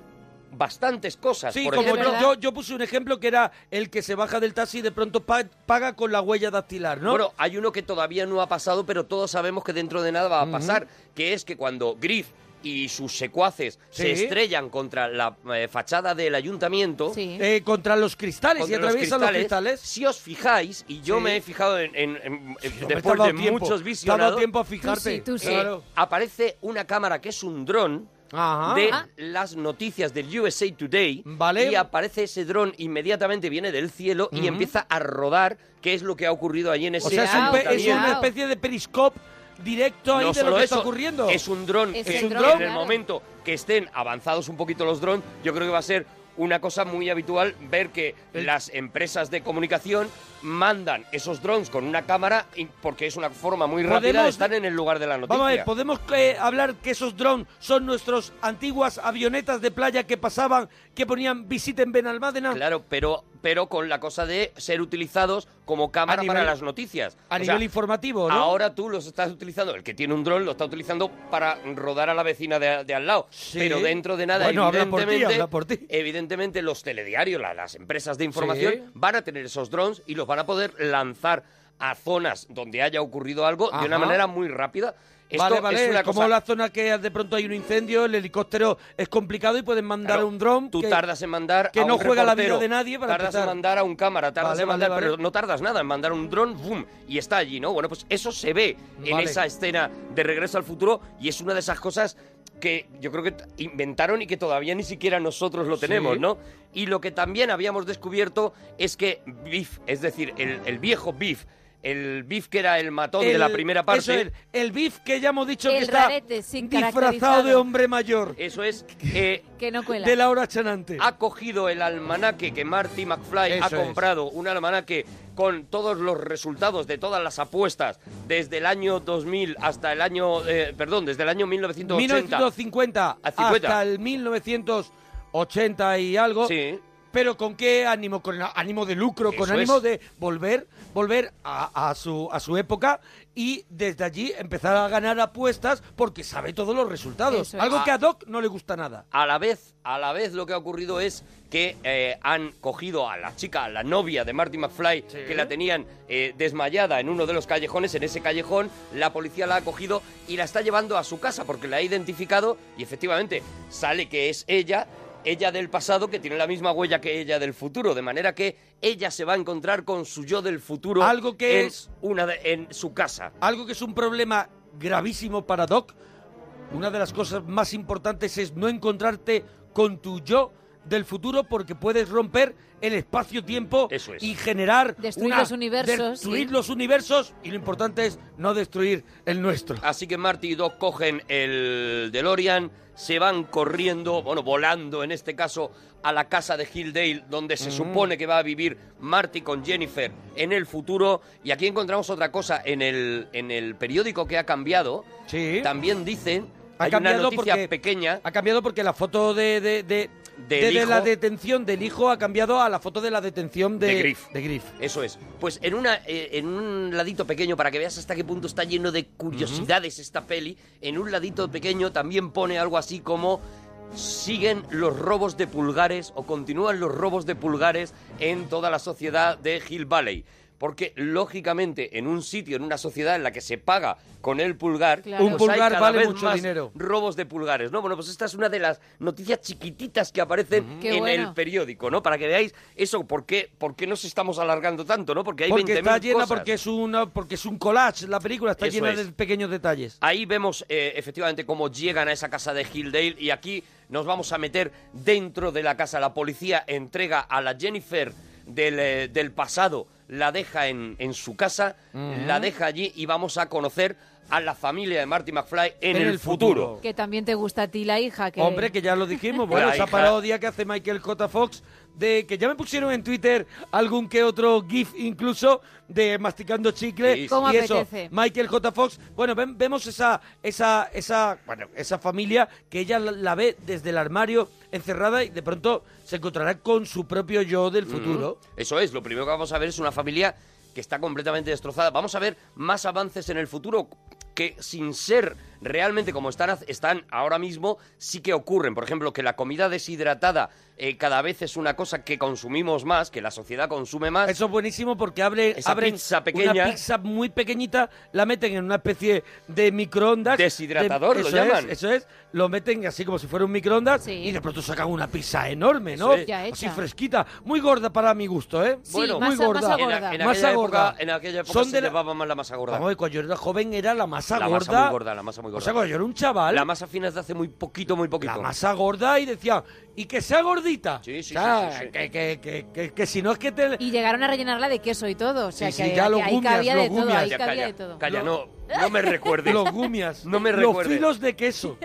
Speaker 3: bastantes cosas.
Speaker 1: Sí,
Speaker 3: por
Speaker 1: como
Speaker 3: ejemplo,
Speaker 1: yo, yo, yo puse un ejemplo que era el que se baja del taxi y de pronto pa- paga con la huella dactilar, ¿no?
Speaker 3: Bueno, hay uno que todavía no ha pasado, pero todos sabemos que dentro de nada va a
Speaker 1: Ujú.
Speaker 3: pasar, que es que cuando Griff y sus secuaces se
Speaker 1: Sí.
Speaker 3: estrellan contra la eh, fachada del ayuntamiento,
Speaker 1: Eh, contra los cristales y
Speaker 3: Contra los
Speaker 1: atraviesan los cristales.
Speaker 3: Si os fijáis, y yo
Speaker 1: Sí.
Speaker 3: me he fijado en, en- en-
Speaker 1: hombre, te has
Speaker 3: después
Speaker 1: dado
Speaker 3: de
Speaker 1: tiempo, te has
Speaker 3: muchos
Speaker 1: dado
Speaker 3: visionados.
Speaker 1: tiempo a fijarte. Tú sí, tú sí.
Speaker 3: eh,
Speaker 1: Claro.
Speaker 3: aparece una cámara que es un dron
Speaker 1: Ajá.
Speaker 3: de
Speaker 1: Ah.
Speaker 3: las noticias del USA Today.
Speaker 1: Vale.
Speaker 3: Y aparece ese dron, inmediatamente viene del cielo y
Speaker 1: Ujú.
Speaker 3: empieza a rodar, que es lo que ha ocurrido allí en ese
Speaker 1: O sea, es, un pe- es una
Speaker 3: ayuntamiento.
Speaker 1: especie de periscope directo ahí
Speaker 3: No
Speaker 1: de lo
Speaker 3: solo
Speaker 1: que
Speaker 3: eso,
Speaker 1: está ocurriendo.
Speaker 3: Es un dron.
Speaker 1: Es
Speaker 3: que
Speaker 1: el dron,
Speaker 3: En el
Speaker 1: claro.
Speaker 3: momento que estén avanzados un poquito los drones, yo creo que va a ser una cosa muy habitual ver que las empresas de comunicación mandan esos drones con una cámara y- porque es una forma muy rápida
Speaker 1: Podemos-
Speaker 3: de estar en el lugar de la noticia.
Speaker 1: Vamos a ver, ¿podemos eh, hablar que esos drones son nuestros antiguas avionetas de playa que pasaban, que ponían visiten Benalmádena?
Speaker 3: Ah. Claro, pero, pero con la cosa de ser utilizados como cámara
Speaker 1: A nivel-
Speaker 3: para las noticias.
Speaker 1: a
Speaker 3: O
Speaker 1: nivel
Speaker 3: sea,
Speaker 1: informativo, ¿no?
Speaker 3: Ahora tú los estás utilizando, el que tiene un dron lo está utilizando para rodar a la vecina de, de al lado. Pero dentro de nada,
Speaker 1: Bueno, habla por ti,
Speaker 3: evidentemente,
Speaker 1: habla por
Speaker 3: evidentemente los telediarios, la- las empresas de información
Speaker 1: Sí.
Speaker 3: van a tener esos drones y los van a poder lanzar a zonas donde haya ocurrido algo de una
Speaker 1: Ajá.
Speaker 3: manera muy rápida. Esto
Speaker 1: vale, vale,
Speaker 3: es una
Speaker 1: como
Speaker 3: cosa
Speaker 1: la zona que de pronto hay un incendio, el helicóptero es complicado y pueden mandar
Speaker 3: Claro,
Speaker 1: un dron.
Speaker 3: Tú
Speaker 1: que-
Speaker 3: tardas en mandar.
Speaker 1: Que
Speaker 3: a
Speaker 1: no
Speaker 3: un
Speaker 1: juega la vida
Speaker 3: reportero,
Speaker 1: de nadie para
Speaker 3: Tardas en
Speaker 1: empezar.
Speaker 3: mandar a un cámara, tardas
Speaker 1: Vale,
Speaker 3: en mandar,
Speaker 1: vale, vale.
Speaker 3: pero no tardas nada en mandar un dron, boom, y está allí, ¿no? Bueno, pues eso se ve en
Speaker 1: Vale.
Speaker 3: esa escena de Regreso al Futuro y es una de esas cosas que yo creo que t- inventaron y que todavía ni siquiera nosotros lo tenemos,
Speaker 1: Sí.
Speaker 3: ¿no? Y lo que también habíamos descubierto es que Biff, es decir, el, el viejo Biff, el Biff que era el matón de la
Speaker 1: El-
Speaker 3: primera parte.
Speaker 1: eso es, el bif que ya hemos dicho que
Speaker 2: El
Speaker 1: está
Speaker 2: rarete, sí,
Speaker 1: disfrazado
Speaker 2: caracterizado.
Speaker 1: de hombre mayor.
Speaker 3: Eso es. eh,
Speaker 2: Que no cuela.
Speaker 1: De Laura Chanante.
Speaker 3: ha cogido el almanaque que Marty McFly
Speaker 1: Eso
Speaker 3: ha
Speaker 1: es.
Speaker 3: comprado, un almanaque con todos los resultados de todas las apuestas desde el año 2000 hasta el año, eh, perdón, desde el año 1980.
Speaker 1: 1950
Speaker 3: A 50.
Speaker 1: hasta el 1980 y algo. Pero con qué ánimo, con ánimo de lucro, con
Speaker 3: Eso
Speaker 1: ánimo
Speaker 3: es.
Speaker 1: de volver, volver a, a su, a su época y desde allí empezar a ganar apuestas porque sabe todos los resultados.
Speaker 3: Eso es.
Speaker 1: Algo
Speaker 3: Ah.
Speaker 1: que a Doc no le gusta nada.
Speaker 3: A la vez, a la vez lo que ha ocurrido es que eh, han cogido a la chica, a la novia de Marty McFly, que la tenían eh, desmayada en uno de los callejones, en ese callejón, la policía la ha cogido y la está llevando a su casa porque la ha identificado y efectivamente sale que es ella, ella del pasado que tiene la misma huella que ella del futuro, de manera que ella se va a encontrar con su yo del futuro
Speaker 1: Algo que
Speaker 3: en
Speaker 1: es-
Speaker 3: una de- en su casa.
Speaker 1: Algo que es un problema gravísimo para Doc. Una de las cosas más importantes es no encontrarte con tu yo del futuro porque puedes romper el espacio-tiempo y generar
Speaker 2: Destruir
Speaker 1: una-
Speaker 2: los universos,
Speaker 1: destruir
Speaker 2: sí.
Speaker 1: los universos y lo importante es no destruir el nuestro.
Speaker 3: Así que Marty y Doc cogen el DeLorean, se van corriendo, bueno, volando en este caso, a la casa de Hilldale, donde se
Speaker 1: Mm.
Speaker 3: supone que va a vivir Marty con Jennifer en el futuro. Y aquí encontramos otra cosa, en el, en el periódico que ha cambiado, también dicen,
Speaker 1: Ha
Speaker 3: hay
Speaker 1: cambiado
Speaker 3: una noticia
Speaker 1: porque-
Speaker 3: pequeña.
Speaker 1: Ha cambiado porque la foto de de, de- de- de
Speaker 3: hijo.
Speaker 1: la detención del hijo ha cambiado a la foto de la detención de,
Speaker 3: De Griff.
Speaker 1: de Griff.
Speaker 3: Eso es. Pues en, una, eh, en un ladito pequeño, para que veas hasta qué punto está lleno de curiosidades esta peli, en un ladito pequeño también pone algo así como siguen los robos de pulgares o continúan los robos de pulgares en toda la sociedad de Hill Valley. Porque, lógicamente, en un sitio, en una sociedad en la que se paga con el pulgar,
Speaker 1: Claro. Un
Speaker 3: pues hay
Speaker 1: pulgar
Speaker 3: cada
Speaker 1: vale
Speaker 3: vez
Speaker 1: mucho
Speaker 3: más
Speaker 1: dinero.
Speaker 3: robos de pulgares, ¿no? Bueno, pues esta es una de las noticias chiquititas que aparecen
Speaker 1: Qué
Speaker 3: en
Speaker 1: bueno.
Speaker 3: el periódico, ¿no? Para que veáis eso, ¿por qué, por qué nos estamos alargando tanto, ¿no? Porque hay
Speaker 1: Porque
Speaker 3: 20.000
Speaker 1: está llena,
Speaker 3: cosas.
Speaker 1: porque es una, porque es un collage la película, está
Speaker 3: Eso
Speaker 1: llena
Speaker 3: es.
Speaker 1: de pequeños detalles.
Speaker 3: Ahí vemos eh, efectivamente cómo llegan a esa casa de Hilldale y aquí nos vamos a meter dentro de la casa. La policía entrega a la Jennifer del, eh, del pasado, la deja en, en su casa,
Speaker 1: Ujú.
Speaker 3: la deja allí y vamos a conocer a la familia de Marty McFly en,
Speaker 1: En
Speaker 3: el,
Speaker 1: el
Speaker 3: futuro.
Speaker 2: Que también te gusta a ti la hija. Que...
Speaker 1: Hombre, que ya lo
Speaker 2: *laughs*
Speaker 1: dijimos, bueno,
Speaker 3: La
Speaker 1: esa
Speaker 3: hija.
Speaker 1: parodia que hace Michael J. Fox de que ya me pusieron en Twitter algún que otro GIF incluso de masticando chicle
Speaker 2: Sí, sí. ¿Cómo
Speaker 1: y eso.
Speaker 2: apetece?
Speaker 1: Michael J. Fox, bueno, ven- vemos esa esa esa bueno, esa familia que ella la, la ve desde el armario encerrada y de pronto se encontrará con su propio yo del futuro.
Speaker 3: Mm, Eso es, lo primero que vamos a ver es una familia que está completamente destrozada. Vamos a ver más avances en el futuro que sin ser realmente como están, haz- están ahora mismo, sí que ocurren. Por ejemplo, que la comida deshidratada eh, cada vez es una cosa que consumimos más, que la sociedad consume más.
Speaker 1: Eso es buenísimo porque abre,
Speaker 3: Esa
Speaker 1: abren
Speaker 3: pizza pequeña.
Speaker 1: una pizza muy pequeñita, la meten en una especie de microondas.
Speaker 3: Deshidratador,
Speaker 1: De-
Speaker 3: lo
Speaker 1: eso
Speaker 3: llaman.
Speaker 1: es, eso es, lo meten así como si fuera un microondas y de pronto sacan una pizza enorme, ¿no?
Speaker 3: Eso es. Ya
Speaker 1: Así
Speaker 3: hecha.
Speaker 1: fresquita, muy gorda para mi gusto, ¿eh? muy gorda.
Speaker 3: En, a- en
Speaker 1: Masa
Speaker 3: aquella época,
Speaker 1: gorda.
Speaker 3: en aquella época
Speaker 1: Son
Speaker 3: se
Speaker 1: de la-
Speaker 3: llevaba más la masa gorda.
Speaker 1: Vamos, y cuando yo era joven era la masa
Speaker 3: la
Speaker 1: gorda.
Speaker 3: masa muy gorda, la masa muy
Speaker 1: O
Speaker 3: gorda.
Speaker 1: sea, cuando yo era un chaval.
Speaker 3: La masa fina es de hace muy poquito, muy poquito.
Speaker 1: la masa gorda y decía, y que sea gordita. Sí, sí,
Speaker 3: sí, sí, sí.
Speaker 1: Que, que, que, que, que si no es que te,
Speaker 2: Y llegaron a rellenarla de queso y todo. O sea,
Speaker 1: Sí,
Speaker 2: que
Speaker 1: sí, ya lo
Speaker 2: ahí
Speaker 1: gumias,
Speaker 2: cabía
Speaker 1: lo
Speaker 2: de todo.
Speaker 1: gumias.
Speaker 2: Ahí
Speaker 1: Ya,
Speaker 2: cabía
Speaker 1: calla,
Speaker 2: de todo.
Speaker 3: Calla, no, no me
Speaker 1: *laughs*
Speaker 3: recuerdes.
Speaker 1: Los gumias.
Speaker 3: No me
Speaker 1: Los
Speaker 3: recuerdes.
Speaker 1: filos de queso.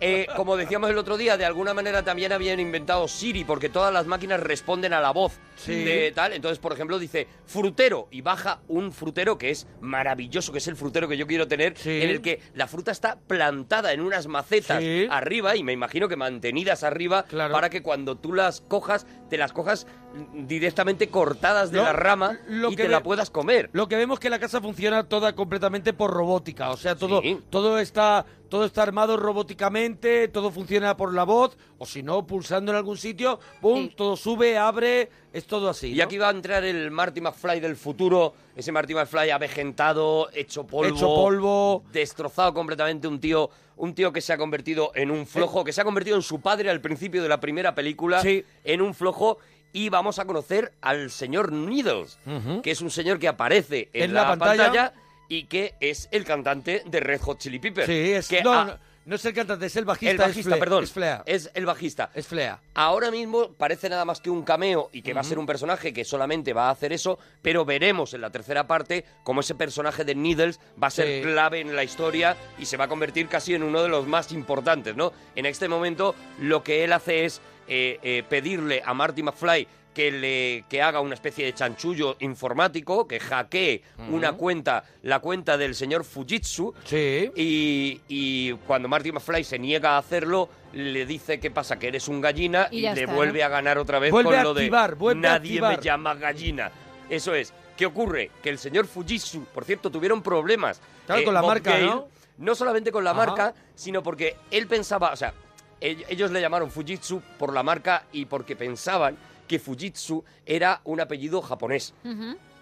Speaker 3: Eh, como decíamos el otro día, de alguna manera también habían inventado Siri, porque todas las máquinas responden a la voz
Speaker 1: Sí.
Speaker 3: de tal. Entonces, por ejemplo, dice frutero y baja un frutero que es maravilloso, que es el frutero que yo quiero tener, en el que la fruta está plantada en unas macetas
Speaker 1: Sí.
Speaker 3: arriba y me imagino que mantenidas arriba para que cuando tú las cojas, te las cojas directamente cortadas de
Speaker 1: Lo-
Speaker 3: la rama
Speaker 1: lo
Speaker 3: y
Speaker 1: que
Speaker 3: te la
Speaker 1: ve-
Speaker 3: puedas comer.
Speaker 1: Lo que vemos que la casa funciona toda completamente por robótica, o sea, todo, todo está todo está armado robóticamente, todo funciona por la voz, o si no, pulsando en algún sitio, pum, todo sube, abre, es todo así.
Speaker 3: Y aquí va a entrar el Marty McFly del futuro, ese Marty McFly avejentado, hecho polvo,
Speaker 1: Hecho polvo.
Speaker 3: destrozado completamente, un tío, un tío que se ha convertido en un flojo, que se ha convertido en su padre al principio de la primera película, en un flojo. Y vamos a conocer al señor Needles,
Speaker 1: Ujú.
Speaker 3: que es un señor que aparece en,
Speaker 1: En la pantalla.
Speaker 3: y que es el cantante de Red Hot Chili Peppers.
Speaker 1: Sí, es
Speaker 3: que
Speaker 1: no,
Speaker 3: a-
Speaker 1: no, no es el cantante, es el bajista,
Speaker 3: el bajista,
Speaker 1: es Flea,
Speaker 3: perdón.
Speaker 1: es Flea.
Speaker 3: Es el bajista.
Speaker 1: Es Flea.
Speaker 3: Ahora mismo parece nada más que un cameo y que va a ser
Speaker 1: Ujú.
Speaker 3: un personaje que solamente va a hacer eso, pero veremos en la tercera parte cómo ese personaje de Needles va a ser
Speaker 1: Sí.
Speaker 3: clave en la historia y se va a convertir casi en uno de los más importantes, ¿no? En este momento lo que él hace es eh, eh, pedirle a Marty McFly que, le, que haga una especie de chanchullo informático, que hackee una
Speaker 1: Ujú.
Speaker 3: cuenta, la cuenta del señor Fujitsu,
Speaker 1: Sí.
Speaker 3: y, y cuando Marty McFly se niega a hacerlo, le dice que pasa, que eres un gallina
Speaker 1: Y
Speaker 3: y,
Speaker 1: ya
Speaker 3: le
Speaker 1: está,
Speaker 3: vuelve
Speaker 1: ¿no?
Speaker 3: a ganar otra vez
Speaker 1: Vuelve
Speaker 3: con
Speaker 1: a
Speaker 3: lo de
Speaker 1: activar, vuelve a
Speaker 3: nadie me
Speaker 1: activar".
Speaker 3: llama gallina. Eso es. ¿Qué ocurre? Que el señor Fujitsu, por cierto, tuvieron problemas. eh,
Speaker 1: Claro, con la
Speaker 3: Bob
Speaker 1: marca, ¿no?
Speaker 3: No solamente con la
Speaker 1: Ajá.
Speaker 3: marca, sino porque él pensaba, o sea, ell- ellos le llamaron Fujitsu por la marca y porque pensaban que Fujitsu era un apellido japonés.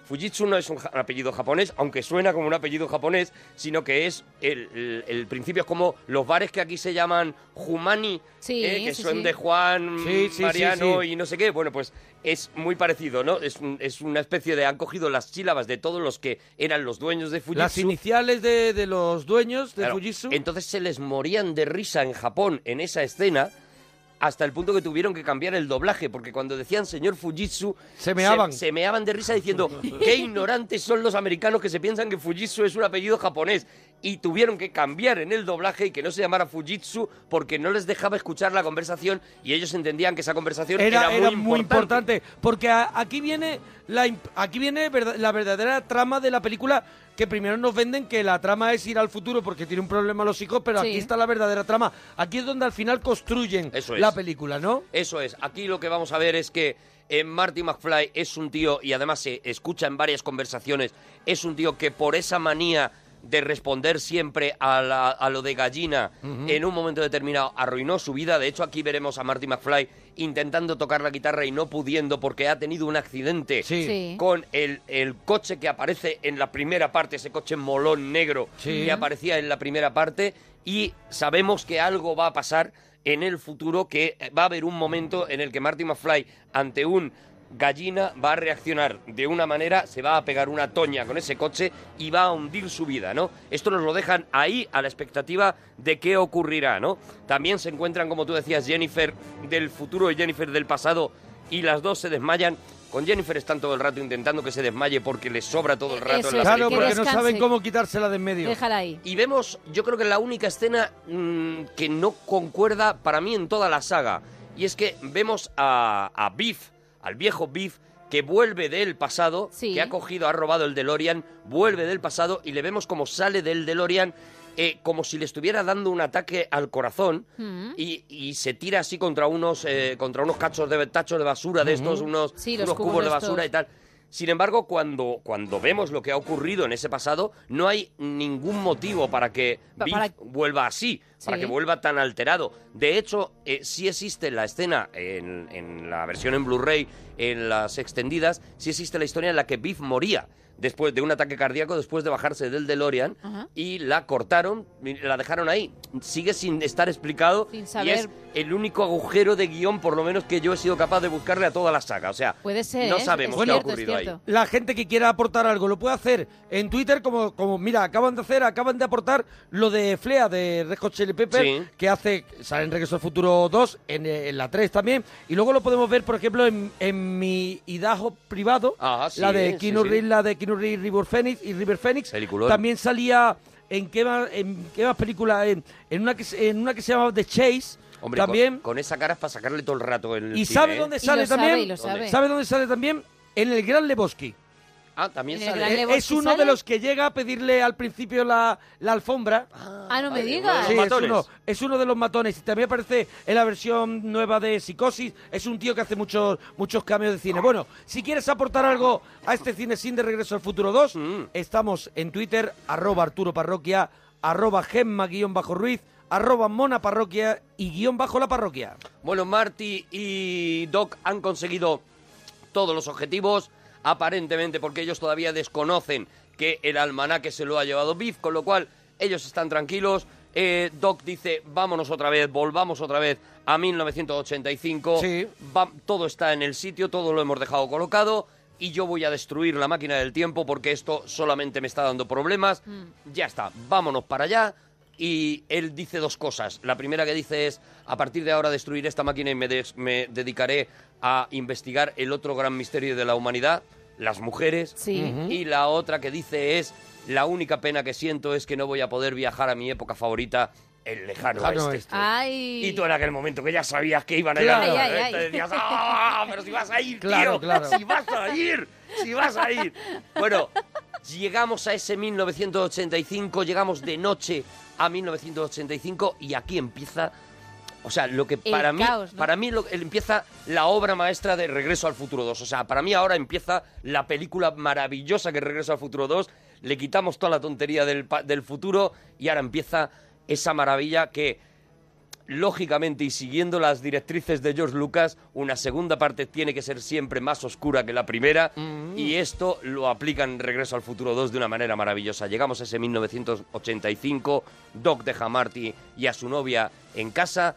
Speaker 3: Fujitsu no es un ja- apellido japonés, aunque suena como un apellido japonés, sino que es el, el- el principio, es como los bares que aquí se llaman Humani,
Speaker 2: Sí,
Speaker 3: eh, que
Speaker 2: sí,
Speaker 3: son
Speaker 2: sí.
Speaker 3: de Juan,
Speaker 1: Sí, sí, sí,
Speaker 3: Mariano
Speaker 1: sí.
Speaker 3: y no sé qué. Bueno, pues es muy parecido, ¿no? Es, un- es una especie de... Han cogido las sílabas de todos los que eran los dueños de Fujitsu.
Speaker 1: Las iniciales de, de los dueños de
Speaker 3: Claro,
Speaker 1: este Fujitsu.
Speaker 3: Entonces se les morían de risa en Japón en esa escena hasta el punto que tuvieron que cambiar el doblaje porque cuando decían señor Fujitsu se
Speaker 1: meaban.
Speaker 3: se, meaban de
Speaker 1: *laughs*
Speaker 3: risa diciendo qué ignorantes son los americanos que se piensan que Fujitsu es un apellido japonés y tuvieron que cambiar en el doblaje y que no se llamara Fujitsu porque no les dejaba escuchar la conversación y ellos entendían que esa conversación era,
Speaker 1: Era, era muy
Speaker 3: importante.
Speaker 1: importante. Porque a- aquí viene, la, imp- aquí viene verda- la verdadera trama de la película que primero nos venden que la trama es ir al futuro porque tiene un problema los hijos, pero
Speaker 3: Sí.
Speaker 1: aquí está la verdadera trama. Aquí es donde al final construyen
Speaker 3: Eso es.
Speaker 1: la película, ¿no?
Speaker 3: Eso es. Aquí lo que vamos a ver es que eh, Marty McFly es un tío, y además se escucha en varias conversaciones, es un tío que por esa manía de responder siempre a, la- a lo de gallina
Speaker 1: Ujú.
Speaker 3: en un momento determinado arruinó su vida. De hecho, aquí veremos a Marty McFly intentando tocar la guitarra y no pudiendo porque ha tenido un accidente
Speaker 1: Sí.
Speaker 3: con el, el coche que aparece en la primera parte, ese coche molón negro
Speaker 1: Sí.
Speaker 3: que aparecía en la primera parte y sabemos que algo va a pasar en el futuro, que va a haber un momento en el que Marty McFly ante un gallina va a reaccionar de una manera, se va a pegar una toña con ese coche y va a hundir su vida, ¿no? Esto nos lo dejan ahí a la expectativa de qué ocurrirá, ¿no? También se encuentran, como tú decías, Jennifer del futuro y Jennifer del pasado y las dos se desmayan. Con Jennifer están todo el rato intentando que se desmaye porque le sobra todo el rato
Speaker 2: Eso
Speaker 3: en la
Speaker 2: es, que
Speaker 1: Claro, porque no
Speaker 2: descanse.
Speaker 1: saben cómo quitársela de en medio.
Speaker 2: Déjala ahí.
Speaker 3: y vemos, yo creo que la única escena mm, que no concuerda para mí en toda la saga. Y es que vemos a, a Biff, al viejo Biff, que vuelve del pasado, que ha cogido, ha robado el DeLorean, vuelve del pasado y le vemos como sale del DeLorean eh, como si le estuviera dando un ataque al corazón
Speaker 2: Mm.
Speaker 3: y, y se tira así contra unos eh, contra unos cachos de tachos de basura de
Speaker 2: Mm.
Speaker 3: estos
Speaker 1: Ujú.
Speaker 3: unos,
Speaker 1: Sí, los
Speaker 3: unos
Speaker 1: cubos
Speaker 3: cubos, de
Speaker 1: estos.
Speaker 3: basura y tal sin embargo cuando cuando vemos lo que ha ocurrido en ese pasado no hay ningún motivo para que
Speaker 2: Pa-
Speaker 3: Biff
Speaker 2: para-
Speaker 3: vuelva así para
Speaker 2: Sí.
Speaker 3: que vuelva tan alterado de hecho eh, sí existe la escena en, en la versión en Blu-ray en las extendidas sí existe la historia en la que Biff moría después de un ataque cardíaco después de bajarse del DeLorean
Speaker 2: Ajá.
Speaker 3: y la cortaron, y la dejaron ahí. Sigue sin estar explicado
Speaker 2: Sin
Speaker 3: y
Speaker 2: saber.
Speaker 3: es el único agujero de guión, por lo menos que yo he sido capaz de buscarle a toda la saga. O sea,
Speaker 2: Puede ser,
Speaker 3: no
Speaker 2: ¿eh?
Speaker 3: sabemos
Speaker 2: Es
Speaker 3: qué ha
Speaker 2: cierto, es
Speaker 3: ocurrido ahí.
Speaker 2: cierto.
Speaker 1: La gente que quiera aportar algo lo puede hacer en Twitter, como, como mira, acaban de hacer, acaban de aportar lo de Flea de Red Hot Chili Peppers,
Speaker 3: Sí.
Speaker 1: que hace, sale en Regreso al Futuro 2, en, eh, en la 3 también, y luego lo podemos ver, por ejemplo, en, en mi hidajo privado,
Speaker 3: Ajá, sí,
Speaker 1: la de
Speaker 3: sí,
Speaker 1: Keanu
Speaker 3: sí.
Speaker 1: Reeves, la de Keanu Reeves, River Phoenix y River Phoenix.
Speaker 3: Peliculón.
Speaker 1: También salía en qué más, en qué más película, en, en una que, se- en una que se llamaba The Chase,
Speaker 3: Hombre, con-
Speaker 1: también.
Speaker 3: Con, esa cara es para sacarle todo el rato el
Speaker 1: ¿Y
Speaker 3: cine,
Speaker 1: sabe
Speaker 3: ¿eh?
Speaker 1: dónde sale también? ¿Sabe dónde sale también? En el Gran Lebowski.
Speaker 3: Ah, también
Speaker 1: Eh,
Speaker 3: sale.
Speaker 1: es uno de los que llega a pedirle al principio la, la alfombra.
Speaker 2: Ah, no me digas.
Speaker 1: Sí, es uno, es uno de los matones. Y también aparece en la versión nueva de Psicosis. Es un tío que hace muchos, muchos cambios de cine. Bueno, si quieres aportar algo a este cine sin de Regreso al Futuro 2, estamos en Twitter, arroba Arturo Parroquia, arroba Gemma guión bajo Ruiz, arroba Mona Parroquia y guión bajo la parroquia.
Speaker 3: Bueno, Marty y Doc han conseguido todos los objetivos, aparentemente porque ellos todavía desconocen que el almanaque se lo ha llevado Biff, con lo cual ellos están tranquilos. Eh, Doc dice, vámonos otra vez, volvamos otra vez a 1985. Va- todo está en el sitio, todo lo hemos dejado colocado y yo voy a destruir la máquina del tiempo porque esto solamente me está dando problemas. Ya está, vámonos para allá. Y él dice dos cosas. La primera que dice es, a partir de ahora destruiré esta máquina y me, des- me dedicaré a investigar el otro gran misterio de la humanidad, las mujeres.
Speaker 2: Sí. Ujú.
Speaker 3: Y la otra que dice es, la única pena que siento es que no voy a poder viajar a mi época favorita, el lejano,
Speaker 1: Lejano
Speaker 3: oeste".
Speaker 1: oeste.
Speaker 2: Ay.
Speaker 3: Y tú en aquel momento que ya sabías que iban a ir
Speaker 1: Claro.
Speaker 3: a la
Speaker 1: Ay, ay,
Speaker 3: recta,
Speaker 1: ay.
Speaker 3: decías, ¡ah! Pero si vas a ir,
Speaker 1: Claro,
Speaker 3: tío,
Speaker 1: claro.
Speaker 3: si vas a ir, si vas a ir. Bueno, llegamos a ese 1985, llegamos de noche a 1985 y aquí empieza, o sea, lo que
Speaker 1: El
Speaker 3: para mí,
Speaker 1: caos, ¿no?
Speaker 3: para mí lo- el- empieza la obra maestra de Regreso al Futuro 2. O sea, para mí ahora empieza la película maravillosa que es Regreso al Futuro 2. Le quitamos toda la tontería del, pa- del futuro y ahora empieza esa maravilla que Lógicamente, y siguiendo las directrices de George Lucas, una segunda parte tiene que ser siempre más oscura que la primera. Y esto lo aplican en Regreso al Futuro 2 de una manera maravillosa. Llegamos a ese 1985, Doc deja a Marty y a su novia en casa.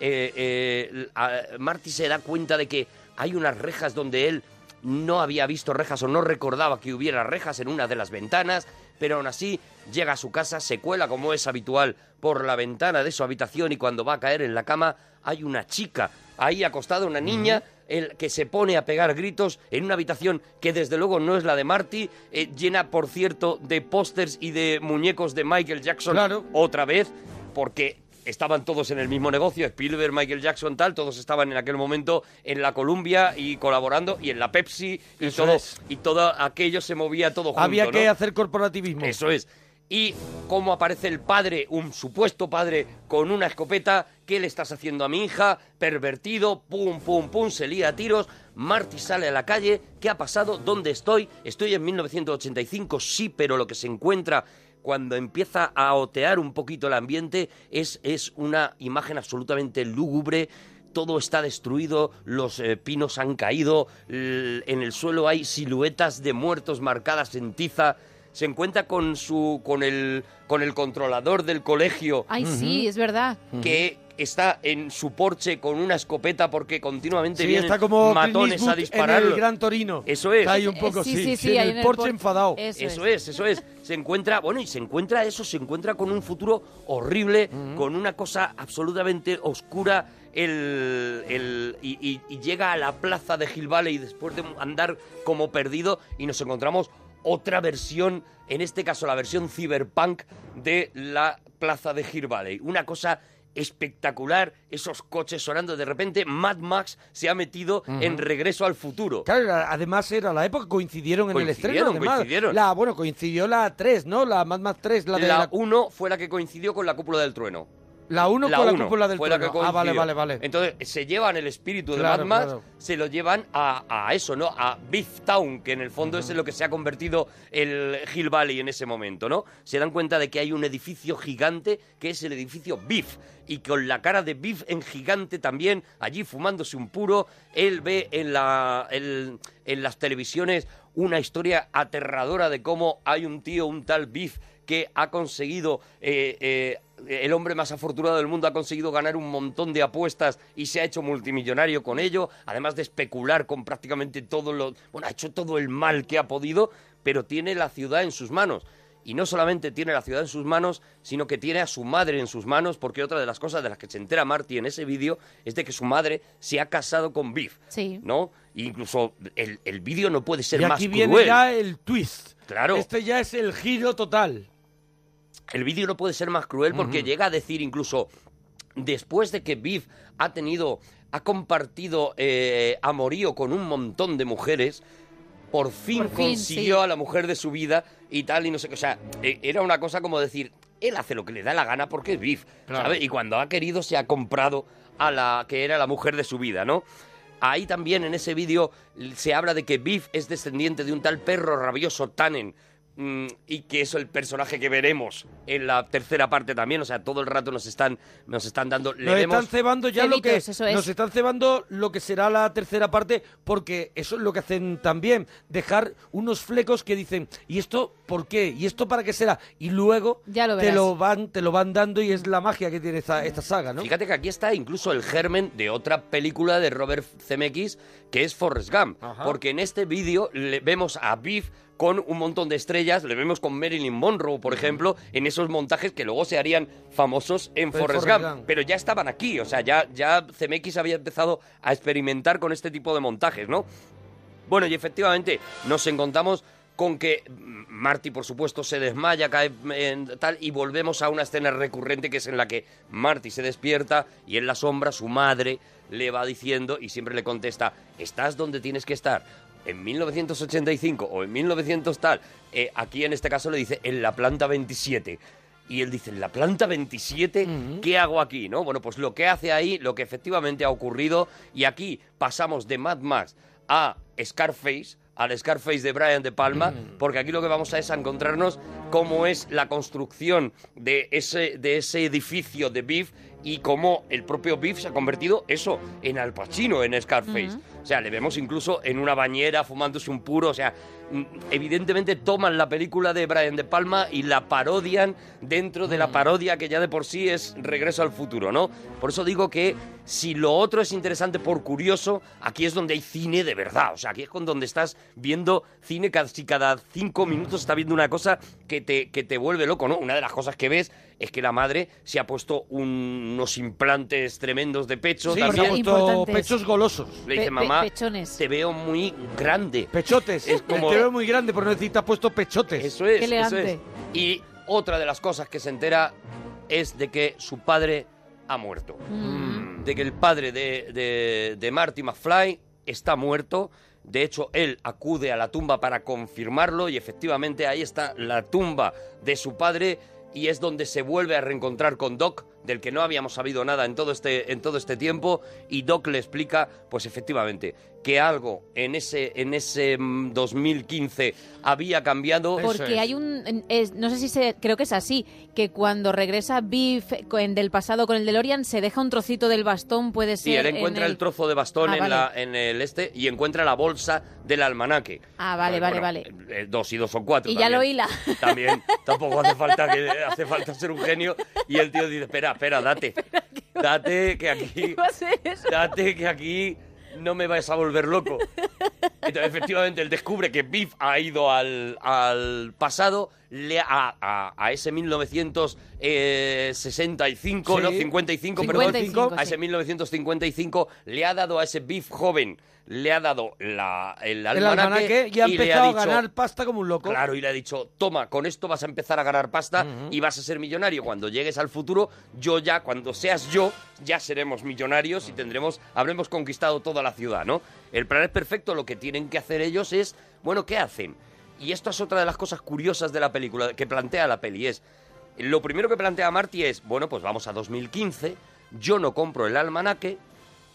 Speaker 3: Eh, eh, a- Marty se da cuenta de que hay unas rejas donde él no había visto rejas o no recordaba que hubiera rejas en una de las ventanas, pero aún así llega a su casa, se cuela como es habitual por la ventana de su habitación y cuando va a caer en la cama hay una chica ahí acostada, una niña, el que se pone a pegar gritos en una habitación que desde luego no es la de Marty, eh, llena por cierto de pósters y de muñecos de Michael Jackson otra vez, porque estaban todos en el mismo negocio, Spielberg, Michael Jackson, tal, todos estaban en aquel momento en la Columbia y colaborando y en la Pepsi y
Speaker 1: Eso
Speaker 3: todo,
Speaker 1: es.
Speaker 3: y todo aquello se movía todo junto.
Speaker 1: Había que
Speaker 3: ¿no?
Speaker 1: hacer corporativismo.
Speaker 3: Eso es. Y cómo aparece el padre, un supuesto padre, con una escopeta. ¿Qué le estás haciendo a mi hija? Pervertido. Pum, pum, pum. Se lía a tiros. Marty sale a la calle. ¿Qué ha pasado? ¿Dónde estoy? Estoy en 1985, sí, pero lo que se encuentra cuando empieza a otear un poquito el ambiente es, es una imagen absolutamente lúgubre. Todo está destruido, los eh, pinos han caído, l- en el suelo hay siluetas de muertos marcadas en tiza se encuentra con su con el con el controlador del colegio
Speaker 2: Ay, sí, es verdad.
Speaker 3: que está en su porche con una escopeta porque continuamente
Speaker 1: Sí,
Speaker 3: vienen
Speaker 1: está como Clint
Speaker 3: matones
Speaker 1: Eastwood
Speaker 3: a
Speaker 1: en
Speaker 3: disparar
Speaker 1: el Gran Torino.
Speaker 3: eso es
Speaker 1: Está ahí un poco, Eh, sí, sí, sí, sí, en ahí el en el porche por- enfadado.
Speaker 3: eso,
Speaker 1: Eso
Speaker 3: es. eso es se encuentra bueno y se encuentra eso se encuentra con un futuro horrible con una cosa absolutamente oscura el, el- y, y- y llega a la plaza de Gil Valley después de andar como perdido y nos encontramos otra versión, en este caso la versión cyberpunk de la plaza de Hill Valley. Una cosa espectacular, esos coches sonando de repente, Mad Max se ha metido en Regreso al Futuro.
Speaker 1: Claro, a- además era la época, coincidieron, en el
Speaker 3: Coincidieron,
Speaker 1: estreno. Además.
Speaker 3: coincidieron.
Speaker 1: La, bueno, coincidió la 3, ¿no? La Mad Max 3, la de
Speaker 3: la
Speaker 1: la
Speaker 3: 1 fue la que coincidió con la cúpula del trueno.
Speaker 1: la 1 con la
Speaker 3: uno
Speaker 1: cúpula del
Speaker 3: fue la que
Speaker 1: trueno. Ah, vale,
Speaker 3: coincidió.
Speaker 1: vale, vale.
Speaker 3: Entonces, se llevan el espíritu de
Speaker 1: Claro,
Speaker 3: Mad Max,
Speaker 1: claro.
Speaker 3: se lo llevan a, a eso, ¿no? A Big Town, que en el fondo es en lo que se ha convertido el Hill Valley en ese momento, ¿no? Se dan cuenta de que hay un edificio gigante que es el edificio Beef. Y con la cara de Beef en gigante también, allí fumándose un puro, él ve en, la, el- en las televisiones una historia aterradora de cómo hay un tío, un tal Beef, que ha conseguido, eh, eh, el hombre más afortunado del mundo ha conseguido ganar un montón de apuestas y se ha hecho multimillonario con ello, además de especular con prácticamente todo lo, bueno, ha hecho todo el mal que ha podido, pero tiene la ciudad en sus manos. Y no solamente tiene la ciudad en sus manos, sino que tiene a su madre en sus manos, porque otra de las cosas de las que se entera Marty en ese vídeo es de que su madre se ha casado con Biff,
Speaker 2: Sí.
Speaker 3: ¿no? Incluso el, el vídeo no puede ser
Speaker 1: y
Speaker 3: más
Speaker 1: aquí viene
Speaker 3: cruel.
Speaker 1: ya el twist.
Speaker 3: Claro.
Speaker 1: Este ya es el giro total.
Speaker 3: El vídeo no puede ser más cruel porque llega a decir incluso después de que Biff ha tenido, ha compartido eh, amorío con un montón de mujeres, por fin,
Speaker 1: Por fin,
Speaker 3: consiguió
Speaker 1: sí.
Speaker 3: a la mujer de su vida y tal y no sé qué. O sea, eh, era una cosa como decir, él hace lo que le da la gana porque es Biff,
Speaker 1: Claro.
Speaker 3: ¿sabes? Y cuando ha querido se ha comprado a la que era la mujer de su vida, ¿no? Ahí también en ese vídeo se habla de que Biff es descendiente de un tal perro rabioso Tannen. mm, y que es el personaje que veremos en la tercera parte también. O sea, todo el rato nos están, nos están dando. Le
Speaker 1: Nos
Speaker 3: vemos-
Speaker 1: están cebando ya lo que nos están cebando lo que será la tercera parte porque eso es lo que hacen también dejar unos flecos que dicen y esto por qué y esto para qué será y luego
Speaker 2: Ya lo
Speaker 1: te
Speaker 2: verás.
Speaker 1: lo van te lo van dando y es la magia que tiene esta, esta saga, ¿no?
Speaker 3: Fíjate que aquí está incluso el germen de otra película de Robert Zemeckis que es Forrest Gump.
Speaker 1: Ajá.
Speaker 3: Porque en este vídeo le vemos a Biff con un montón de estrellas, le vemos con Marilyn Monroe, por ejemplo, en esos montajes que luego se harían famosos en
Speaker 1: Pero
Speaker 3: Forrest
Speaker 1: Forrest
Speaker 3: Gump.
Speaker 1: Gump.
Speaker 3: Pero ya estaban aquí, o sea, ya, ya Zemeckis había empezado a experimentar con este tipo de montajes, ¿no? Bueno, y efectivamente nos encontramos con que mm, Marty, por supuesto, se desmaya, cae mm, en tal, y volvemos a una escena recurrente que es en la que Marty se despierta y en la sombra su madre le va diciendo y siempre le contesta, estás donde tienes que estar. En 1985 o en 1900 tal, Eh, aquí en este caso le dice, en la planta 27. Y él dice, en la planta 27, ¿qué hago aquí? ¿No? Bueno, pues lo que hace ahí, lo que efectivamente ha ocurrido, y aquí pasamos de Mad Max a Scarface, al Scarface de Brian De Palma, porque aquí lo que vamos a es a encontrarnos cómo es la construcción de ese, de ese edificio de Biff y cómo el propio Biff se ha convertido eso en Al Pacino, en Scarface.
Speaker 6: Ujú.
Speaker 3: O sea, le vemos incluso en una bañera fumándose un puro. O sea, mm, evidentemente toman la película de Brian De Palma y la parodian dentro de la parodia que ya de por sí es Regreso al Futuro, ¿no? Por eso digo que si lo otro es interesante por curioso, aquí es donde hay cine de verdad. O sea, aquí es con donde estás viendo cine casi cada cinco minutos está viendo una cosa que te, que te vuelve loco, ¿no? Una de las cosas que ves es que la madre se ha puesto un- unos implantes tremendos de pecho.
Speaker 1: Sí,
Speaker 3: también.
Speaker 1: se ha puesto Importantes. pechos golosos.
Speaker 3: Le dice
Speaker 1: Pe- pe-
Speaker 3: mamá,
Speaker 1: pechones.
Speaker 3: te veo muy grande.
Speaker 1: Pechotes.
Speaker 3: Es como-
Speaker 1: Te veo muy grande, por no decir, te has puesto pechotes.
Speaker 3: Eso es, eso es. Y otra de las cosas que se entera es de que su padre ha muerto.
Speaker 2: Mm.
Speaker 3: De que el padre de, de, de Marty McFly está muerto. De hecho, él acude a la tumba para confirmarlo y efectivamente ahí está la tumba de su padre y es donde se vuelve a reencontrar con Doc, del que no habíamos sabido nada en todo este, en todo este tiempo, y Doc le explica, pues efectivamente, que algo en ese, en ese mm, 2015 había cambiado.
Speaker 2: Porque hay un. es- no sé si se. Creo que es así. Que cuando regresa Biff con- del pasado con el DeLorean, se deja un trocito del bastón, puede ser.
Speaker 3: Sí, él
Speaker 2: en
Speaker 3: encuentra el...
Speaker 2: el- *laughs*
Speaker 3: trozo de bastón
Speaker 2: Ah,
Speaker 3: en, la, en el este y encuentra la bolsa del almanaque.
Speaker 2: Ah, vale, vale,
Speaker 3: Bueno,
Speaker 2: vale.
Speaker 3: eh, Dos y dos son cuatro.
Speaker 2: Y ya lo
Speaker 3: también.
Speaker 2: hila. *laughs*
Speaker 3: También, tampoco hace falta, que, hace falta ser un genio. Y el tío dice, espera, espera,
Speaker 2: *laughs*
Speaker 3: date. Date, que aquí... Date, que aquí no me vas a volver loco. Entonces, efectivamente, él descubre que Biff ha ido al, al pasado, le, a, a- a ese eh, 1965,
Speaker 1: Sí.
Speaker 3: no, 55,
Speaker 1: 55,
Speaker 3: perdón, a ese 1955, le ha dado a ese Biff joven, le ha dado la, el
Speaker 1: El
Speaker 3: almanaque,
Speaker 1: almanaque y ha
Speaker 3: le
Speaker 1: empezado
Speaker 3: dicho-
Speaker 1: a ganar pasta como un loco.
Speaker 3: Claro, y le ha dicho, toma, con esto vas a empezar a ganar pasta y vas a ser millonario. Cuando llegues al futuro, yo ya, cuando seas yo, ya seremos millonarios y tendremos, habremos conquistado toda la ciudad, ¿no? El plan es perfecto, lo que tienen que hacer ellos es, bueno, ¿qué hacen? Y esto es otra de las cosas curiosas de la película, que plantea la peli, es, lo primero que plantea Marty es, bueno, pues vamos a 2015, yo no compro el almanaque,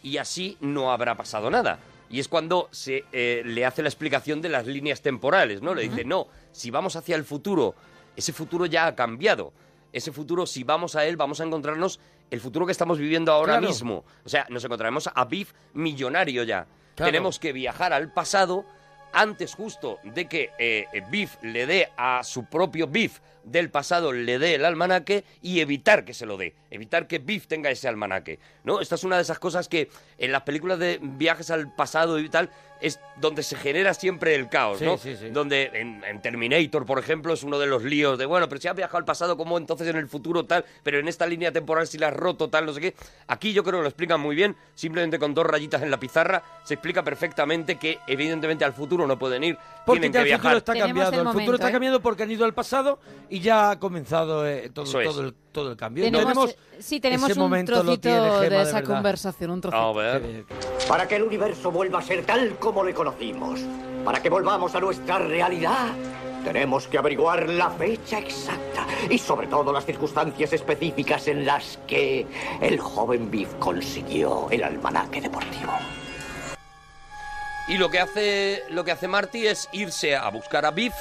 Speaker 3: y así no habrá pasado nada. Y es cuando se eh, le hace la explicación de las líneas temporales, ¿no? Le dice, no, si vamos hacia el futuro, ese futuro ya ha cambiado. Ese futuro, si vamos a él, vamos a encontrarnos el futuro que estamos viviendo ahora
Speaker 1: Claro.
Speaker 3: mismo. O sea, nos encontraremos a Biff millonario ya.
Speaker 1: Claro.
Speaker 3: Tenemos que viajar al pasado antes justo de que eh, eh, Biff le dé a su propio Biff del pasado, le dé el almanaque y evitar que se lo dé, evitar que Biff tenga ese almanaque. ¿no? Esta es una de esas cosas que en las películas de viajes al pasado y tal es donde se genera siempre el caos,
Speaker 1: Sí,
Speaker 3: ¿no?
Speaker 1: sí, sí.
Speaker 3: Donde en, en Terminator, por ejemplo, es uno de los líos de, bueno, pero si has viajado al pasado, ¿cómo entonces en el futuro tal? Pero en esta línea temporal si la has roto tal, no sé qué. Aquí yo creo que lo explican muy bien, simplemente con dos rayitas en la pizarra se explica perfectamente que evidentemente al futuro no pueden ir,
Speaker 1: Porque
Speaker 3: tienen
Speaker 1: ya
Speaker 3: que
Speaker 1: el
Speaker 3: viajar.
Speaker 1: futuro está cambiado. El, futuro
Speaker 3: ¿eh?
Speaker 1: está cambiado porque han ido al pasado y ya ha comenzado eh, todo,
Speaker 3: Eso es.
Speaker 1: todo el, todo el cambio.
Speaker 2: Tenemos,
Speaker 1: Tenemos-
Speaker 2: sí, tenemos
Speaker 1: ese
Speaker 2: un
Speaker 1: momento lo
Speaker 2: trocito
Speaker 1: tiene Gemma,
Speaker 2: de,
Speaker 1: de
Speaker 2: esa
Speaker 1: verdad.
Speaker 2: conversación, un trocito.
Speaker 3: Ah,
Speaker 7: Para que el universo vuelva a ser tal como le conocimos, para que volvamos a nuestra realidad, tenemos que averiguar la fecha exacta y sobre todo las circunstancias específicas en las que el joven Biff consiguió el almanaque deportivo.
Speaker 3: Y lo que hace lo que hace Marty es irse a buscar a Biff,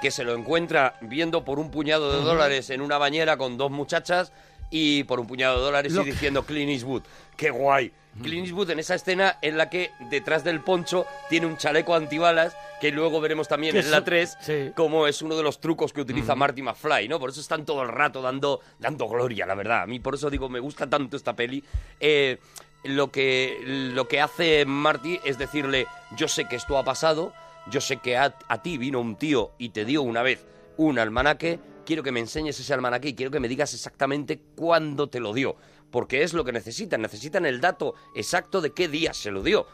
Speaker 3: que se lo encuentra viendo por un puñado de
Speaker 1: Ujú.
Speaker 3: dólares en una bañera con dos muchachas y por un puñado de dólares
Speaker 1: Lo
Speaker 3: y diciendo Clint Eastwood, qué guay.
Speaker 1: Mm.
Speaker 3: Clint Eastwood en esa escena en la que detrás del poncho tiene un chaleco antibalas que luego veremos también
Speaker 1: Que
Speaker 3: en la
Speaker 1: eso-
Speaker 3: 3 como es uno de los trucos que utiliza Marty McFly, ¿no? Por eso están todo el rato dando, dando gloria, la verdad. A mí por eso digo, me gusta tanto esta peli. Eh, lo, que, lo que hace Marty es decirle, yo sé que esto ha pasado, yo sé que a, a ti vino un tío y te dio una vez un almanaque, quiero que me enseñes ese almanaque y quiero que me digas exactamente cuándo te lo dio. Porque es lo que necesitan, necesitan el dato exacto de qué día se lo dio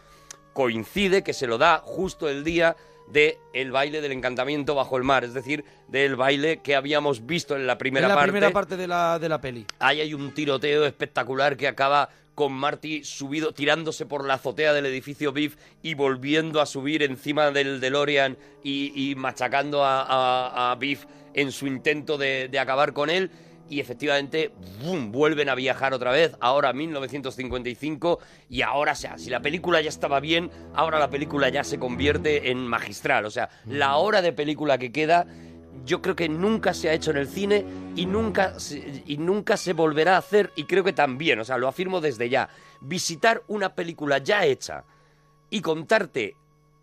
Speaker 3: coincide que se lo da justo el día de el baile del encantamiento bajo el mar, es decir, del baile que habíamos visto en la primera
Speaker 1: en la
Speaker 3: parte.
Speaker 1: primera parte de la, de la peli.
Speaker 3: Ahí hay un tiroteo espectacular que acaba con Marty subido, tirándose por la azotea del edificio Biff y volviendo a subir encima del DeLorean y, y machacando a, a- a Biff en su intento de, de acabar con él. Y efectivamente, ¡bum!, vuelven a viajar otra vez, ahora 1955, y ahora, o sea, si la película ya estaba bien, ahora la película ya se convierte en magistral. O sea, la hora de película que queda yo creo que nunca se ha hecho en el cine y nunca, se- y nunca se volverá a hacer, y creo que también, o sea, lo afirmo desde ya, visitar una película ya hecha y contarte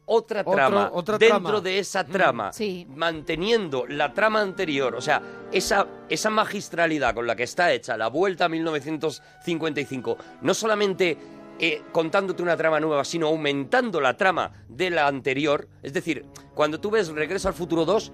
Speaker 3: otra
Speaker 1: Otro-
Speaker 3: trama
Speaker 1: otra
Speaker 3: dentro
Speaker 1: trama. Mm,
Speaker 3: de esa trama, manteniendo la trama anterior, o sea, esa, esa magistralidad con la que está hecha la vuelta a 1955, no solamente eh, contándote una trama nueva, sino aumentando la trama de la anterior, es decir, cuando tú ves Regreso al Futuro 2,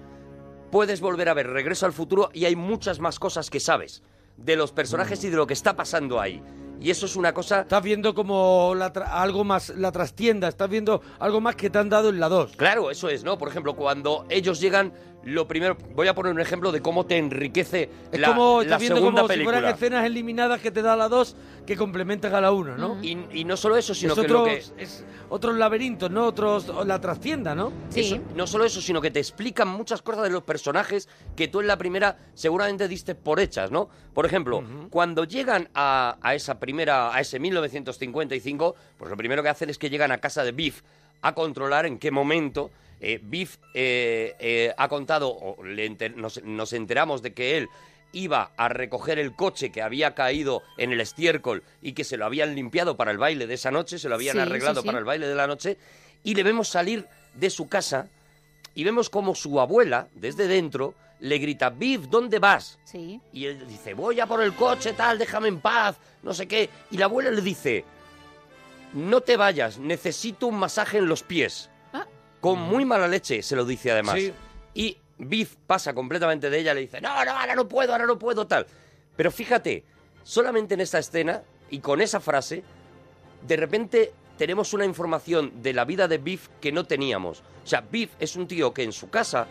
Speaker 3: puedes volver a ver Regreso al Futuro y hay muchas más cosas que sabes de los personajes y de lo que está pasando ahí. Y eso es una cosa...
Speaker 1: Estás viendo como la tra- algo más, la trastienda, estás viendo algo más que te han dado en la 2.
Speaker 3: Claro, eso es, ¿no? Por ejemplo, cuando ellos llegan, lo primero... Voy a poner un ejemplo de cómo te enriquece
Speaker 1: Es
Speaker 3: la,
Speaker 1: como,
Speaker 3: la
Speaker 1: estás viendo
Speaker 3: segunda
Speaker 1: como
Speaker 3: película.
Speaker 1: si fueran escenas eliminadas que te da la 2 que complementan a la 1, ¿no?
Speaker 3: Y, y no solo eso, sino
Speaker 1: es
Speaker 3: que
Speaker 1: otro-
Speaker 3: lo que...
Speaker 1: es otros laberintos, ¿no? Otros, o la trastienda, ¿no?
Speaker 3: Eso- no solo eso, sino que te explican muchas cosas de los personajes que tú en la primera seguramente diste por hechas, ¿no? Por ejemplo, cuando llegan a, a esa primera, a ese 1955, pues lo primero que hacen es que llegan a casa de Biff a controlar en qué momento. eh, Biff eh, eh, ha contado, o le enter- nos, nos enteramos de que él iba a recoger el coche que había caído en el estiércol y que se lo habían limpiado para el baile de esa noche, se lo habían
Speaker 1: Sí, sí,
Speaker 3: arreglado
Speaker 1: sí.
Speaker 3: para el baile de la noche, y le vemos salir de su casa y vemos como su abuela, desde dentro, le grita, Viv, ¿dónde vas?
Speaker 2: Sí.
Speaker 3: Y él dice, voy a por el coche, tal, déjame en paz, no sé qué. Y la abuela le dice, no te vayas, necesito un masaje en los pies. Con muy mala leche, se lo dice además.
Speaker 1: Sí.
Speaker 3: Y Biff pasa completamente de ella, le dice, no, no, ahora no puedo, ahora no puedo, tal. Pero fíjate, solamente en esta escena y con esa frase, de repente tenemos una información de la vida de Biff que no teníamos. O sea, Biff es un tío que en su casa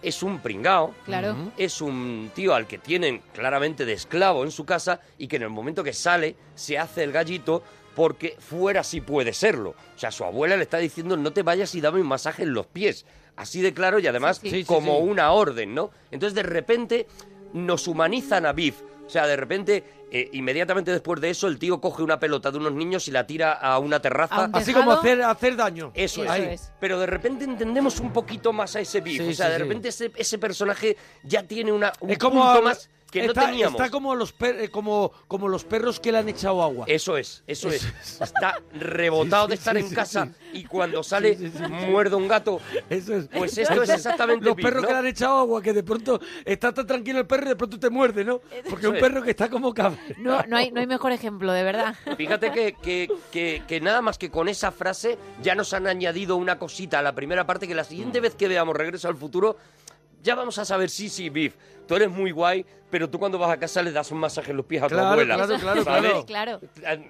Speaker 3: es un pringao,
Speaker 2: Claro. Ujú.
Speaker 3: es un tío al que tienen claramente de esclavo en su casa y que en el momento que sale se hace el gallito porque fuera sí puede serlo. O sea, su abuela le está diciendo no te vayas y dame un masaje en los pies. Así de claro y además
Speaker 1: Sí, sí. Sí, sí,
Speaker 3: como
Speaker 1: sí.
Speaker 3: una orden, ¿no? Entonces de repente nos humanizan a Biff. O sea, de repente, eh, inmediatamente después de eso, el tío coge una pelota de unos niños y la tira a una
Speaker 1: A
Speaker 3: terraza.
Speaker 1: un Así tejado. como hacer- daño.
Speaker 3: Eso,
Speaker 1: Eso
Speaker 3: es.
Speaker 1: es.
Speaker 3: Pero de repente entendemos un poquito más a ese Biff.
Speaker 1: Sí,
Speaker 3: o sea,
Speaker 1: sí,
Speaker 3: de
Speaker 1: sí.
Speaker 3: repente ese, ese personaje ya tiene una, un
Speaker 1: Es como
Speaker 3: punto
Speaker 1: a-
Speaker 3: más que
Speaker 1: está,
Speaker 3: no teníamos.
Speaker 1: Está como los, per- eh, como, como los perros que le han echado agua.
Speaker 3: Eso es, eso es. Está rebotado de estar en casa y cuando sale muerde un gato.
Speaker 1: Eso es.
Speaker 3: Pues esto es
Speaker 1: *laughs*
Speaker 3: exactamente
Speaker 1: Los
Speaker 3: Biff,
Speaker 1: perros
Speaker 3: ¿no?
Speaker 1: que le han echado agua, que de pronto está tan tranquilo el perro y de pronto te muerde, ¿no? Porque
Speaker 3: Eso
Speaker 1: un
Speaker 3: es.
Speaker 1: perro que está como cabrón.
Speaker 2: No, no hay, no hay mejor ejemplo, de verdad.
Speaker 3: Fíjate que, que- que- que nada más que con esa frase ya nos han añadido una cosita a la primera parte que la siguiente vez que veamos Regreso al Futuro ya vamos a saber, sí, sí, Biff, tú eres muy guay, pero tú cuando vas a casa le das un masaje en los pies a tu
Speaker 1: Claro,
Speaker 3: abuela.
Speaker 1: claro, claro,
Speaker 3: ¿sabes?
Speaker 1: claro.
Speaker 2: Claro.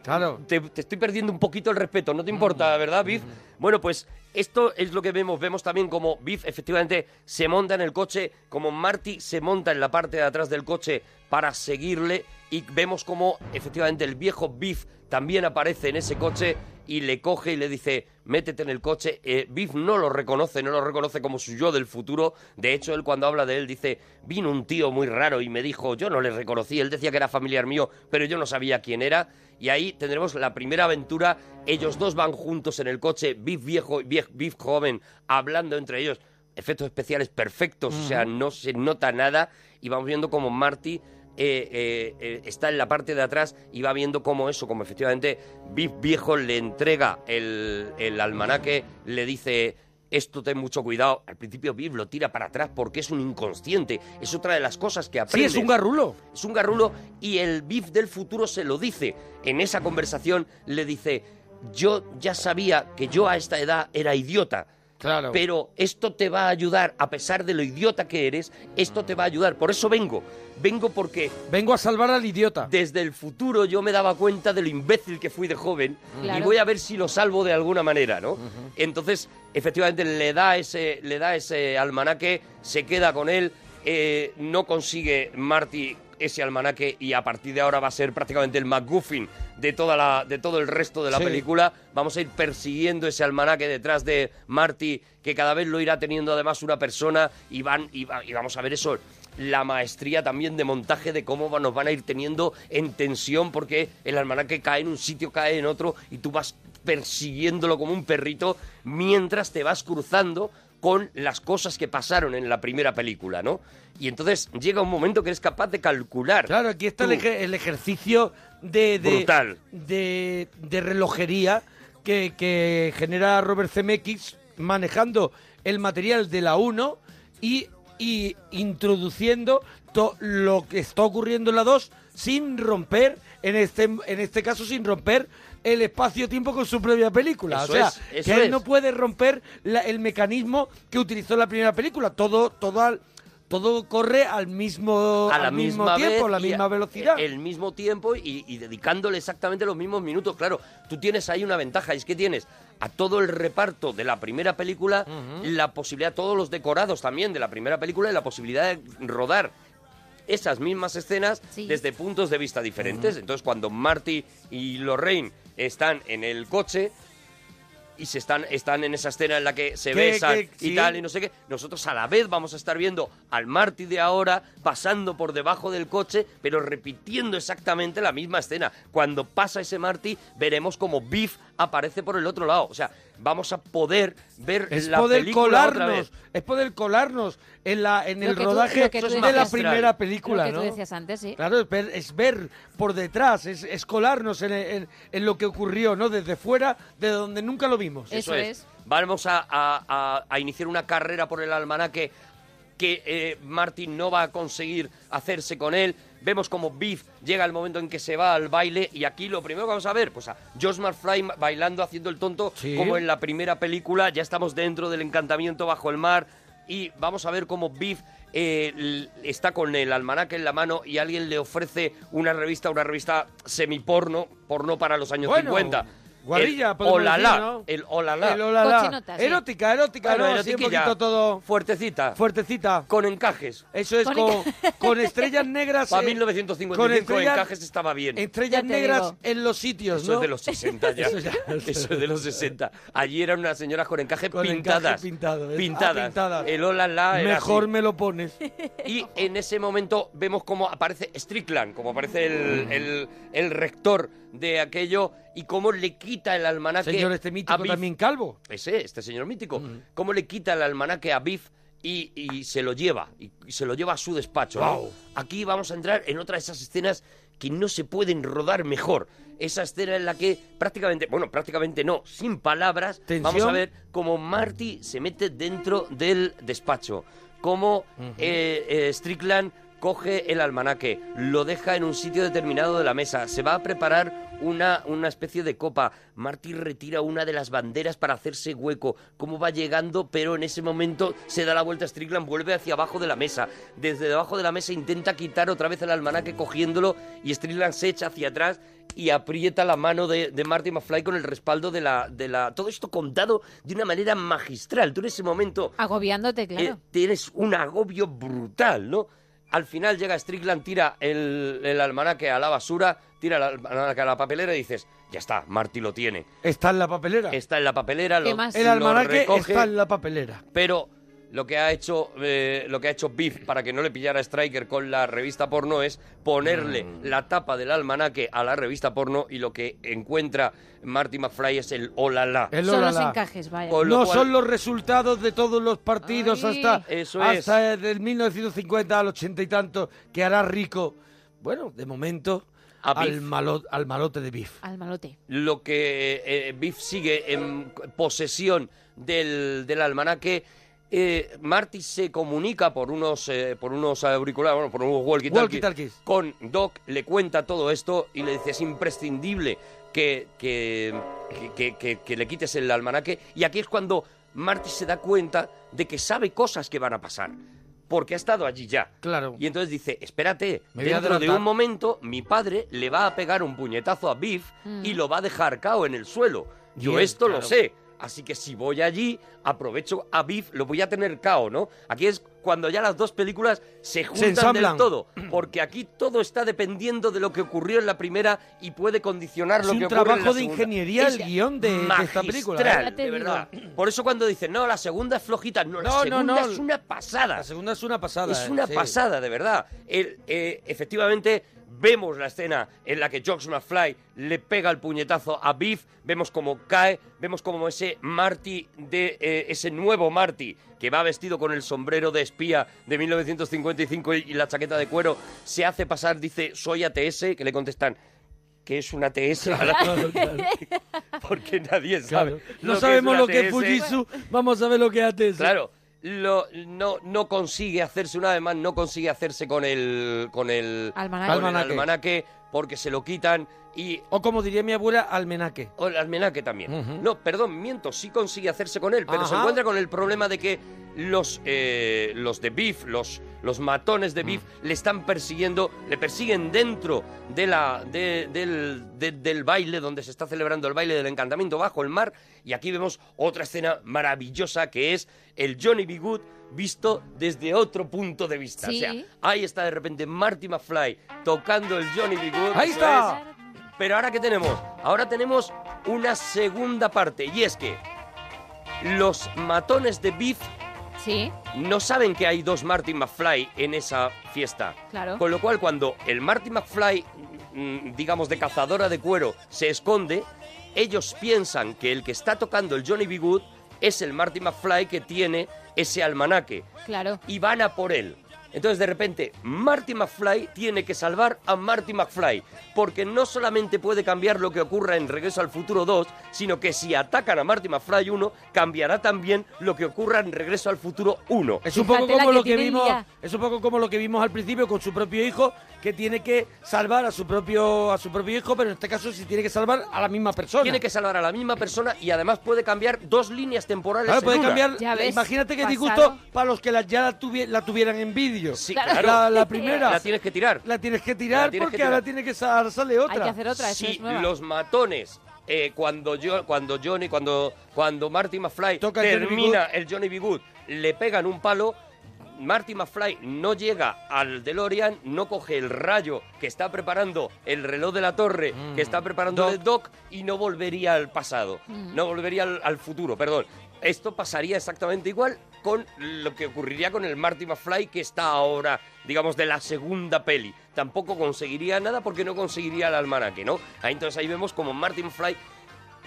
Speaker 3: Te, te estoy perdiendo un poquito el respeto, no te importa, ¿verdad, Biff? Bueno, pues esto es lo que vemos. Vemos también como Biff efectivamente se monta en el coche, como Marty se monta en la parte de atrás del coche para seguirle y vemos como efectivamente el viejo Biff también aparece en ese coche y le coge y le dice, métete en el coche. Eh, Biff no lo reconoce, no lo reconoce como su yo del futuro. De hecho, él cuando habla de él dice, vino un tío muy raro y me dijo, yo no le reconocí, él decía que era familiar mío, pero yo no sabía quién era. Y ahí tendremos la primera aventura. Ellos dos van juntos en el coche, Biff viejo y Biff, Biff joven, hablando entre ellos. Efectos especiales perfectos, o sea,
Speaker 1: Ujú.
Speaker 3: no se nota nada. Y vamos viendo como Marty eh, eh, eh, está en la parte de atrás y va viendo cómo eso, como efectivamente Biff viejo le entrega el, el almanaque, le dice esto ten mucho cuidado. Al principio Biff lo tira para atrás porque es un inconsciente. Es otra de las cosas que
Speaker 1: Sí,
Speaker 3: aprende.
Speaker 1: es un garrulo.
Speaker 3: Es un garrulo y el Biff del futuro se lo dice. En esa conversación le dice, yo ya sabía que yo a esta edad era idiota.
Speaker 1: Claro.
Speaker 3: Pero esto te va a ayudar, a pesar de lo idiota que eres, esto te va a ayudar. Por eso vengo. Vengo porque...
Speaker 1: Vengo a salvar al idiota.
Speaker 3: Desde el futuro yo me daba cuenta de lo imbécil que fui de joven y
Speaker 1: Claro.
Speaker 3: voy a ver si lo salvo de alguna manera, ¿no? Entonces, efectivamente, le da ese, le da ese almanaque, se queda con él, eh, no consigue Marty ese almanaque y a partir de ahora va a ser prácticamente el McGuffin de, toda la, de todo el resto de la
Speaker 1: Sí.
Speaker 3: película. Vamos a ir persiguiendo ese almanaque detrás de Marty, que cada vez lo irá teniendo además una persona y, van, y, va- y vamos a ver eso. La maestría también de montaje de cómo va- nos van a ir teniendo en tensión porque el almanaque cae en un sitio, cae en otro y tú vas persiguiéndolo como un perrito mientras te vas cruzando con las cosas que pasaron en la primera película, ¿no? Y entonces llega un momento que eres capaz de calcular.
Speaker 1: Claro, aquí está el, ejer- el ejercicio de, de-
Speaker 3: Brutal.
Speaker 1: de- de relojería que, que genera Robert Zemeckis manejando el material de la 1 y, y introduciendo to- lo que está ocurriendo en la 2 sin romper, en este, en este caso sin romper el espacio-tiempo con su propia película.
Speaker 3: Eso
Speaker 1: o sea,
Speaker 3: es, eso
Speaker 1: que él
Speaker 3: es.
Speaker 1: no puede romper la- el mecanismo que utilizó en la primera película. Todo, todo, al- todo corre al mismo,
Speaker 3: a la
Speaker 1: al mismo
Speaker 3: misma
Speaker 1: tiempo,
Speaker 3: vez
Speaker 1: la
Speaker 3: y
Speaker 1: misma
Speaker 3: a-
Speaker 1: velocidad.
Speaker 3: El mismo tiempo y, y dedicándole exactamente los mismos minutos. Claro, tú tienes ahí una ventaja, y es que tienes a todo el reparto de la primera película,
Speaker 1: Ujú.
Speaker 3: la posibilidad, todos los decorados también de la primera película, y la posibilidad de rodar esas mismas escenas desde puntos de vista diferentes. Entonces, cuando Marty y Lorraine están en el coche y se están, están en esa escena en la que se
Speaker 1: Que-
Speaker 3: besan
Speaker 1: que-
Speaker 3: y
Speaker 1: sí.
Speaker 3: tal y no sé qué, nosotros a la vez vamos a estar viendo al Marty de ahora pasando por debajo del coche, pero repitiendo exactamente la misma escena. Cuando pasa ese Marty, veremos como Biff aparece por el otro lado. O sea, vamos a poder ver
Speaker 1: es
Speaker 3: la
Speaker 1: poder
Speaker 3: película otra vez.
Speaker 1: colarnos, es poder colarnos en la en
Speaker 2: Lo
Speaker 1: el
Speaker 2: que tú-
Speaker 1: rodaje
Speaker 2: lo que tú
Speaker 1: de la
Speaker 2: decías-
Speaker 1: primera película,
Speaker 2: Lo que
Speaker 1: ¿no?
Speaker 2: tú decías antes, sí.
Speaker 1: Claro, es ver, es ver por detrás, es, es colarnos en, en- en lo que ocurrió, ¿no? Desde fuera, de donde nunca lo vimos.
Speaker 3: Eso es. Vamos a, a- a- a iniciar una carrera por el almanaque que eh, Martin no va a conseguir hacerse con él. Vemos como Biff llega el momento en que se va al baile y aquí lo primero que vamos a ver, pues a Josh Fry bailando, haciendo el tonto,
Speaker 1: Sí.
Speaker 3: como en la primera película, ya estamos dentro del encantamiento bajo el mar y vamos a ver cómo Biff eh, l- está con el almanaque en la mano y alguien le ofrece una revista, una revista semiporno, porno para los años
Speaker 1: Bueno,
Speaker 3: 50.
Speaker 1: guarilla,
Speaker 3: El
Speaker 1: podemos decir,
Speaker 3: olalá,
Speaker 1: ¿no?
Speaker 3: el olalá.
Speaker 1: El olalá.
Speaker 2: Cochinota, sí.
Speaker 1: Erótica, erótica,
Speaker 3: Bueno,
Speaker 1: ¿no? Así un
Speaker 3: erotiquilla.
Speaker 1: poquito todo...
Speaker 3: Fuertecita.
Speaker 1: Fuertecita.
Speaker 3: Con encajes.
Speaker 1: Eso es,
Speaker 3: Con
Speaker 1: con, con estrellas
Speaker 3: *laughs*
Speaker 1: negras...
Speaker 3: Para
Speaker 1: eh,
Speaker 3: 1955
Speaker 1: con estrellas-
Speaker 3: encajes estaba bien.
Speaker 1: Estrellas
Speaker 3: Ya te
Speaker 1: negras
Speaker 3: digo.
Speaker 1: en los sitios,
Speaker 3: Eso
Speaker 1: ¿no?
Speaker 3: es de los 60
Speaker 1: *laughs*
Speaker 3: ya.
Speaker 1: Eso
Speaker 3: Eso,
Speaker 1: ya-
Speaker 3: es de los 60. Allí eran unas señoras con encajes
Speaker 1: Con encaje
Speaker 3: pintadas.
Speaker 1: pintado, ¿eh?
Speaker 3: pintadas.
Speaker 1: Ah, pintadas.
Speaker 3: El hola la era
Speaker 1: Mejor
Speaker 3: así.
Speaker 1: me lo pones.
Speaker 3: Y en ese momento vemos cómo aparece Strickland, como aparece
Speaker 1: Mm.
Speaker 3: el, el- el rector de aquello y cómo le quita el almanaque.
Speaker 1: Señor, este mítico
Speaker 3: Biff.
Speaker 1: también calvo.
Speaker 3: Ese, este señor mítico. Cómo le quita el almanaque a Biff y, y se lo lleva. Y, y se lo lleva a su despacho. ¿no?
Speaker 1: Guau.
Speaker 3: Aquí vamos a entrar en otra de esas escenas que no se pueden rodar mejor. Esa escena en la que prácticamente, bueno, prácticamente no, sin palabras, vamos a
Speaker 1: Tensión.
Speaker 3: ver cómo Marty se mete dentro del despacho, cómo eh, eh, Strickland coge el almanaque, lo deja en un sitio determinado de la mesa, se va a preparar una, una especie de copa, Marty retira una de las banderas para hacerse hueco, cómo va llegando, pero en ese momento se da la vuelta, Strickland vuelve hacia abajo de la mesa, desde debajo de la mesa intenta quitar otra vez el almanaque cogiéndolo y Strickland se echa hacia atrás y aprieta la mano de, de Marty McFly con el respaldo de la, de la... Todo esto contado de una manera magistral. Tú en ese momento
Speaker 2: Agobiándote,
Speaker 3: eh,
Speaker 2: Ah, claro.
Speaker 3: tienes un agobio brutal, ¿no? Al final llega Strickland, tira el, el almanaque a la basura, tira el almanaque a la papelera y dices, ya está, Marty lo tiene.
Speaker 1: Está en la papelera.
Speaker 3: Está en la papelera, lo,
Speaker 1: El
Speaker 3: lo
Speaker 1: almanaque
Speaker 3: recoge,
Speaker 1: está en la papelera.
Speaker 3: pero lo que ha hecho eh, lo que ha hecho Biff para que no le pillara a Striker con la revista porno es ponerle la tapa del almanaque a la revista porno y lo que encuentra Marty McFly es el oh olala.
Speaker 1: El
Speaker 2: Son los
Speaker 1: olala.
Speaker 2: encajes, vaya.
Speaker 3: Con lo
Speaker 1: no
Speaker 3: cual-
Speaker 1: son los resultados de todos los partidos
Speaker 2: Ay.
Speaker 1: hasta,
Speaker 3: Eso
Speaker 1: hasta eh, del 1950 al 80 y tanto que hará rico. Bueno, de momento
Speaker 3: A
Speaker 1: al,
Speaker 3: Biff.
Speaker 1: malo- al malote de Biff.
Speaker 2: Al malote.
Speaker 3: Lo que eh, Biff sigue en posesión del, del almanaque. eh, Marty se comunica por unos, eh, por unos auriculares, bueno, por unos walkie-talkies.
Speaker 1: Walkie-talkies.
Speaker 3: con Doc, le cuenta todo esto y le dice es imprescindible que, que, que- que- que le quites el almanaque. Y aquí es cuando Marty se da cuenta de que sabe cosas que van a pasar. Porque ha estado allí ya.
Speaker 1: Claro.
Speaker 3: Y entonces dice, espérate,
Speaker 1: Me voy a
Speaker 3: dentro de
Speaker 1: adelantar.
Speaker 3: un momento mi padre le va a pegar un puñetazo a Biff
Speaker 1: Mm.
Speaker 3: y lo va a dejar cao en el suelo. Yo
Speaker 1: Bien,
Speaker 3: esto lo
Speaker 1: claro.
Speaker 3: sé. Así que si voy allí, aprovecho a Biff, lo voy a tener cao, ¿no? Aquí es cuando ya las dos películas se juntan del
Speaker 1: ensamblan.
Speaker 3: todo. Porque aquí todo está dependiendo de lo que ocurrió en la primera y puede condicionar
Speaker 1: Es
Speaker 3: lo que
Speaker 1: un
Speaker 3: ocurre en la
Speaker 1: trabajo de
Speaker 3: segunda.
Speaker 1: ingeniería el
Speaker 3: Es
Speaker 1: guión de, de esta película.
Speaker 3: magistral,
Speaker 1: ¿eh?
Speaker 3: de verdad. Por eso cuando dicen, no, la segunda es flojita. No, la
Speaker 1: No, no,
Speaker 3: segunda
Speaker 1: no.
Speaker 3: es una pasada.
Speaker 1: La segunda es una pasada.
Speaker 3: Es
Speaker 1: eh,
Speaker 3: una
Speaker 1: sí.
Speaker 3: pasada, de verdad. El, eh, efectivamente, Vemos la escena en la que George McFly le pega el puñetazo a Biff, vemos cómo cae, vemos cómo ese Marty de eh, ese nuevo Marty que va vestido con el sombrero de espía de 1955 y y la chaqueta de cuero se hace pasar, dice soy ATS, que le contestan que es una ATS a la- *laughs* porque nadie sabe.
Speaker 1: Claro.
Speaker 3: lo
Speaker 1: No
Speaker 3: es
Speaker 1: sabemos
Speaker 3: una
Speaker 1: lo que es
Speaker 3: ATS.
Speaker 1: Fujitsu, vamos a ver lo que es ATS.
Speaker 3: Claro, lo, no, no consigue hacerse, una vez más, no consigue hacerse con el, con el
Speaker 1: Almanaque.
Speaker 3: con el
Speaker 1: Almanaque.
Speaker 3: almanaque porque se lo quitan y...
Speaker 1: O como diría mi abuela, almenaque.
Speaker 3: O el almenaque también.
Speaker 1: Ujú.
Speaker 3: No, perdón, miento, sí consigue hacerse con él, pero se
Speaker 1: Ajá.
Speaker 3: encuentra con el problema de que los, eh, los de Beef, los, los matones de Beef, le están persiguiendo, le persiguen dentro de la, de- del, de- del baile donde se está celebrando el baile del encantamiento bajo el mar. Y aquí vemos otra escena maravillosa que es el Johnny B. Good visto desde otro punto de vista.
Speaker 28: Sí.
Speaker 3: O sea, ahí está de repente Marty McFly tocando el Johnny B. Good.
Speaker 1: Ahí
Speaker 3: eso
Speaker 1: está.
Speaker 3: es. Pero ahora qué tenemos? Ahora tenemos una segunda parte y es que los matones de Biff
Speaker 2: Sí,
Speaker 3: no saben que hay dos Martin McFly en esa fiesta.
Speaker 2: claro.
Speaker 3: Con lo cual cuando el Martin McFly, mm, digamos de cazadora de cuero, se esconde, ellos piensan que el que está tocando el Johnny B. Good es el Martin McFly que tiene ese almanaque
Speaker 2: Claro.
Speaker 3: y van a por él. Entonces de repente Marty McFly tiene que salvar a Marty McFly porque no solamente puede cambiar lo que ocurra en Regreso al Futuro 2, sino que si atacan a Marty McFly 1 cambiará también lo que ocurra en Regreso al Futuro 1.
Speaker 1: Es un poco como lo que vimos, es un poco como lo que vimos al principio con su propio hijo que tiene que salvar a su propio a su propio hijo, pero en este caso sí tiene que salvar a la misma persona.
Speaker 3: Tiene que salvar a la misma persona y además puede cambiar dos líneas temporales.
Speaker 1: Claro,
Speaker 3: en
Speaker 1: puede
Speaker 3: una.
Speaker 1: cambiar. imagínate qué disgusto para los que la- ya la, tuvi- la tuvieran en vídeo.
Speaker 3: claro.
Speaker 1: La, la primera.
Speaker 3: La tienes que tirar.
Speaker 1: La tienes que tirar
Speaker 3: La tienes que
Speaker 1: porque
Speaker 3: tirar.
Speaker 1: ahora tiene que sa- ahora sale otra.
Speaker 3: si los matones eh, cuando yo cuando Johnny cuando cuando Marty McFly
Speaker 1: el Johnny
Speaker 3: termina el Johnny B. Good le pegan un palo Marty McFly no llega al DeLorean, no coge el rayo que está preparando el reloj de la torre, que está preparando el Doc, y no volvería al pasado,
Speaker 1: Mm.
Speaker 3: no volvería al, al futuro, perdón. Esto pasaría exactamente igual con lo que ocurriría con el Marty McFly que está ahora, digamos, de la segunda peli. Tampoco conseguiría nada porque no conseguiría el almanaque, ¿no? Ahí, entonces ahí vemos como Marty McFly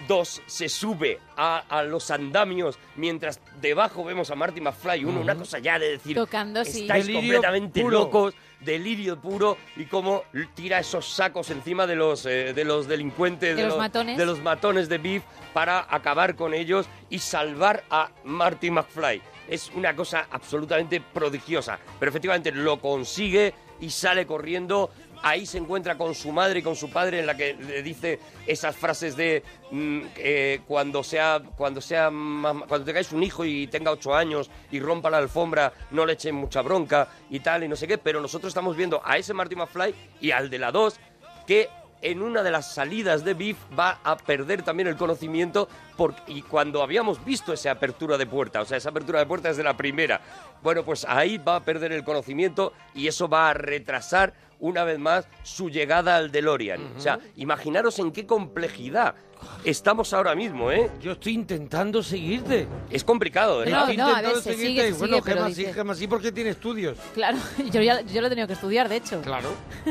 Speaker 3: 2 se sube a, a los andamios mientras debajo vemos a Marty McFly 1, una cosa ya de decir,
Speaker 2: Tocando, sí.
Speaker 3: estáis
Speaker 2: Delirio
Speaker 3: completamente
Speaker 2: puro.
Speaker 3: locos, delirio puro, y cómo tira esos sacos encima de los, eh, de los delincuentes,
Speaker 2: De los matones.
Speaker 3: de los matones de Beef para acabar con ellos y salvar a Marty McFly. Es una cosa absolutamente prodigiosa, pero efectivamente lo consigue y sale corriendo. Ahí se encuentra con su madre y con su padre en la que le dice esas frases de mm, eh, cuando sea cuando sea más- cuando tengáis un hijo y tenga ocho años y rompa la alfombra no le echen mucha bronca y tal y no sé qué. Pero nosotros estamos viendo a ese Marty McFly y al de la 2 que en una de las salidas de Biff va a perder también el conocimiento por- y cuando habíamos visto esa apertura de puerta, o sea, esa apertura de puerta es de la primera, bueno, pues ahí va a perder el conocimiento y eso va a retrasar una vez más su llegada al DeLorean. O sea, imaginaros en qué complejidad estamos ahora mismo, ¿eh?
Speaker 1: Yo estoy intentando seguirte.
Speaker 3: Es complicado,
Speaker 1: Estoy
Speaker 3: ¿verdad?
Speaker 2: No, no, a
Speaker 1: intentando
Speaker 2: ver, se
Speaker 1: seguirte
Speaker 2: sigue,
Speaker 1: y
Speaker 2: se
Speaker 1: bueno,
Speaker 2: sigue, pero
Speaker 1: Gemma sí,
Speaker 2: dice-
Speaker 1: Gemma sí, porque tiene estudios.
Speaker 2: Claro, *laughs* yo, ya- yo lo he tenido que estudiar, de hecho.
Speaker 3: Claro.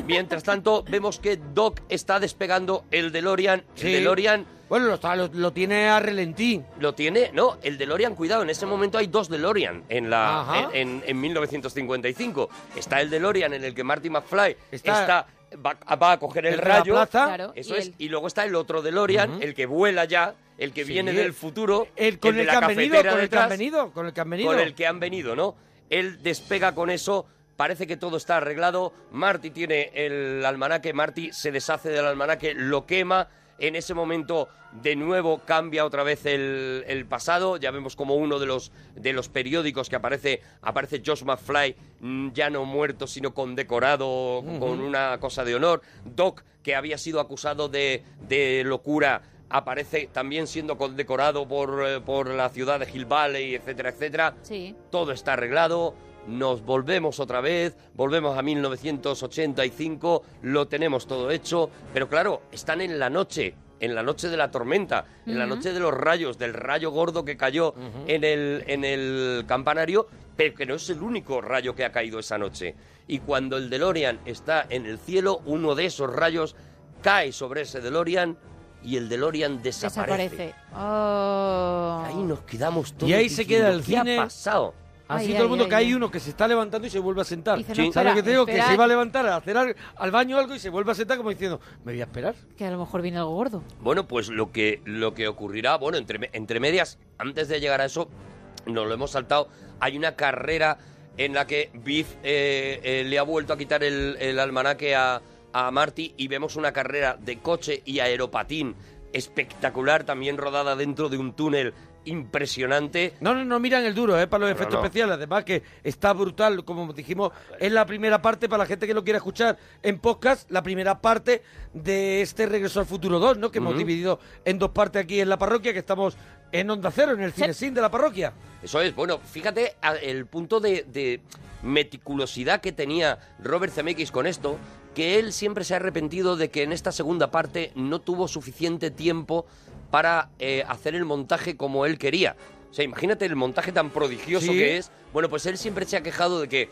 Speaker 3: Mientras tanto, vemos que Doc está despegando el DeLorean.
Speaker 1: Sí.
Speaker 3: El DeLorean.
Speaker 1: Bueno, lo, está- lo- lo tiene a relentín.
Speaker 3: Lo tiene, no, el DeLorean, cuidado, en ese momento hay dos DeLorean en la
Speaker 1: Ajá.
Speaker 3: en, en- en 1955. Está el DeLorean en el que Marty McFly
Speaker 1: Está-
Speaker 3: está, va, va a coger el,
Speaker 1: el de la
Speaker 3: rayo.
Speaker 1: plaza. Claro,
Speaker 3: Eso
Speaker 1: y
Speaker 3: es.
Speaker 1: el-
Speaker 3: Y luego está el otro DeLorean, el que vuela ya, el que
Speaker 1: Sí.
Speaker 3: viene del futuro,
Speaker 1: El, con
Speaker 3: de
Speaker 1: el,
Speaker 3: la
Speaker 1: que han venido,
Speaker 3: cafetera
Speaker 1: con el que han
Speaker 3: detrás
Speaker 1: venido, con el que han venido.
Speaker 3: con el que han venido, ¿no? Él despega con eso, parece que todo está arreglado, Marty tiene el almanaque, Marty se deshace del almanaque, lo quema, en ese momento de nuevo cambia otra vez el, el pasado, ya vemos como uno de los, de los periódicos que aparece, aparece Josh McFly mm, ya no muerto, sino condecorado con
Speaker 1: Ujú.
Speaker 3: una cosa de honor, Doc, que había sido acusado de, de locura, aparece también siendo condecorado por, eh, por la ciudad de Hill Valley, etcétera, etcétera.
Speaker 2: Sí.
Speaker 3: Todo está arreglado, nos volvemos otra vez, volvemos a 1985, lo tenemos todo hecho, pero claro, están en la noche. en la noche de la tormenta, en la
Speaker 29: Ujú.
Speaker 3: noche de los rayos, del rayo gordo que cayó en, el, en el campanario, pero que no es el único rayo que ha caído esa noche. Y cuando el DeLorean está en el cielo, uno de esos rayos cae sobre ese DeLorean y el DeLorean desaparece.
Speaker 29: Desaparece. Oh.
Speaker 3: Ahí nos quedamos todos.
Speaker 1: Y ahí se
Speaker 3: diciendo,
Speaker 1: queda el
Speaker 3: ¿qué
Speaker 1: cine.
Speaker 3: ha pasado?
Speaker 1: Así
Speaker 3: Ay,
Speaker 1: todo
Speaker 3: ay,
Speaker 1: el mundo
Speaker 3: ay,
Speaker 1: que hay
Speaker 3: ay.
Speaker 1: uno que se está levantando y se vuelve a sentar.
Speaker 3: Dice, no,
Speaker 1: ¿Sabes
Speaker 3: espera,
Speaker 1: lo que te digo? Que
Speaker 3: espera.
Speaker 1: se iba a levantar a hacer al, al baño o algo y se vuelve a sentar como diciendo, me voy a esperar.
Speaker 2: Que a lo mejor viene algo gordo.
Speaker 3: Bueno, pues lo que, lo que ocurrirá, bueno, entre, me- entre medias, antes de llegar a eso, nos lo hemos saltado, hay una carrera en la que Biff eh, eh, le ha vuelto a quitar el, el almanaque a, a Marty y vemos una carrera de coche y aeropatín espectacular, también rodada dentro de un túnel impresionante.
Speaker 1: No, no, no miran el duro, ¿eh? Para los
Speaker 3: No,
Speaker 1: efectos
Speaker 3: no.
Speaker 1: especiales. Además que está brutal, como dijimos, es la primera parte, para la gente que lo quiera escuchar en podcast, la primera parte de este Regreso al Futuro 2, ¿no? Que hemos
Speaker 3: Ujú.
Speaker 1: dividido en dos partes aquí en la parroquia, que estamos en Onda Cero, en el cinesín de la parroquia.
Speaker 3: Eso es, bueno, fíjate a- el punto de, de meticulosidad que tenía Robert Zemeckis con esto, que él siempre se ha arrepentido de que en esta segunda parte no tuvo suficiente tiempo para eh, hacer el montaje como él quería. O sea, imagínate el montaje tan prodigioso
Speaker 1: Sí.
Speaker 3: que es. Bueno, pues él siempre se ha quejado de que,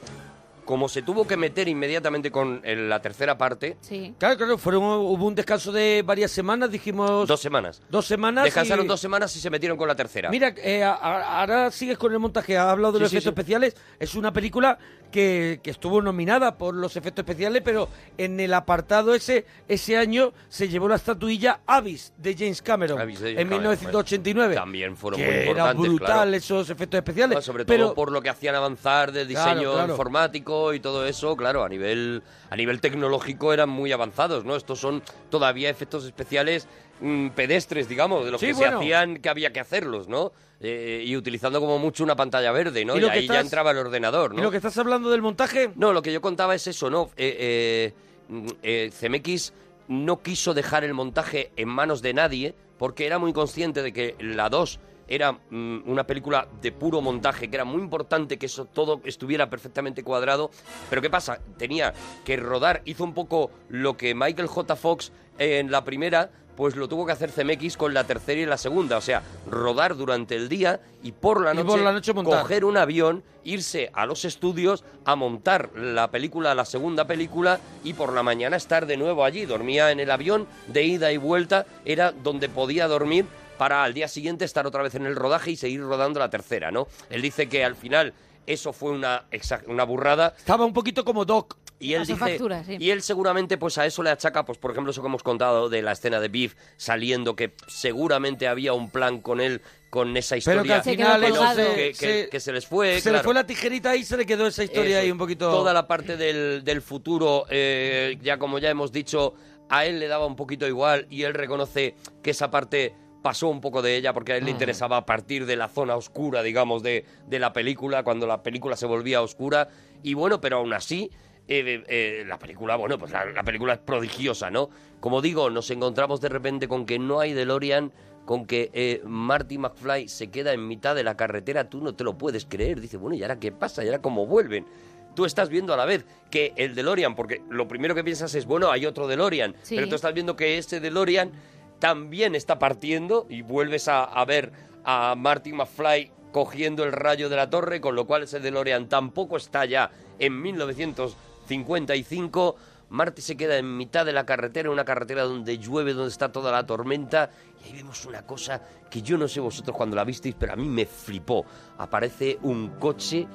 Speaker 3: como se tuvo que meter inmediatamente con eh, la tercera parte,
Speaker 2: Sí.
Speaker 1: Claro, claro, fueron, hubo un descanso de varias semanas, dijimos...
Speaker 3: dos semanas.
Speaker 1: Dos semanas
Speaker 3: Descansaron
Speaker 1: y-
Speaker 3: dos semanas y se metieron con la tercera.
Speaker 1: Mira, eh, a- a- ahora sigues con el montaje. Has hablado de
Speaker 3: Sí,
Speaker 1: los
Speaker 3: sí,
Speaker 1: efectos
Speaker 3: sí.
Speaker 1: especiales. Es una película que, que estuvo nominada por los efectos especiales, pero en el apartado ese, ese año se llevó la estatuilla Avis de James Cameron
Speaker 3: Abyss de James
Speaker 1: en
Speaker 3: Cameron,
Speaker 1: 1989.
Speaker 3: También fueron
Speaker 1: que
Speaker 3: muy
Speaker 1: era
Speaker 3: importantes,
Speaker 1: brutal
Speaker 3: claro.
Speaker 1: esos efectos especiales.
Speaker 3: No, sobre todo
Speaker 1: pero
Speaker 3: por lo que hacían avanzar del diseño
Speaker 1: Claro, claro.
Speaker 3: informático y todo eso, claro, a nivel, a nivel tecnológico eran muy avanzados, ¿no? Estos son todavía efectos especiales mm, pedestres, digamos, de los
Speaker 1: Sí,
Speaker 3: que se
Speaker 1: bueno.
Speaker 3: hacían que había que hacerlos, ¿no? Eh, y utilizando como mucho una pantalla verde, ¿no?
Speaker 1: Y
Speaker 3: Y,
Speaker 1: lo que
Speaker 3: ahí ya
Speaker 1: estás-
Speaker 3: entraba el ordenador, ¿no?
Speaker 1: ¿Y lo que estás hablando del montaje?
Speaker 3: No, lo que yo contaba es eso, ¿no? Eh, eh, mm, eh, CMX no quiso dejar el montaje en manos de nadie porque era muy consciente de que la 2 era mm, una película de puro montaje, que era muy importante que eso todo estuviera perfectamente cuadrado. Pero ¿qué pasa? Tenía que rodar, hizo un poco lo que Michael J. Fox en la primera, pues lo tuvo que hacer CMX con la tercera y la segunda. O sea, rodar durante el día y por la
Speaker 1: Y
Speaker 3: noche,
Speaker 1: por la noche montar.
Speaker 3: coger coger un avión, irse a los estudios a montar la película, la segunda película, y por la mañana estar de nuevo allí. Dormía en el avión de ida y vuelta, era donde podía dormir para al día siguiente estar otra vez en el rodaje y seguir rodando la tercera, ¿no? Él dice que al final eso fue una, exa- una burrada.
Speaker 1: Estaba un poquito como Doc.
Speaker 3: Y él
Speaker 2: Pasó
Speaker 3: dice,
Speaker 2: factura, sí.
Speaker 3: y él seguramente pues a eso le achaca, pues por ejemplo eso que hemos contado de la escena de Beef saliendo, que seguramente había un plan con él, con esa historia.
Speaker 1: Pero que al final
Speaker 3: que,
Speaker 1: eso
Speaker 3: no-
Speaker 1: se-
Speaker 3: que- que-
Speaker 1: se-
Speaker 3: que se les fue,
Speaker 1: se le
Speaker 3: claro.
Speaker 1: fue la tijerita y se le quedó esa historia
Speaker 3: Eso
Speaker 1: ahí
Speaker 3: es.
Speaker 1: un poquito.
Speaker 3: Toda la parte del, del futuro, eh, ya como ya hemos dicho, a él le daba un poquito igual y él reconoce que esa parte pasó un poco de ella porque a él le interesaba a partir de la zona oscura, digamos, de, de la película, cuando la película se volvía oscura. Y bueno, pero aún así, eh, eh, la película, bueno, pues la, la película es prodigiosa, ¿no? Como digo, nos encontramos de repente con que no hay DeLorean, con que eh, Marty McFly se queda en mitad de la carretera, tú no te lo puedes creer. Dice, bueno, ¿y ahora qué pasa? ¿Y ahora cómo vuelven? Tú estás viendo a la vez que el DeLorean, porque lo primero que piensas es, bueno, hay otro DeLorean,
Speaker 1: Sí.
Speaker 3: pero tú estás viendo que este DeLorean también está partiendo y vuelves a, a ver a Marty McFly cogiendo el rayo de la torre, con lo cual ese DeLorean tampoco está ya en 1955. Marty se queda en mitad de la carretera, una carretera donde llueve, donde está toda la tormenta, y ahí vemos una cosa que yo no sé vosotros cuando la visteis, pero a mí me flipó. Aparece un coche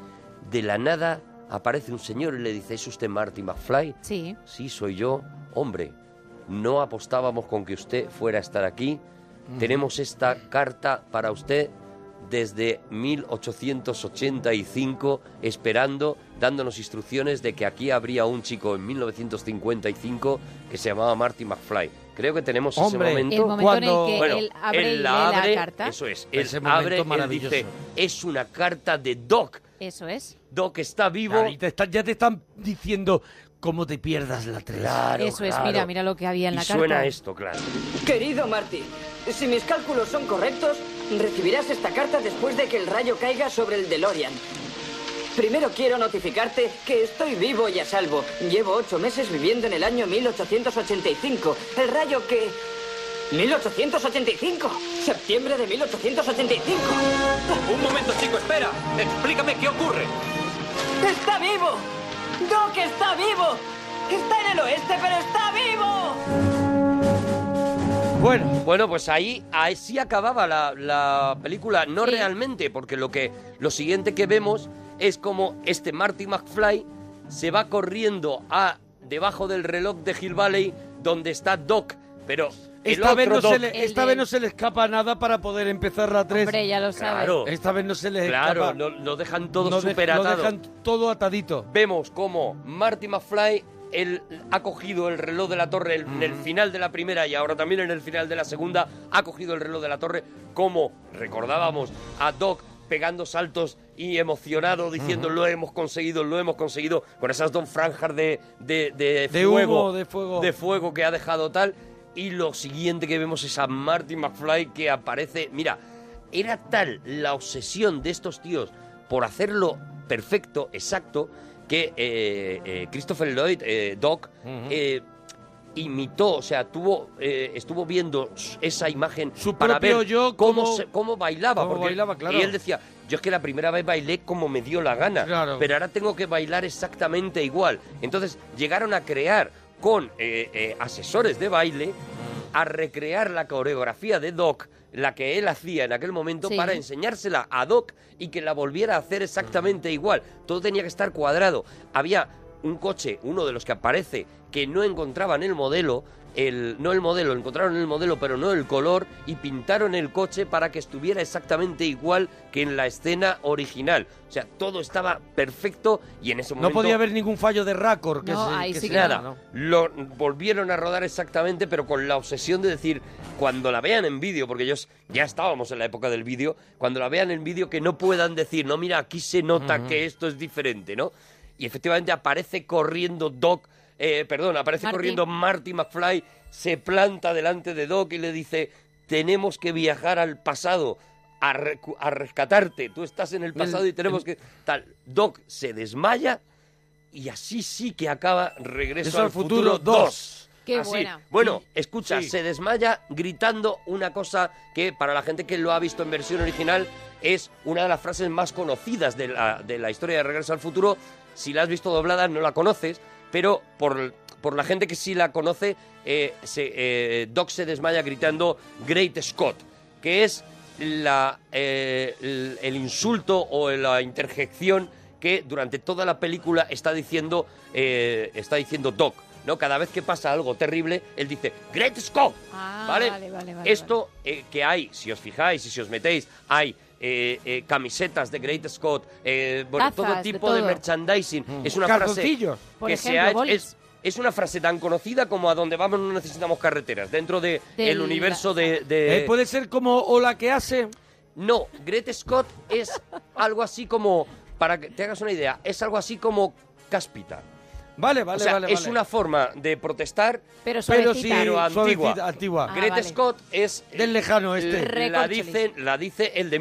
Speaker 3: de la nada, aparece un señor y le dice, ¿es usted Marty McFly?
Speaker 2: Sí.
Speaker 3: Sí, soy yo. Hombre, no apostábamos con que usted fuera a estar aquí. Tenemos esta carta para usted desde 1885 esperando, dándonos instrucciones de que aquí habría un chico en 1955 que se llamaba Marty McFly. Creo que tenemos
Speaker 1: Hombre,
Speaker 3: ese momento.
Speaker 1: El momento en el cuando- que
Speaker 3: Bueno,
Speaker 1: él abre y
Speaker 3: él
Speaker 1: lee
Speaker 3: la
Speaker 1: la
Speaker 3: abre,
Speaker 1: carta.
Speaker 3: Eso es, él
Speaker 1: Ese momento
Speaker 3: abre, él
Speaker 1: maravilloso.
Speaker 3: dice, es una carta de Doc.
Speaker 2: Eso es.
Speaker 3: Doc está vivo.
Speaker 1: Claro, y te está- ya te están diciendo cómo te pierdas la tres.
Speaker 2: Eso es, mira, mira lo que había en
Speaker 3: Y
Speaker 2: la carta.
Speaker 3: suena esto, claro.
Speaker 19: Querido Marty, si mis cálculos son correctos, recibirás esta carta después de que el rayo caiga sobre el DeLorean. Primero quiero notificarte que estoy vivo y a salvo. Llevo ocho meses viviendo en el año 1885. El rayo que 1885. Septiembre de 1885.
Speaker 30: Un momento, chico, espera. Explícame qué ocurre.
Speaker 19: ¡Está vivo! ¡Doc está vivo! Está en el oeste, pero está vivo.
Speaker 3: Bueno, bueno, pues ahí así acababa la, la película, no realmente, porque lo que lo siguiente que vemos es como este Marty McFly se va corriendo a debajo del reloj de Hill Valley donde está Doc, pero el
Speaker 1: Esta, vez
Speaker 3: otro
Speaker 1: no,
Speaker 3: Doc-
Speaker 1: se le, esta vez no se le escapa nada para poder empezar la 3.
Speaker 2: Hombre, ya lo sabes.
Speaker 3: Claro.
Speaker 1: Esta vez no se les
Speaker 3: Claro,
Speaker 1: escapa.
Speaker 3: lo, lo dejan todo
Speaker 1: Lo de-
Speaker 3: super atado.
Speaker 1: Lo dejan todo atadito.
Speaker 3: Vemos como Marty McFly él ha cogido el reloj de la torre el- en el final de la primera y ahora también en el final de la segunda ha cogido el reloj de la torre como recordábamos a Doc pegando saltos y emocionado diciendo lo hemos conseguido, lo hemos conseguido con esas dos franjas de, de, de,
Speaker 1: De
Speaker 3: fuego,
Speaker 1: humo, de fuego.
Speaker 3: de fuego que ha dejado tal. Y lo siguiente que vemos es a Marty McFly que aparece. Mira, era tal la obsesión de estos tíos por hacerlo perfecto, exacto, que eh, eh, Christopher Lloyd, eh, Doc, eh, imitó, o sea, tuvo, eh, estuvo viendo s- esa imagen para
Speaker 1: propio
Speaker 3: ver
Speaker 1: yo,
Speaker 3: cómo,
Speaker 1: cómo-
Speaker 3: se- cómo bailaba.
Speaker 1: cómo
Speaker 3: porque-
Speaker 1: bailaba, claro.
Speaker 3: Y él decía, yo es que la primera vez bailé como me dio la gana,
Speaker 1: Claro.
Speaker 3: pero ahora tengo que bailar exactamente igual. Entonces llegaron a crear con eh, eh, asesores de baile a recrear la coreografía de Doc, la que él hacía en aquel momento,
Speaker 1: Sí.
Speaker 3: para enseñársela a Doc y que la volviera a hacer exactamente igual. Todo tenía que estar cuadrado. Había un coche, uno de los que aparece, que no encontraban el modelo. El, no el modelo, encontraron el modelo pero no el color y pintaron el coche para que estuviera exactamente igual que en la escena original. O sea, todo estaba perfecto y en ese
Speaker 1: No
Speaker 3: momento...
Speaker 1: podía haber ningún fallo de Raccord. Que se- que se-
Speaker 3: Nada, lo volvieron a rodar exactamente, pero con la obsesión de decir, cuando la vean en vídeo, porque ellos ya estábamos en la época del vídeo, cuando la vean en vídeo que no puedan decir, no, mira, aquí se nota
Speaker 1: Ujú.
Speaker 3: que esto es diferente, ¿no? Y efectivamente aparece corriendo Doc, eh, perdón, aparece
Speaker 1: Marty.
Speaker 3: corriendo Marty McFly, se planta delante de Doc y le dice, tenemos que viajar al pasado. A, recu- a rescatarte, tú estás en el pasado y tenemos que... Tal, Doc se desmaya y así sí que acaba Regreso
Speaker 1: Eso
Speaker 3: al
Speaker 1: al futuro
Speaker 3: Futuro
Speaker 1: dos.
Speaker 3: 2.
Speaker 2: Qué
Speaker 3: Así.
Speaker 2: buena.
Speaker 3: Bueno, escucha,
Speaker 1: Sí.
Speaker 3: se desmaya gritando una cosa que para la gente que lo ha visto en versión original es una de las frases más conocidas de la, de la historia de Regreso al Futuro. Si la has visto doblada no la conoces, pero por, por la gente que sí la conoce, eh, se- eh, Doc se desmaya gritando Great Scott, que es la, eh, el, el insulto o la interjección que durante toda la película está diciendo, eh, está diciendo Doc. ¿no? Cada vez que pasa algo terrible, él dice, Great Scott.
Speaker 2: Ah,
Speaker 3: ¿Vale?
Speaker 2: vale, vale, vale,
Speaker 3: Esto eh, que hay, si os fijáis y si os metéis, hay eh, eh, camisetas de Great Scott, eh, bueno,
Speaker 1: Tazas,
Speaker 3: todo
Speaker 1: de
Speaker 3: tipo de,
Speaker 1: todo.
Speaker 3: merchandising. Es una frase
Speaker 1: Calzoncillos. Por
Speaker 3: que se
Speaker 1: ejemplo,
Speaker 3: ha hecho-
Speaker 1: bolis.
Speaker 3: es, es una frase tan conocida como a donde vamos no necesitamos carreteras, dentro del de
Speaker 1: Del-
Speaker 3: el universo de... de-
Speaker 1: Eh, puede ser como Hola que hace.
Speaker 3: No, Great Scott es algo así como, para que te hagas una idea, es algo así como cáspita.
Speaker 1: Vale,
Speaker 3: O
Speaker 1: vale,
Speaker 3: sea,
Speaker 1: vale.
Speaker 3: es
Speaker 1: vale.
Speaker 3: una forma de protestar,
Speaker 2: Pero
Speaker 3: pero,
Speaker 2: suavecita.
Speaker 3: sí,
Speaker 1: Pero
Speaker 3: antigua.
Speaker 1: suavecita, antigua. Ah,
Speaker 3: Greta
Speaker 1: vale.
Speaker 3: Scott es...
Speaker 1: Del lejano este.
Speaker 3: La
Speaker 1: Recorcholis.
Speaker 3: dice, la dice el de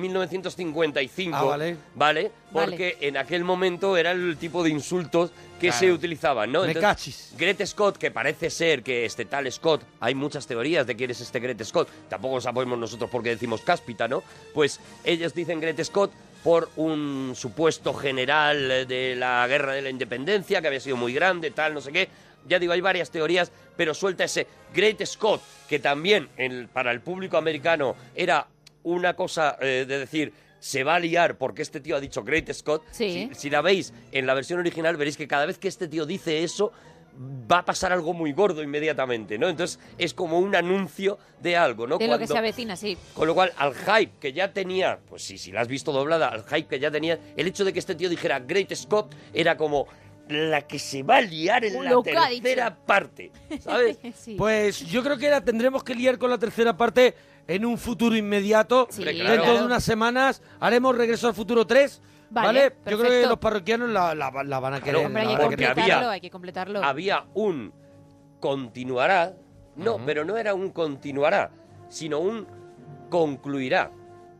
Speaker 3: 1955,
Speaker 1: Ah, vale.
Speaker 3: ¿vale?
Speaker 1: Vale.
Speaker 3: Porque en aquel momento era el tipo de insultos que
Speaker 1: Claro.
Speaker 3: se utilizaban, ¿no?
Speaker 1: Me cachis.
Speaker 3: Greta Scott, que parece ser que este tal Scott, hay muchas teorías de quién es este Greta Scott, tampoco sabemos nosotros por qué decimos cáspita, ¿no? Pues ellos dicen Greta Scott por un supuesto general eh, de la guerra de la independencia, que había sido muy grande, tal, no sé qué. Ya digo, hay varias teorías, pero suelta ese Great Scott, que también en- para el público americano era una cosa eh, de decir, se va a liar porque este tío ha dicho Great Scott.
Speaker 2: Sí.
Speaker 3: Si, si la veis en la versión original, veréis que cada vez que este tío dice eso, va a pasar algo muy gordo inmediatamente, ¿no? Entonces es como un anuncio de algo, ¿no?
Speaker 2: de lo que
Speaker 3: Cuando-
Speaker 2: se avecina, sí.
Speaker 3: con lo cual, al hype que ya tenía, pues sí, si la has visto doblada, al hype que ya tenía, el hecho de que este tío dijera Great Scott era como la que se va a liar en
Speaker 2: Lo
Speaker 3: la
Speaker 2: que ha dicho.
Speaker 3: tercera parte, *laughs* ¿sabes?
Speaker 2: Sí.
Speaker 1: Pues yo creo que la tendremos que liar con la tercera parte en un futuro inmediato.
Speaker 3: Hombre, claro.
Speaker 1: Dentro de
Speaker 3: claro.
Speaker 1: unas semanas haremos Regreso al Futuro 3.
Speaker 2: Vale,
Speaker 1: Vale, yo creo que
Speaker 2: perfecto.
Speaker 1: los parroquianos la, la- la van a querer.
Speaker 3: Claro,
Speaker 2: Hombre,
Speaker 1: la
Speaker 2: hay que
Speaker 1: van a querer.
Speaker 2: completarlo, hay que completarlo.
Speaker 3: Había un continuará, no, pero no era un continuará, sino un concluirá.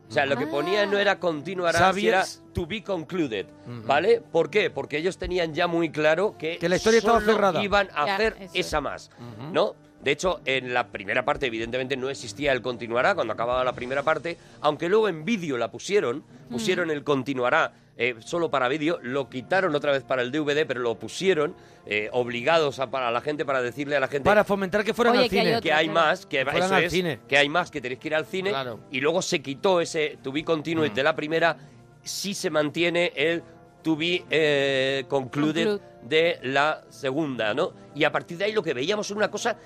Speaker 3: O sea, lo que ponía no
Speaker 1: Ah.
Speaker 3: era continuará, si era
Speaker 1: ¿Sabías?
Speaker 3: to be concluded, ¿vale? ¿Por qué? Porque ellos tenían ya muy claro que,
Speaker 1: Que la historia estaba
Speaker 3: solo
Speaker 1: cerrada.
Speaker 3: iban a
Speaker 1: Ya,
Speaker 3: hacer
Speaker 1: eso
Speaker 3: esa más, ¿no? De hecho, en la primera parte, evidentemente, no existía el continuará cuando acababa la primera parte, aunque luego en vídeo la pusieron,
Speaker 1: Mm.
Speaker 3: pusieron el continuará eh, solo para vídeo, lo quitaron otra vez para el DVD, pero lo pusieron eh, obligados a, para la gente para decirle a la gente
Speaker 1: Para fomentar que fueran al cine.
Speaker 3: que hay más, que,
Speaker 1: fueran
Speaker 3: eso
Speaker 1: al
Speaker 3: es,
Speaker 1: cine.
Speaker 3: que hay más, que tenéis que ir al cine. Y luego se quitó ese to be continued
Speaker 1: Mm.
Speaker 3: de la primera, sí se mantiene el to be eh, concluded
Speaker 31: Conclude.
Speaker 3: de la segunda, ¿no? Y a partir de ahí lo que veíamos era una cosa,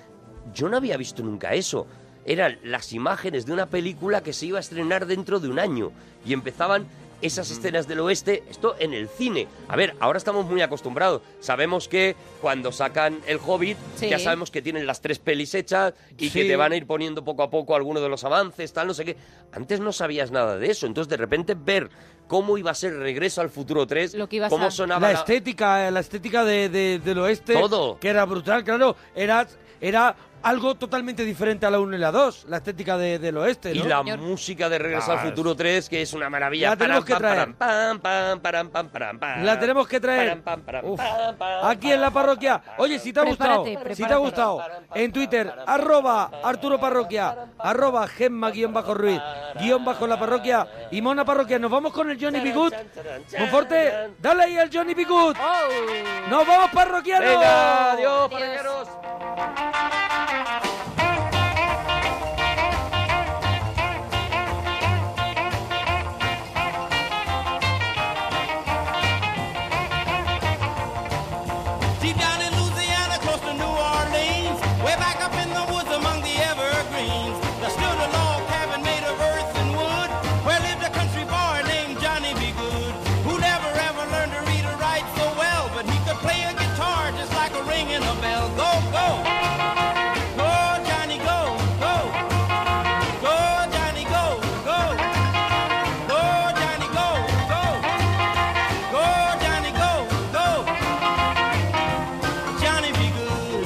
Speaker 3: yo no había visto nunca eso. Eran las imágenes de una película que se iba a estrenar dentro de un año y empezaban esas escenas del oeste, esto en el cine. A ver, ahora estamos muy acostumbrados. Sabemos que cuando sacan El Hobbit,
Speaker 31: Sí.
Speaker 3: ya sabemos que tienen las tres pelis hechas y que
Speaker 31: Sí.
Speaker 3: te van a ir poniendo poco a poco algunos de los avances, tal, no sé qué. Antes no sabías nada de eso. Entonces, de repente, ver cómo iba a ser Regreso al Futuro 3,
Speaker 2: Lo que iba a
Speaker 3: cómo
Speaker 2: ser.
Speaker 3: sonaba
Speaker 1: la
Speaker 3: la-
Speaker 1: estética, eh, la estética de, de- del oeste.
Speaker 3: Todo.
Speaker 1: Que era brutal, claro. Era, era algo totalmente diferente a la 1 y la 2, la estética de- del oeste.
Speaker 3: Y
Speaker 1: ¿no?
Speaker 3: la música de Regreso
Speaker 1: Ah,
Speaker 3: al Futuro 3, que es una maravilla.
Speaker 1: La tenemos que traer.
Speaker 3: Pam, pam, pam, pam, pam, pam.
Speaker 1: La tenemos que traer.
Speaker 3: Pam, Ah, pam, pam,
Speaker 1: Uf.
Speaker 3: pam, pam.
Speaker 1: Aquí en la parroquia. Oye, si te ha gustado,
Speaker 3: Prepárate, prepárate.
Speaker 1: si te ha gustado, en Twitter, arroba Arturo Parroquia, arroba Gemma guión bajo Ruiz, guión bajo la parroquia y Mona Parroquia. Nos vamos con el Johnny Bigut. Monforte, dale ahí al Johnny Bigut.
Speaker 2: ¡Oh!
Speaker 1: Nos vamos parroquianos.
Speaker 3: Venga, adiós, parroquianos.
Speaker 9: Deep down in Louisiana, close to New Orleans, way back up in the woods among the evergreens, there stood a log cabin made of earth and wood, where lived a country boy named Johnny B. Good, who never ever learned to read or write so well, but he could play a guitar just like a ringing a bell. Go, go! Go, Johnny, go, go! Go, Johnny, go, go! Go, Johnny, go, go! Go, Johnny, go, go! Johnny be good.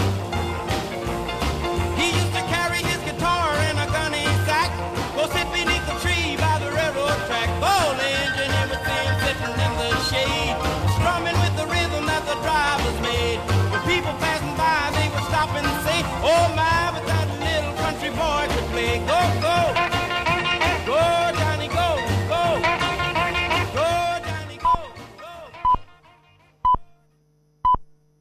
Speaker 9: He used to carry his guitar in a gunny sack, go sit beneath the tree by the railroad track, bowling and everything sitting in the shade, strumming with the rhythm that the drivers made. When people passing by, they would stop and say, Oh my, but that little country boy could play. Go, go.